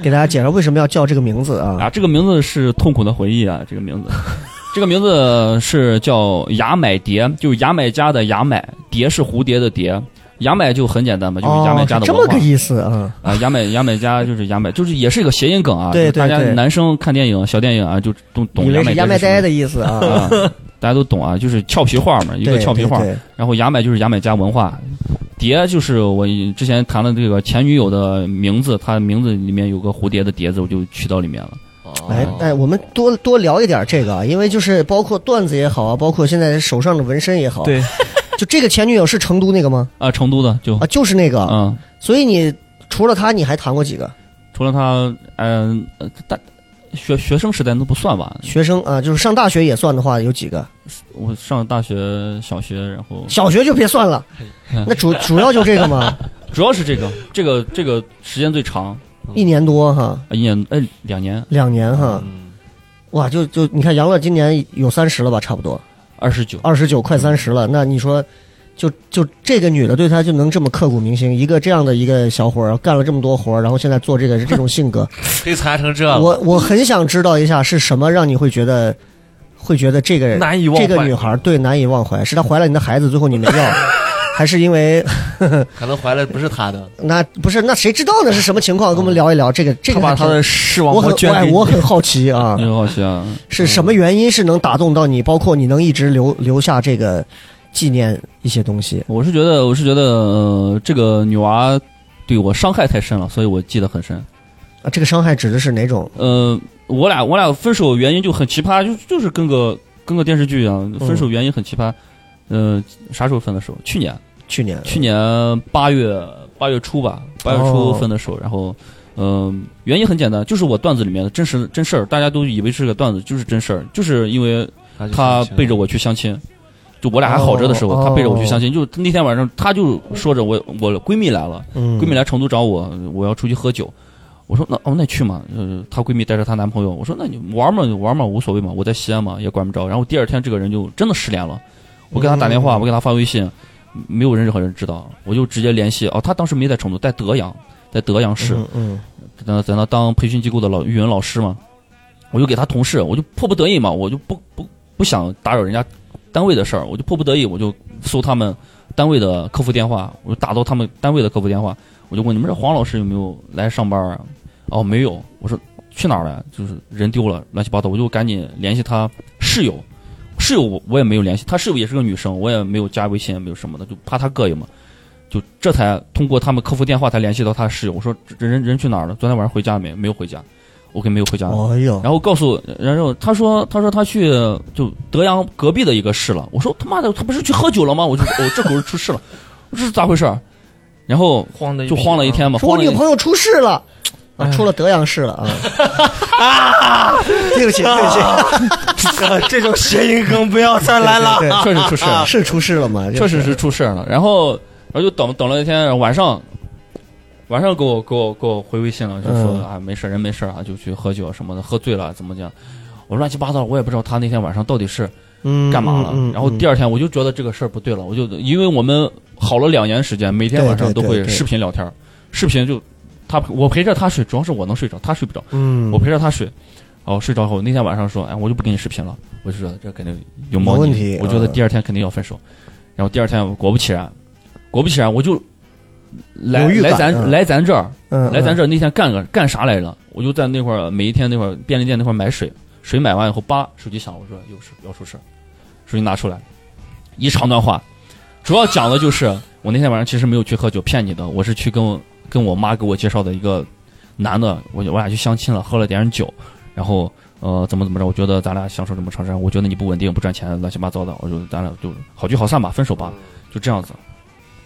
[SPEAKER 2] 给大家介绍为什么要叫这个名字啊？
[SPEAKER 5] 啊。这个名字是痛苦的回忆啊，这个名字，这个名字是叫牙买蝶，就是牙买加的牙买，蝶是蝴蝶的蝶。牙买就很简单嘛，就是牙买加
[SPEAKER 2] 哦
[SPEAKER 5] 的
[SPEAKER 2] 这
[SPEAKER 5] 文
[SPEAKER 2] 么
[SPEAKER 5] 化
[SPEAKER 2] 个意思啊。
[SPEAKER 5] 啊，牙买牙买加就是牙买，就是也是一个谐音梗啊。
[SPEAKER 2] 对
[SPEAKER 5] 就是大
[SPEAKER 2] 对
[SPEAKER 5] 家
[SPEAKER 2] 对
[SPEAKER 5] 男生看电影小电影啊，就都
[SPEAKER 2] 以
[SPEAKER 5] 懂
[SPEAKER 2] 为
[SPEAKER 5] 牙
[SPEAKER 2] 是
[SPEAKER 5] 买
[SPEAKER 2] 牙
[SPEAKER 5] 加
[SPEAKER 2] 买
[SPEAKER 5] 是什
[SPEAKER 2] 呆
[SPEAKER 5] 么
[SPEAKER 2] 的意思啊，
[SPEAKER 5] 啊，大家都懂啊，就是俏皮话 嘛，一个
[SPEAKER 2] 对
[SPEAKER 5] 俏皮话。
[SPEAKER 2] 对对
[SPEAKER 5] 然后牙买就是牙买加文化，蝶就是我之前谈的这个前女友的名字，她名字里面有个蝴蝶的蝶字，我就取到里面了。哦
[SPEAKER 2] 哎哎，我们多多聊一点这个啊，因为就是包括段子也好啊，包括现在手上的纹身也好，
[SPEAKER 4] 对，
[SPEAKER 2] 就这个前女友是成都那个吗？
[SPEAKER 5] 啊，成都的就
[SPEAKER 2] 啊，就是那个，
[SPEAKER 5] 嗯，
[SPEAKER 2] 所以你除了他，你还谈过几个
[SPEAKER 5] 除了她，嗯，呃大学学生时代那不算吧？
[SPEAKER 2] 学生啊？就是上大学也算的话，有几个？
[SPEAKER 5] 我上大学、小学，然后
[SPEAKER 2] 小学就别算了，
[SPEAKER 5] 嗯
[SPEAKER 2] 那主主要就这个嘛，
[SPEAKER 5] 主要是这个，这个这个时间最长，
[SPEAKER 2] 一年多哈，
[SPEAKER 5] 一年哎两年，
[SPEAKER 2] 两年哈，
[SPEAKER 3] 嗯
[SPEAKER 2] 哇，就就你看杨乐今年有三十了吧，差不多。
[SPEAKER 5] 二十九。
[SPEAKER 2] 二十九快三十了，那你说就就这个女的对他就能这么刻骨铭心，一个这样的一个小伙儿干了这么多活儿，然后现在做这个是这种性 格，
[SPEAKER 3] 黑残成这
[SPEAKER 4] 啊
[SPEAKER 3] 了，
[SPEAKER 2] 我我很想知道一下是什么让你会觉得会觉得这个人
[SPEAKER 4] 难以忘
[SPEAKER 2] 这
[SPEAKER 4] 怀。
[SPEAKER 2] 个女孩对难以忘怀，是她怀了你的孩子，最后你没 要，还是因为
[SPEAKER 3] 可能怀了不是他的，
[SPEAKER 2] 那不是那谁知道呢是什么情况？跟我们聊一聊这个这
[SPEAKER 4] 他
[SPEAKER 2] 个
[SPEAKER 4] 把
[SPEAKER 2] 还挺。
[SPEAKER 4] 他的视网
[SPEAKER 2] 我
[SPEAKER 4] 膜
[SPEAKER 2] 很我
[SPEAKER 4] 捐
[SPEAKER 2] 哎
[SPEAKER 4] 给你嗯
[SPEAKER 2] 我很好奇啊
[SPEAKER 5] 你，好奇啊，
[SPEAKER 2] 是什么原因是能打动到你？包括你能一直留留下这个纪念一些东西。
[SPEAKER 5] 我是觉得，我是觉得，呃，这个女娃对我伤害太深了，所以我记得很深。
[SPEAKER 2] 啊，这个伤害指的是哪种？
[SPEAKER 5] 呃，我俩我俩分手原因就很奇葩，就就是跟个跟个电视剧一样，分手原因很奇葩。呃，啥时候分的手？去年，
[SPEAKER 2] 去年，
[SPEAKER 5] 去年八月八月初吧，八月初分的手。然后，嗯、原因很简单，就是我段子里面的真实真事儿，大家都以为是个段子，就是真事儿，就是因为
[SPEAKER 3] 就
[SPEAKER 5] 他背着
[SPEAKER 3] 我，
[SPEAKER 5] 我去相亲，就我俩还好着的时候，
[SPEAKER 2] 哦
[SPEAKER 5] 他背着我去相亲，就那天晚上他就说着我我闺蜜来了，
[SPEAKER 2] 嗯，
[SPEAKER 5] 闺蜜来成都找我，我要出去喝酒。我说那哦那去嘛，呃，她闺蜜带着她男朋友，我说那你玩嘛玩嘛无所谓嘛，我在西安嘛也管不着。然后第二天这个人就真的失联了，我给他打电话，
[SPEAKER 2] 嗯
[SPEAKER 5] 我给他发微信，没有任何人知道，我就直接联系哦，他当时没在成都，在德阳，在德阳市，
[SPEAKER 2] 嗯嗯，
[SPEAKER 5] 在那在那当培训机构的老语文老师嘛，我就给他同事，我就迫不得已嘛，我就不不不想打扰人家单位的事儿，我就迫不得已，我就搜他们单位的客服电话，我就打到他们单位的客服电话，我就问你们这黄老师有没有来上班啊？哦，没有，我说去哪儿了？就是人丢了，乱七八糟，我就赶紧联系他室友，室友我我也没有联系，他室友也是个女生，我也没有加微信，也没有什么的，就怕他膈应嘛。就这才通过他们客服电话才联系到他室友，我说这人人去哪儿了？昨天晚上回家没？没有回家，OK 没有回家。
[SPEAKER 2] 哎呦，
[SPEAKER 5] 然后告诉，然后他说，他说他去就德阳隔壁的一个市了。我说他妈的，他不是去喝酒了吗？我就哦，这狗是出事了，我说这是咋回事儿？然后
[SPEAKER 4] 慌的啊
[SPEAKER 5] 就慌了一。 天嘛，
[SPEAKER 2] 说我
[SPEAKER 5] 慌了一
[SPEAKER 2] 女朋友出事了。啊，
[SPEAKER 4] 哎
[SPEAKER 2] 出了德阳市了啊！ 对不起，对不
[SPEAKER 5] 啊
[SPEAKER 2] 起，
[SPEAKER 4] 这种谐音梗不要再来了。
[SPEAKER 2] 对，啊
[SPEAKER 5] 确实出事了，
[SPEAKER 2] 是出事了吗？
[SPEAKER 5] 确实是出事儿了。然后，然后就等等了一天，晚上，晚上给我给我给我回微信了，就说、
[SPEAKER 2] 嗯
[SPEAKER 5] 啊没事儿人没事儿啊，就去喝酒什么的，喝醉了怎么讲？我乱七八糟，我也不知道他那天晚上到底是
[SPEAKER 2] 嗯
[SPEAKER 5] 干嘛了。
[SPEAKER 2] 嗯嗯
[SPEAKER 5] 然后第二天我就觉得这个事儿不对了，我就因为我们好了两年时间，每天晚上
[SPEAKER 2] 对对
[SPEAKER 5] 都
[SPEAKER 2] 对
[SPEAKER 5] 会
[SPEAKER 2] 对
[SPEAKER 5] 视频聊天儿，视频就他我陪着他睡，主要是我能睡着，他睡不着，
[SPEAKER 2] 嗯，
[SPEAKER 5] 我陪着他睡。哦，睡着后那天晚上说，哎，我就不给你视频了，我就觉得这肯定有猫
[SPEAKER 2] 有问
[SPEAKER 5] 腻，
[SPEAKER 2] 题
[SPEAKER 5] 我觉得
[SPEAKER 2] 嗯
[SPEAKER 5] 第二天肯定要分手。然后第二天果不其然，果不其然我就来
[SPEAKER 2] 有预
[SPEAKER 5] 来
[SPEAKER 2] 感
[SPEAKER 5] 咱、
[SPEAKER 2] 嗯
[SPEAKER 5] 来咱这儿
[SPEAKER 2] 嗯
[SPEAKER 5] 来咱这儿那天干个干啥来着？我就在那块儿每一天那块儿便利店那块儿买水，水买完以后，叭，手机响了，我说有事要出事儿，手机拿出来，一长段话，主要讲的就是我那天晚上其实没有去喝酒，骗你的，我是去跟我跟我妈给我介绍的一个男的，我我俩去相亲了，喝了点酒，然后呃怎么怎么着，我觉得咱俩相处这么长时间，我觉得你不稳定不赚钱，乱七八糟的，我就咱俩就好聚好散吧，分手吧，就这样子。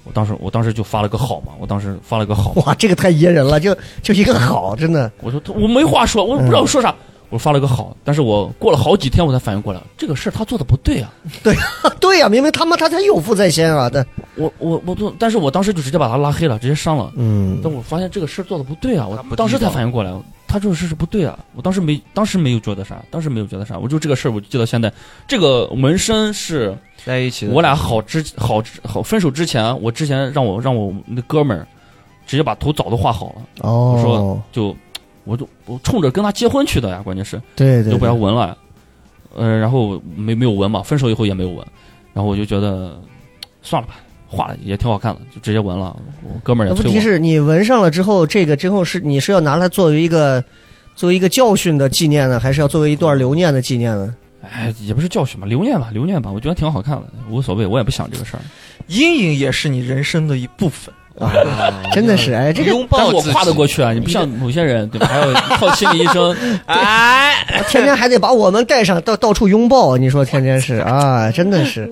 [SPEAKER 5] 我当时我当时就发了个好嘛，我当时发了个好，
[SPEAKER 2] 哇，这个太噎人了，就就一个好，真的，
[SPEAKER 5] 我说他我没话说，我不知道说啥，我发了个好，但是我过了好几天我才反应过来，这个事儿他做的不对啊，
[SPEAKER 2] 对呀，明明他妈他才有妇在先啊，但
[SPEAKER 5] 我我我不，但是我当时就直接把他拉黑了，直接删了，
[SPEAKER 2] 嗯
[SPEAKER 5] 但我发现这个事儿做的不对啊，
[SPEAKER 4] 他不地
[SPEAKER 5] 我
[SPEAKER 4] 道
[SPEAKER 5] 当时才反应过来，他这个事是不对啊，我当时没当时没有觉得啥，当时没有觉得啥，我就这个事儿我就记到现在，这个纹身是
[SPEAKER 4] 在一起的，
[SPEAKER 5] 我俩好之好之好分手之前，啊我之前让我让我那哥们儿直接把头早都画好了，
[SPEAKER 2] 哦，
[SPEAKER 5] 我说就我就我冲着跟他结婚去的呀，关键是。
[SPEAKER 2] 对对，
[SPEAKER 5] 就不要
[SPEAKER 2] 对
[SPEAKER 5] 纹了。呃，然后没没有纹嘛，分手以后也没有纹，然后我就觉得算了吧，画了也挺好看的，就直接纹了。我哥们儿
[SPEAKER 2] 那呃
[SPEAKER 5] 也
[SPEAKER 2] 问
[SPEAKER 5] 催
[SPEAKER 2] 题
[SPEAKER 5] 我，
[SPEAKER 2] 是你纹上了之后，这个之后是你是要拿它作为一个作为一个教训的纪念呢，还是要作为一段留念的纪念呢？
[SPEAKER 5] 哎，也不是教训吧，留念吧，留念吧，我觉得挺好看的，无所谓，我也不想这个事儿。
[SPEAKER 4] 阴影也是你人生的一部分。
[SPEAKER 2] 啊， 真的是，哎，这个
[SPEAKER 6] 拥
[SPEAKER 5] 但
[SPEAKER 6] 抱
[SPEAKER 5] 是我
[SPEAKER 6] 自己
[SPEAKER 5] 跨得过去啊，你不像某些人对吧？还有靠心理医 生，
[SPEAKER 4] 哎，
[SPEAKER 2] 天天还得把我们带上，到到处拥抱，你说天天是啊，真的是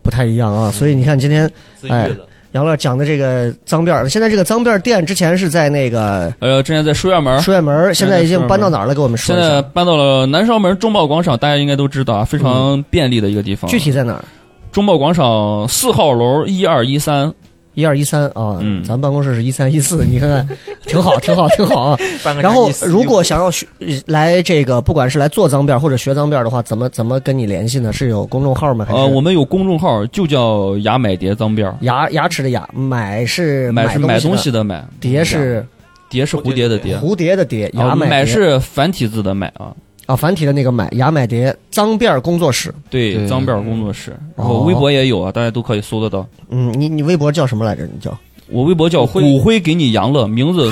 [SPEAKER 2] 不太一样啊。所以你看今天
[SPEAKER 6] 自愈了。
[SPEAKER 2] 杨乐讲的这个脏辫儿，现在这个脏辫儿店之前是在那个
[SPEAKER 5] 呃，之前在书院门儿。
[SPEAKER 2] 书院门儿，现在已经搬到哪儿了？给我们说
[SPEAKER 5] 现
[SPEAKER 2] 一
[SPEAKER 5] 在
[SPEAKER 2] 下，
[SPEAKER 5] 搬到了南烧门中报广场，大家应该都知道啊，
[SPEAKER 2] 嗯
[SPEAKER 5] 非常便利的一个地方。
[SPEAKER 2] 具体在哪儿？
[SPEAKER 5] 中报广场四号楼一二一三，
[SPEAKER 2] 一二一三啊，
[SPEAKER 5] 嗯
[SPEAKER 2] 咱们办公室是一三一四，你看看，挺好，挺好，挺好啊。
[SPEAKER 4] 办个啥
[SPEAKER 2] 然后
[SPEAKER 4] 意思
[SPEAKER 2] 如果想要学来这个，不管是来做脏辫儿或者学脏辫儿的话，怎么怎么跟你联系呢？是有公众号吗？还是
[SPEAKER 5] 呃，我们有公众号，就叫“牙买碟脏辫儿
[SPEAKER 2] 牙牙齿的牙，买是”，
[SPEAKER 5] 买是买东
[SPEAKER 2] 东
[SPEAKER 5] 西的买，嗯啊
[SPEAKER 2] 碟是
[SPEAKER 5] 碟是蝴蝶的蝶，
[SPEAKER 2] 蝴蝶的蝶，
[SPEAKER 5] 啊
[SPEAKER 2] 牙买
[SPEAKER 5] 买
[SPEAKER 2] 碟
[SPEAKER 5] 是繁体字的买啊。
[SPEAKER 2] 啊，繁体的那个买牙买碟脏辫儿工作室。
[SPEAKER 5] 对，
[SPEAKER 3] 对
[SPEAKER 5] 脏辫儿工作室，然后
[SPEAKER 2] 嗯哦
[SPEAKER 5] 微博也有啊，大家都可以搜得到。
[SPEAKER 2] 嗯，你你微博叫什么来着？你叫
[SPEAKER 5] 我微博
[SPEAKER 6] 骨
[SPEAKER 5] 叫“
[SPEAKER 6] 灰
[SPEAKER 5] 骨灰给你扬了”，名字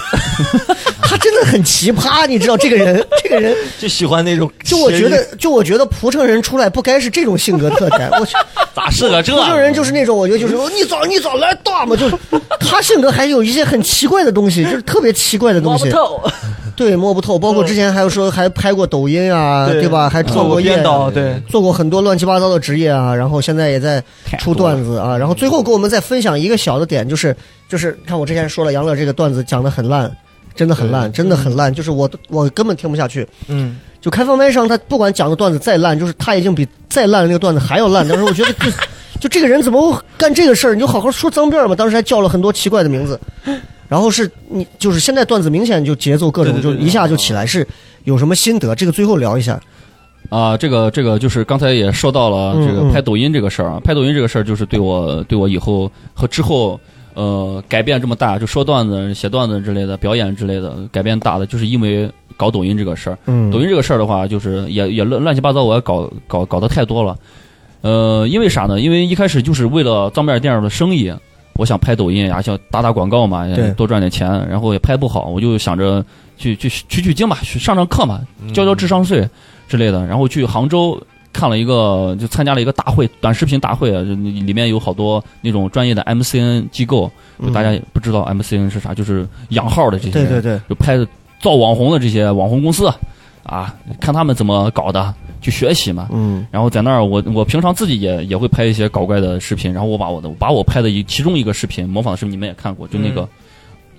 [SPEAKER 2] 他真的很奇葩，你知道这个人，这个人
[SPEAKER 6] 就喜欢那种。
[SPEAKER 2] 就我觉 得，就我觉得蒲城人出来不该是这种性格特点。我去，
[SPEAKER 5] 咋是 个这
[SPEAKER 2] 蒲城人就是那种，我觉得就是哦你早你早来大嘛，就是 他性格还有一些很奇怪的东西，就是特别奇怪的东
[SPEAKER 4] 摸不
[SPEAKER 2] 西，
[SPEAKER 4] 透，
[SPEAKER 2] 对，摸不透。包括之前还有说还拍过抖音啊，
[SPEAKER 6] 对
[SPEAKER 2] 对吧？还
[SPEAKER 4] 做
[SPEAKER 2] 创
[SPEAKER 4] 过
[SPEAKER 2] 过业
[SPEAKER 4] 编
[SPEAKER 2] 啊
[SPEAKER 4] 导，对，
[SPEAKER 2] 做过很多乱七八糟的职业啊，然后现在也在出段子啊，然后最后给我们再分享一个小的点，就是就是看我之前说了，杨乐这个段子讲的很烂，真的很烂，真的很烂，就是我我根本听不下去。
[SPEAKER 4] 嗯，
[SPEAKER 2] 就开放麦上，他不管讲的段子再烂，就是他已经比再烂的那个段子还要烂。当时我觉得就，就这个 人怎么会干这个事儿？你就好好说脏辫儿嘛。当时还叫了很多奇怪的名字，然后是你就是现在段子明显就节奏各种
[SPEAKER 4] 对对
[SPEAKER 2] 就
[SPEAKER 4] 对
[SPEAKER 2] 一下就
[SPEAKER 5] 嗯
[SPEAKER 2] 起来，是有什么心得？这个最后聊一下。
[SPEAKER 5] 啊，这个这个就是刚才也说到了
[SPEAKER 2] 嗯
[SPEAKER 5] 这个
[SPEAKER 2] 嗯
[SPEAKER 5] 拍抖音这个事儿啊，拍抖音这个事儿就是对我对我以后和之后呃改变这么大，就说段子、写段子之类的、表演之类的改变大的，就是因为搞抖音这个事儿。
[SPEAKER 2] 嗯
[SPEAKER 5] 抖音这个事儿的话，就是也也乱乱七八糟，我也搞搞搞得太多了。呃，因为啥呢？因为一开始就是为了脏辫店儿的生意，我想拍抖音呀，想打打广告嘛，
[SPEAKER 2] 对
[SPEAKER 5] 多赚点钱，然后也拍不好，我就想着去去取取经嘛，去上上课嘛，
[SPEAKER 2] 嗯
[SPEAKER 5] 交交智商税之类的。然后去杭州看了一个，就参加了一个大会，短视频大会，啊就里面有好多那种专业的 MCN 机构，就大家也不知道 MCN 是啥，就是养号的这些
[SPEAKER 2] 对
[SPEAKER 5] 人。
[SPEAKER 2] 嗯对对，
[SPEAKER 5] 就拍造网红的这些网红公司啊，看他们怎么搞的，去学习嘛。
[SPEAKER 2] 嗯
[SPEAKER 5] 然后在那儿，我我平常自己也也会拍一些搞怪的视频，然后我把我的把我拍的一其中一个视频模仿的视频，你们也看过，就那个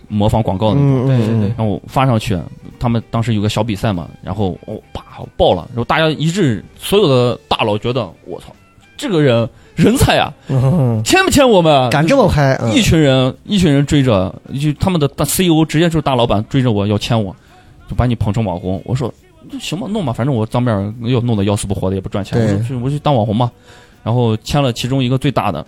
[SPEAKER 5] 模仿广告的那个
[SPEAKER 2] 嗯
[SPEAKER 4] 对对
[SPEAKER 2] 嗯
[SPEAKER 4] 对
[SPEAKER 5] 然后我发上去，他们当时有个小比赛嘛，然后我啪我爆了，然后大家一致所有的大佬觉得我操，这个人人才啊，
[SPEAKER 2] 嗯，
[SPEAKER 5] 签不签我们？啊
[SPEAKER 2] 敢这么拍，嗯
[SPEAKER 5] 一群人，一群人追着，就他们的大 CEO 直接就是大老板追着我要签我，就把你捧成网红。我说那行吧，弄吧，反正我当面要弄得要死不活的，也不赚钱，
[SPEAKER 2] 对
[SPEAKER 5] 我就去我去当网红嘛。然后签了其中一个最大的，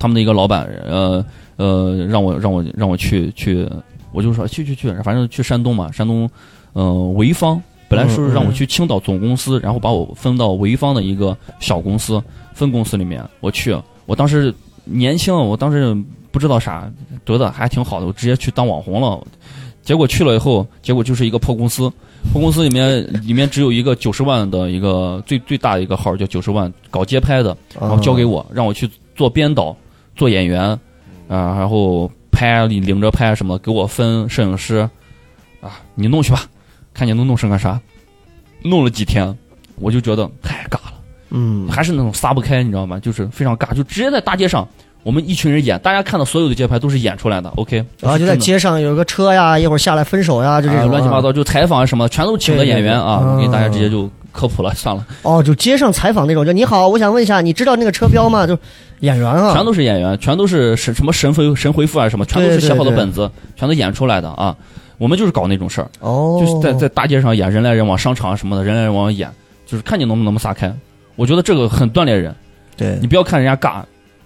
[SPEAKER 5] 他们的一个老板，呃呃，让我让我让我去去，我就说去去去，反正去山东嘛，山东，呃，潍坊。本来说是让我去青岛总公司，然后把我分到潍坊的一个小公司分公司里面，我去，我当时年轻，我当时不知道啥，觉得还挺好的，我直接去当网红了。结果去了以后，结果就是一个破公司，破公司里面里面只有一个九十万的一个最最大的一个号叫九十万，搞街拍的，然
[SPEAKER 2] 嗯
[SPEAKER 5] 后交给我，让我去做编导、做演员，啊、然后拍领着拍什么，给我分摄影师，啊，你弄去吧，看你能弄成个啥。弄了几天，我就觉得太尬了。
[SPEAKER 2] 嗯
[SPEAKER 5] 还是那种撒不开，你知道吗？就是非常尬，就直接在大街上，我们一群人演，大家看到所有的街拍都是演出来的，OK，
[SPEAKER 2] 然后啊就在街上有个车呀，一会儿下来分手呀，就这
[SPEAKER 5] 啊
[SPEAKER 2] 种
[SPEAKER 5] 乱七八
[SPEAKER 2] 啊。
[SPEAKER 5] 糟，就采访啊什么，全都请的演员
[SPEAKER 2] 对对
[SPEAKER 5] 啊，
[SPEAKER 2] 对
[SPEAKER 5] 我给大家
[SPEAKER 2] 嗯
[SPEAKER 5] 直接就科普了，算了，
[SPEAKER 2] 哦，就街上采访那种，就你好，我想问一下，你知道那个车标吗？就演员啊，
[SPEAKER 5] 全都是演员，全都是神什么神回神回复啊什么，全都是写好的本子，全都演出来的啊。我们就是搞那种事儿，
[SPEAKER 2] 哦，
[SPEAKER 5] 就是在在大街上演，人来人往，商场什么的，人来人往演，就是看你能不能撒开。我觉得这个很锻炼人，
[SPEAKER 2] 对
[SPEAKER 5] 你不要看人家尬，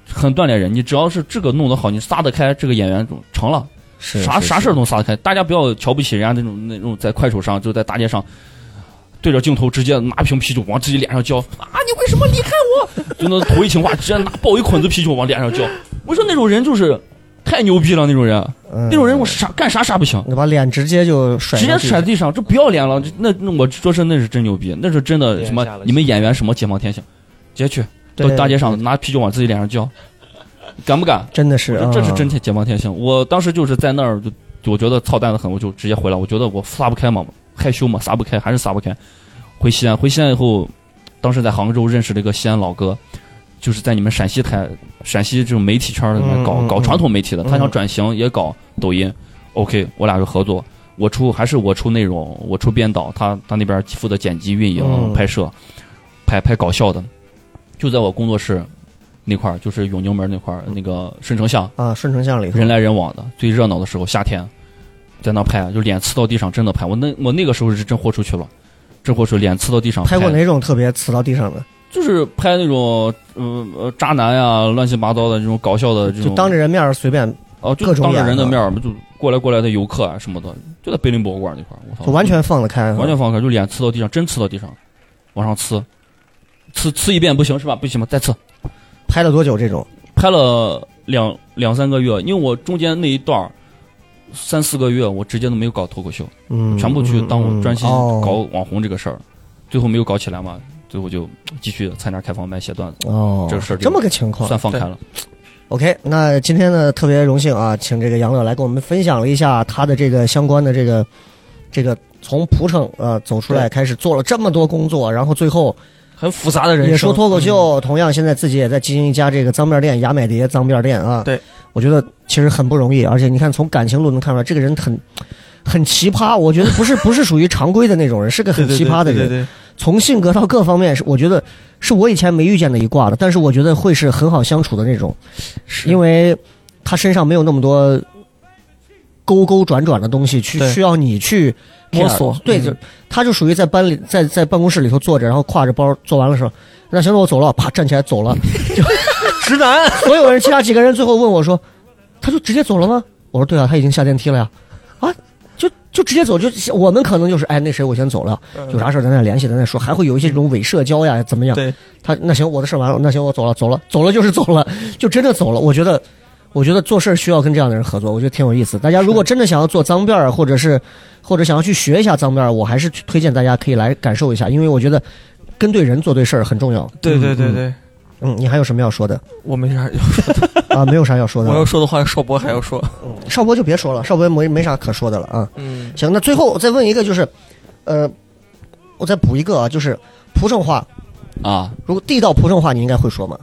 [SPEAKER 5] 很锻炼人。你只要是这个弄得好，你撒得开，这个演员成了。
[SPEAKER 2] 是
[SPEAKER 5] 啥
[SPEAKER 2] 是
[SPEAKER 5] 啥
[SPEAKER 2] 是
[SPEAKER 5] 事儿都撒得开，大家不要瞧不起人家那种那种在快手上就在大街上对着镜头直接拿瓶啤酒往自己脸上浇啊！你为什么离开我？ 就那头一情话，直接拿抱一捆子啤酒往脸上浇。我说那种人就是太牛逼了，那种人，
[SPEAKER 2] 嗯
[SPEAKER 5] 那种人我啥干啥啥不行，
[SPEAKER 2] 你把脸直接就甩
[SPEAKER 5] 直
[SPEAKER 2] 到
[SPEAKER 5] 接
[SPEAKER 2] 地上，
[SPEAKER 5] 甩地上，这不要脸了。这那那我说真那是真牛逼，那是真的
[SPEAKER 6] 脸
[SPEAKER 5] 什么
[SPEAKER 6] 下了？
[SPEAKER 5] 你们演员什么解放天性，直接去
[SPEAKER 2] 对
[SPEAKER 5] 到大街上拿啤酒往自己脸 上浇，敢不敢？
[SPEAKER 2] 真的是
[SPEAKER 5] 我说，这是
[SPEAKER 2] 嗯
[SPEAKER 5] 真天解放天性。我当时就是在那儿，就就我觉得操蛋的很，我就直接回来。我觉得我撒不开嘛，害羞嘛，撒不开，还是撒不开。回西安，回西安以后，当时在杭州认识了一个西安老哥，就是在你们陕西台、陕西这种媒体圈里面搞、
[SPEAKER 2] 嗯嗯
[SPEAKER 5] 搞传统媒体的，他想
[SPEAKER 2] 嗯
[SPEAKER 5] 转型也搞抖音。OK，我俩就合作，我出还是我出内容，我出编导，他他那边负责剪辑、运营、
[SPEAKER 2] 嗯
[SPEAKER 5] 拍摄，拍拍搞笑的，就在我工作室那块儿，就是永宁门那块儿，那个顺城巷，
[SPEAKER 2] 啊，顺城巷里头
[SPEAKER 5] 人来人往的，最热闹的时候，夏天，在那拍，就脸呲到地上，真的拍。我那我那个时候是真豁出去了，真豁出去脸呲到地上
[SPEAKER 2] 拍过哪种特别呲到地上的？
[SPEAKER 5] 就是拍那种呃呃渣男呀、乱七八糟的这种搞笑的这种，
[SPEAKER 2] 就当着人面儿随便，
[SPEAKER 5] 哦，就
[SPEAKER 2] 各种
[SPEAKER 5] 当着
[SPEAKER 2] 演
[SPEAKER 5] 人的
[SPEAKER 2] 的
[SPEAKER 5] 面儿就过来过来的游客啊什么的，就在碑林博物馆那块儿，我操，
[SPEAKER 2] 就完全放得开，啊
[SPEAKER 5] 完全放开，就脸呲到地上，真呲到地上，往上呲，呲呲一遍不行是吧？不行吧，再呲，
[SPEAKER 2] 拍了多久这种？
[SPEAKER 5] 拍了两两三个月，因为我中间那一段儿三四个月，我直接都没有搞脱口秀，
[SPEAKER 2] 嗯，
[SPEAKER 5] 全部去当
[SPEAKER 2] 嗯
[SPEAKER 5] 我专心
[SPEAKER 2] 嗯哦
[SPEAKER 5] 搞网红这个事儿，最后没有搞起来嘛，最后就继续参加开放麦写段子，
[SPEAKER 2] 哦，
[SPEAKER 5] 这个事儿就
[SPEAKER 2] 这么个情况
[SPEAKER 5] 算。放开了。
[SPEAKER 2] OK，那今天呢特别荣幸啊，请这个杨乐来跟我们分享了一下他的这个相关的这个这个从蒲城呃走出来开始做了这么多工作，然后最后
[SPEAKER 4] 很复杂的人生。嗯
[SPEAKER 2] 也说脱口秀，同样现在自己也在经营一家这个脏辫儿店雅买蝶脏辫儿店啊。
[SPEAKER 4] 对，
[SPEAKER 2] 我觉得其实很不容易，而且你看从感情路能看出来，这个人很很奇葩，我觉得不是不是属于常规的那种人，是个
[SPEAKER 4] 嗯，
[SPEAKER 2] 很奇葩的人。
[SPEAKER 4] 对对对
[SPEAKER 2] 从性格到各方面是，我觉得是我以前没遇见的一挂的，但是我觉得会是很好相处的那种，
[SPEAKER 4] 是
[SPEAKER 2] 因为他身上没有那么多勾勾转转的东西去
[SPEAKER 4] 对
[SPEAKER 2] 需要你去
[SPEAKER 4] 摸索
[SPEAKER 2] 对，
[SPEAKER 4] 嗯
[SPEAKER 2] 就他就属于在班里在在办公室里头坐着，然后挎着包做完了时候，那行了，我走了，啪站起来走了。
[SPEAKER 4] 直男，
[SPEAKER 2] 所有人，其他几个人最后问我说：“他就直接走了吗？”我说：“对啊，他已经下电梯了呀。”啊，就就直接走，就我们可能就是哎，那谁我先走了，
[SPEAKER 4] 嗯
[SPEAKER 2] 有啥事儿咱再联系，咱再说。还会有一些这种伪社交呀，怎么样？
[SPEAKER 4] 对，
[SPEAKER 2] 他那行，我的事儿完了，那行我走了，走了，走了就是走了， 就真的走了。我觉得，我觉得做事儿需要跟这样的人合作，我觉得挺有意思。大家如果真的想要做脏辫儿，或者是或者想要去学一下脏辫儿，我还是推荐大家可以来感受一下，因为我觉得跟对人做对事儿很重要。
[SPEAKER 4] 对对对
[SPEAKER 2] 嗯，
[SPEAKER 4] 对，
[SPEAKER 2] 嗯，你还有什么要说的
[SPEAKER 4] 我没啥，
[SPEAKER 2] 啊？没有啥要说的
[SPEAKER 4] 嗯我
[SPEAKER 2] 啊。
[SPEAKER 4] 要说的话，邵博还要说，
[SPEAKER 2] 少博就别说了，少博没没啥可说的了啊。
[SPEAKER 4] 嗯，
[SPEAKER 2] 行，那最后我再问一个，就是，呃，我再补一个啊，就是蒲城话，
[SPEAKER 5] 啊！
[SPEAKER 2] 如果地道蒲城话，你应该会说嘛？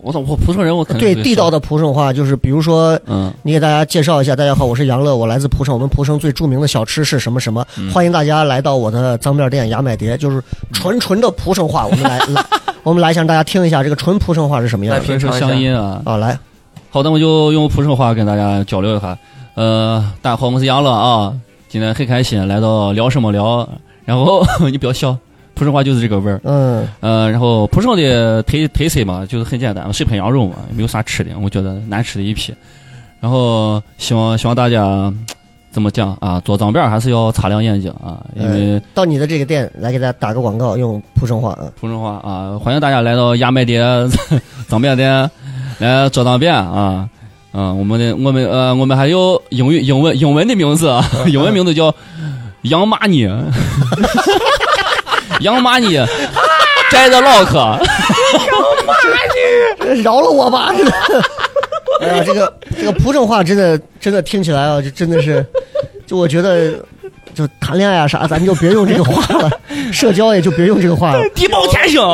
[SPEAKER 5] 我操，我蒲城人，我肯定
[SPEAKER 2] 对，
[SPEAKER 5] 会
[SPEAKER 2] 地
[SPEAKER 5] 说
[SPEAKER 2] 道的蒲城话就是，比如说，
[SPEAKER 5] 嗯，
[SPEAKER 2] 你给大家介绍一下，大家好，我是杨乐，我来自蒲城，我们蒲城最著名的小吃是什么什么？
[SPEAKER 5] 嗯
[SPEAKER 2] 欢迎大家来到我的脏辫店雅买蝶，就是纯纯的蒲城话，我们来来，我们来想让大家听一下这个纯蒲城话是什么样
[SPEAKER 4] 来
[SPEAKER 2] 的
[SPEAKER 4] 品
[SPEAKER 5] 这
[SPEAKER 4] 尝
[SPEAKER 5] 是
[SPEAKER 4] 一
[SPEAKER 5] 乡
[SPEAKER 4] 下。
[SPEAKER 5] 音啊。
[SPEAKER 2] 啊？来，
[SPEAKER 5] 好，那我就用普通话跟大家交流一下。呃，大家好，我们是杨乐啊，今天很开心来到聊什么聊，然后 你不要笑，普通话就是这个味儿。
[SPEAKER 2] 嗯，
[SPEAKER 5] 呃，然后蒲城的特特色嘛，就是很简单，水盆羊肉嘛，也没有啥吃的，我觉得难吃的一批。然后希望希望大家呃怎么讲啊，做脏辫儿还是要擦亮眼睛啊，
[SPEAKER 2] 哎
[SPEAKER 5] 因为
[SPEAKER 2] 到你的这个店来给大家打个广告，用蒲城话啊。
[SPEAKER 5] 普通话啊，欢迎大家来到亚麦店脏辫店来做脏辫啊。嗯，我们的我们呃，我们还有英语英文英文的名字啊，英文名字叫杨马尼，杨马尼，摘的唠嗑。
[SPEAKER 2] 饶了我吧！真的 哎呀，这个这个蒲城话真的真的听起来啊，就真的是， 就我觉得，就谈恋爱啊啥，咱就别用这个话了，社交也就别用这个话了。
[SPEAKER 5] 地包天星。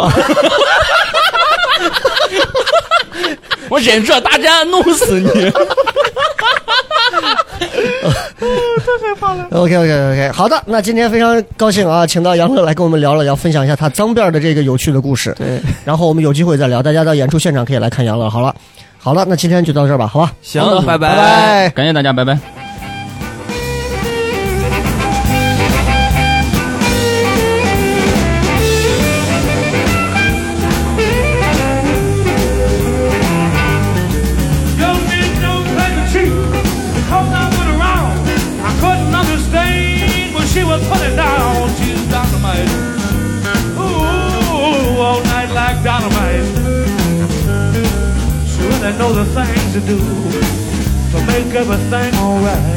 [SPEAKER 5] 我忍者大战弄死你！
[SPEAKER 2] OK OK OK，好的，那今天非常高兴啊，请到杨乐来跟我们聊了聊，分享一下他脏辫儿的这个有趣的故事。
[SPEAKER 4] 对，
[SPEAKER 2] 然后我们有机会再聊，大家到演出现场可以来看杨乐。好了，好了，那今天就到这儿吧，好吧，
[SPEAKER 4] 行
[SPEAKER 5] 好的，
[SPEAKER 4] 拜
[SPEAKER 2] 拜拜。
[SPEAKER 5] 感谢大家，拜拜。
[SPEAKER 7] Young men don't play the chief because I went around. I couldn't understand what she was putting down. She's dynamite. Ooh, all night like dynamite. She really know the things to do to make everything alright.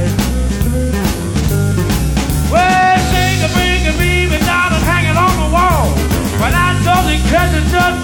[SPEAKER 7] Well, she can bring a beam and down and hang it on the wall. But I doesn't catch it just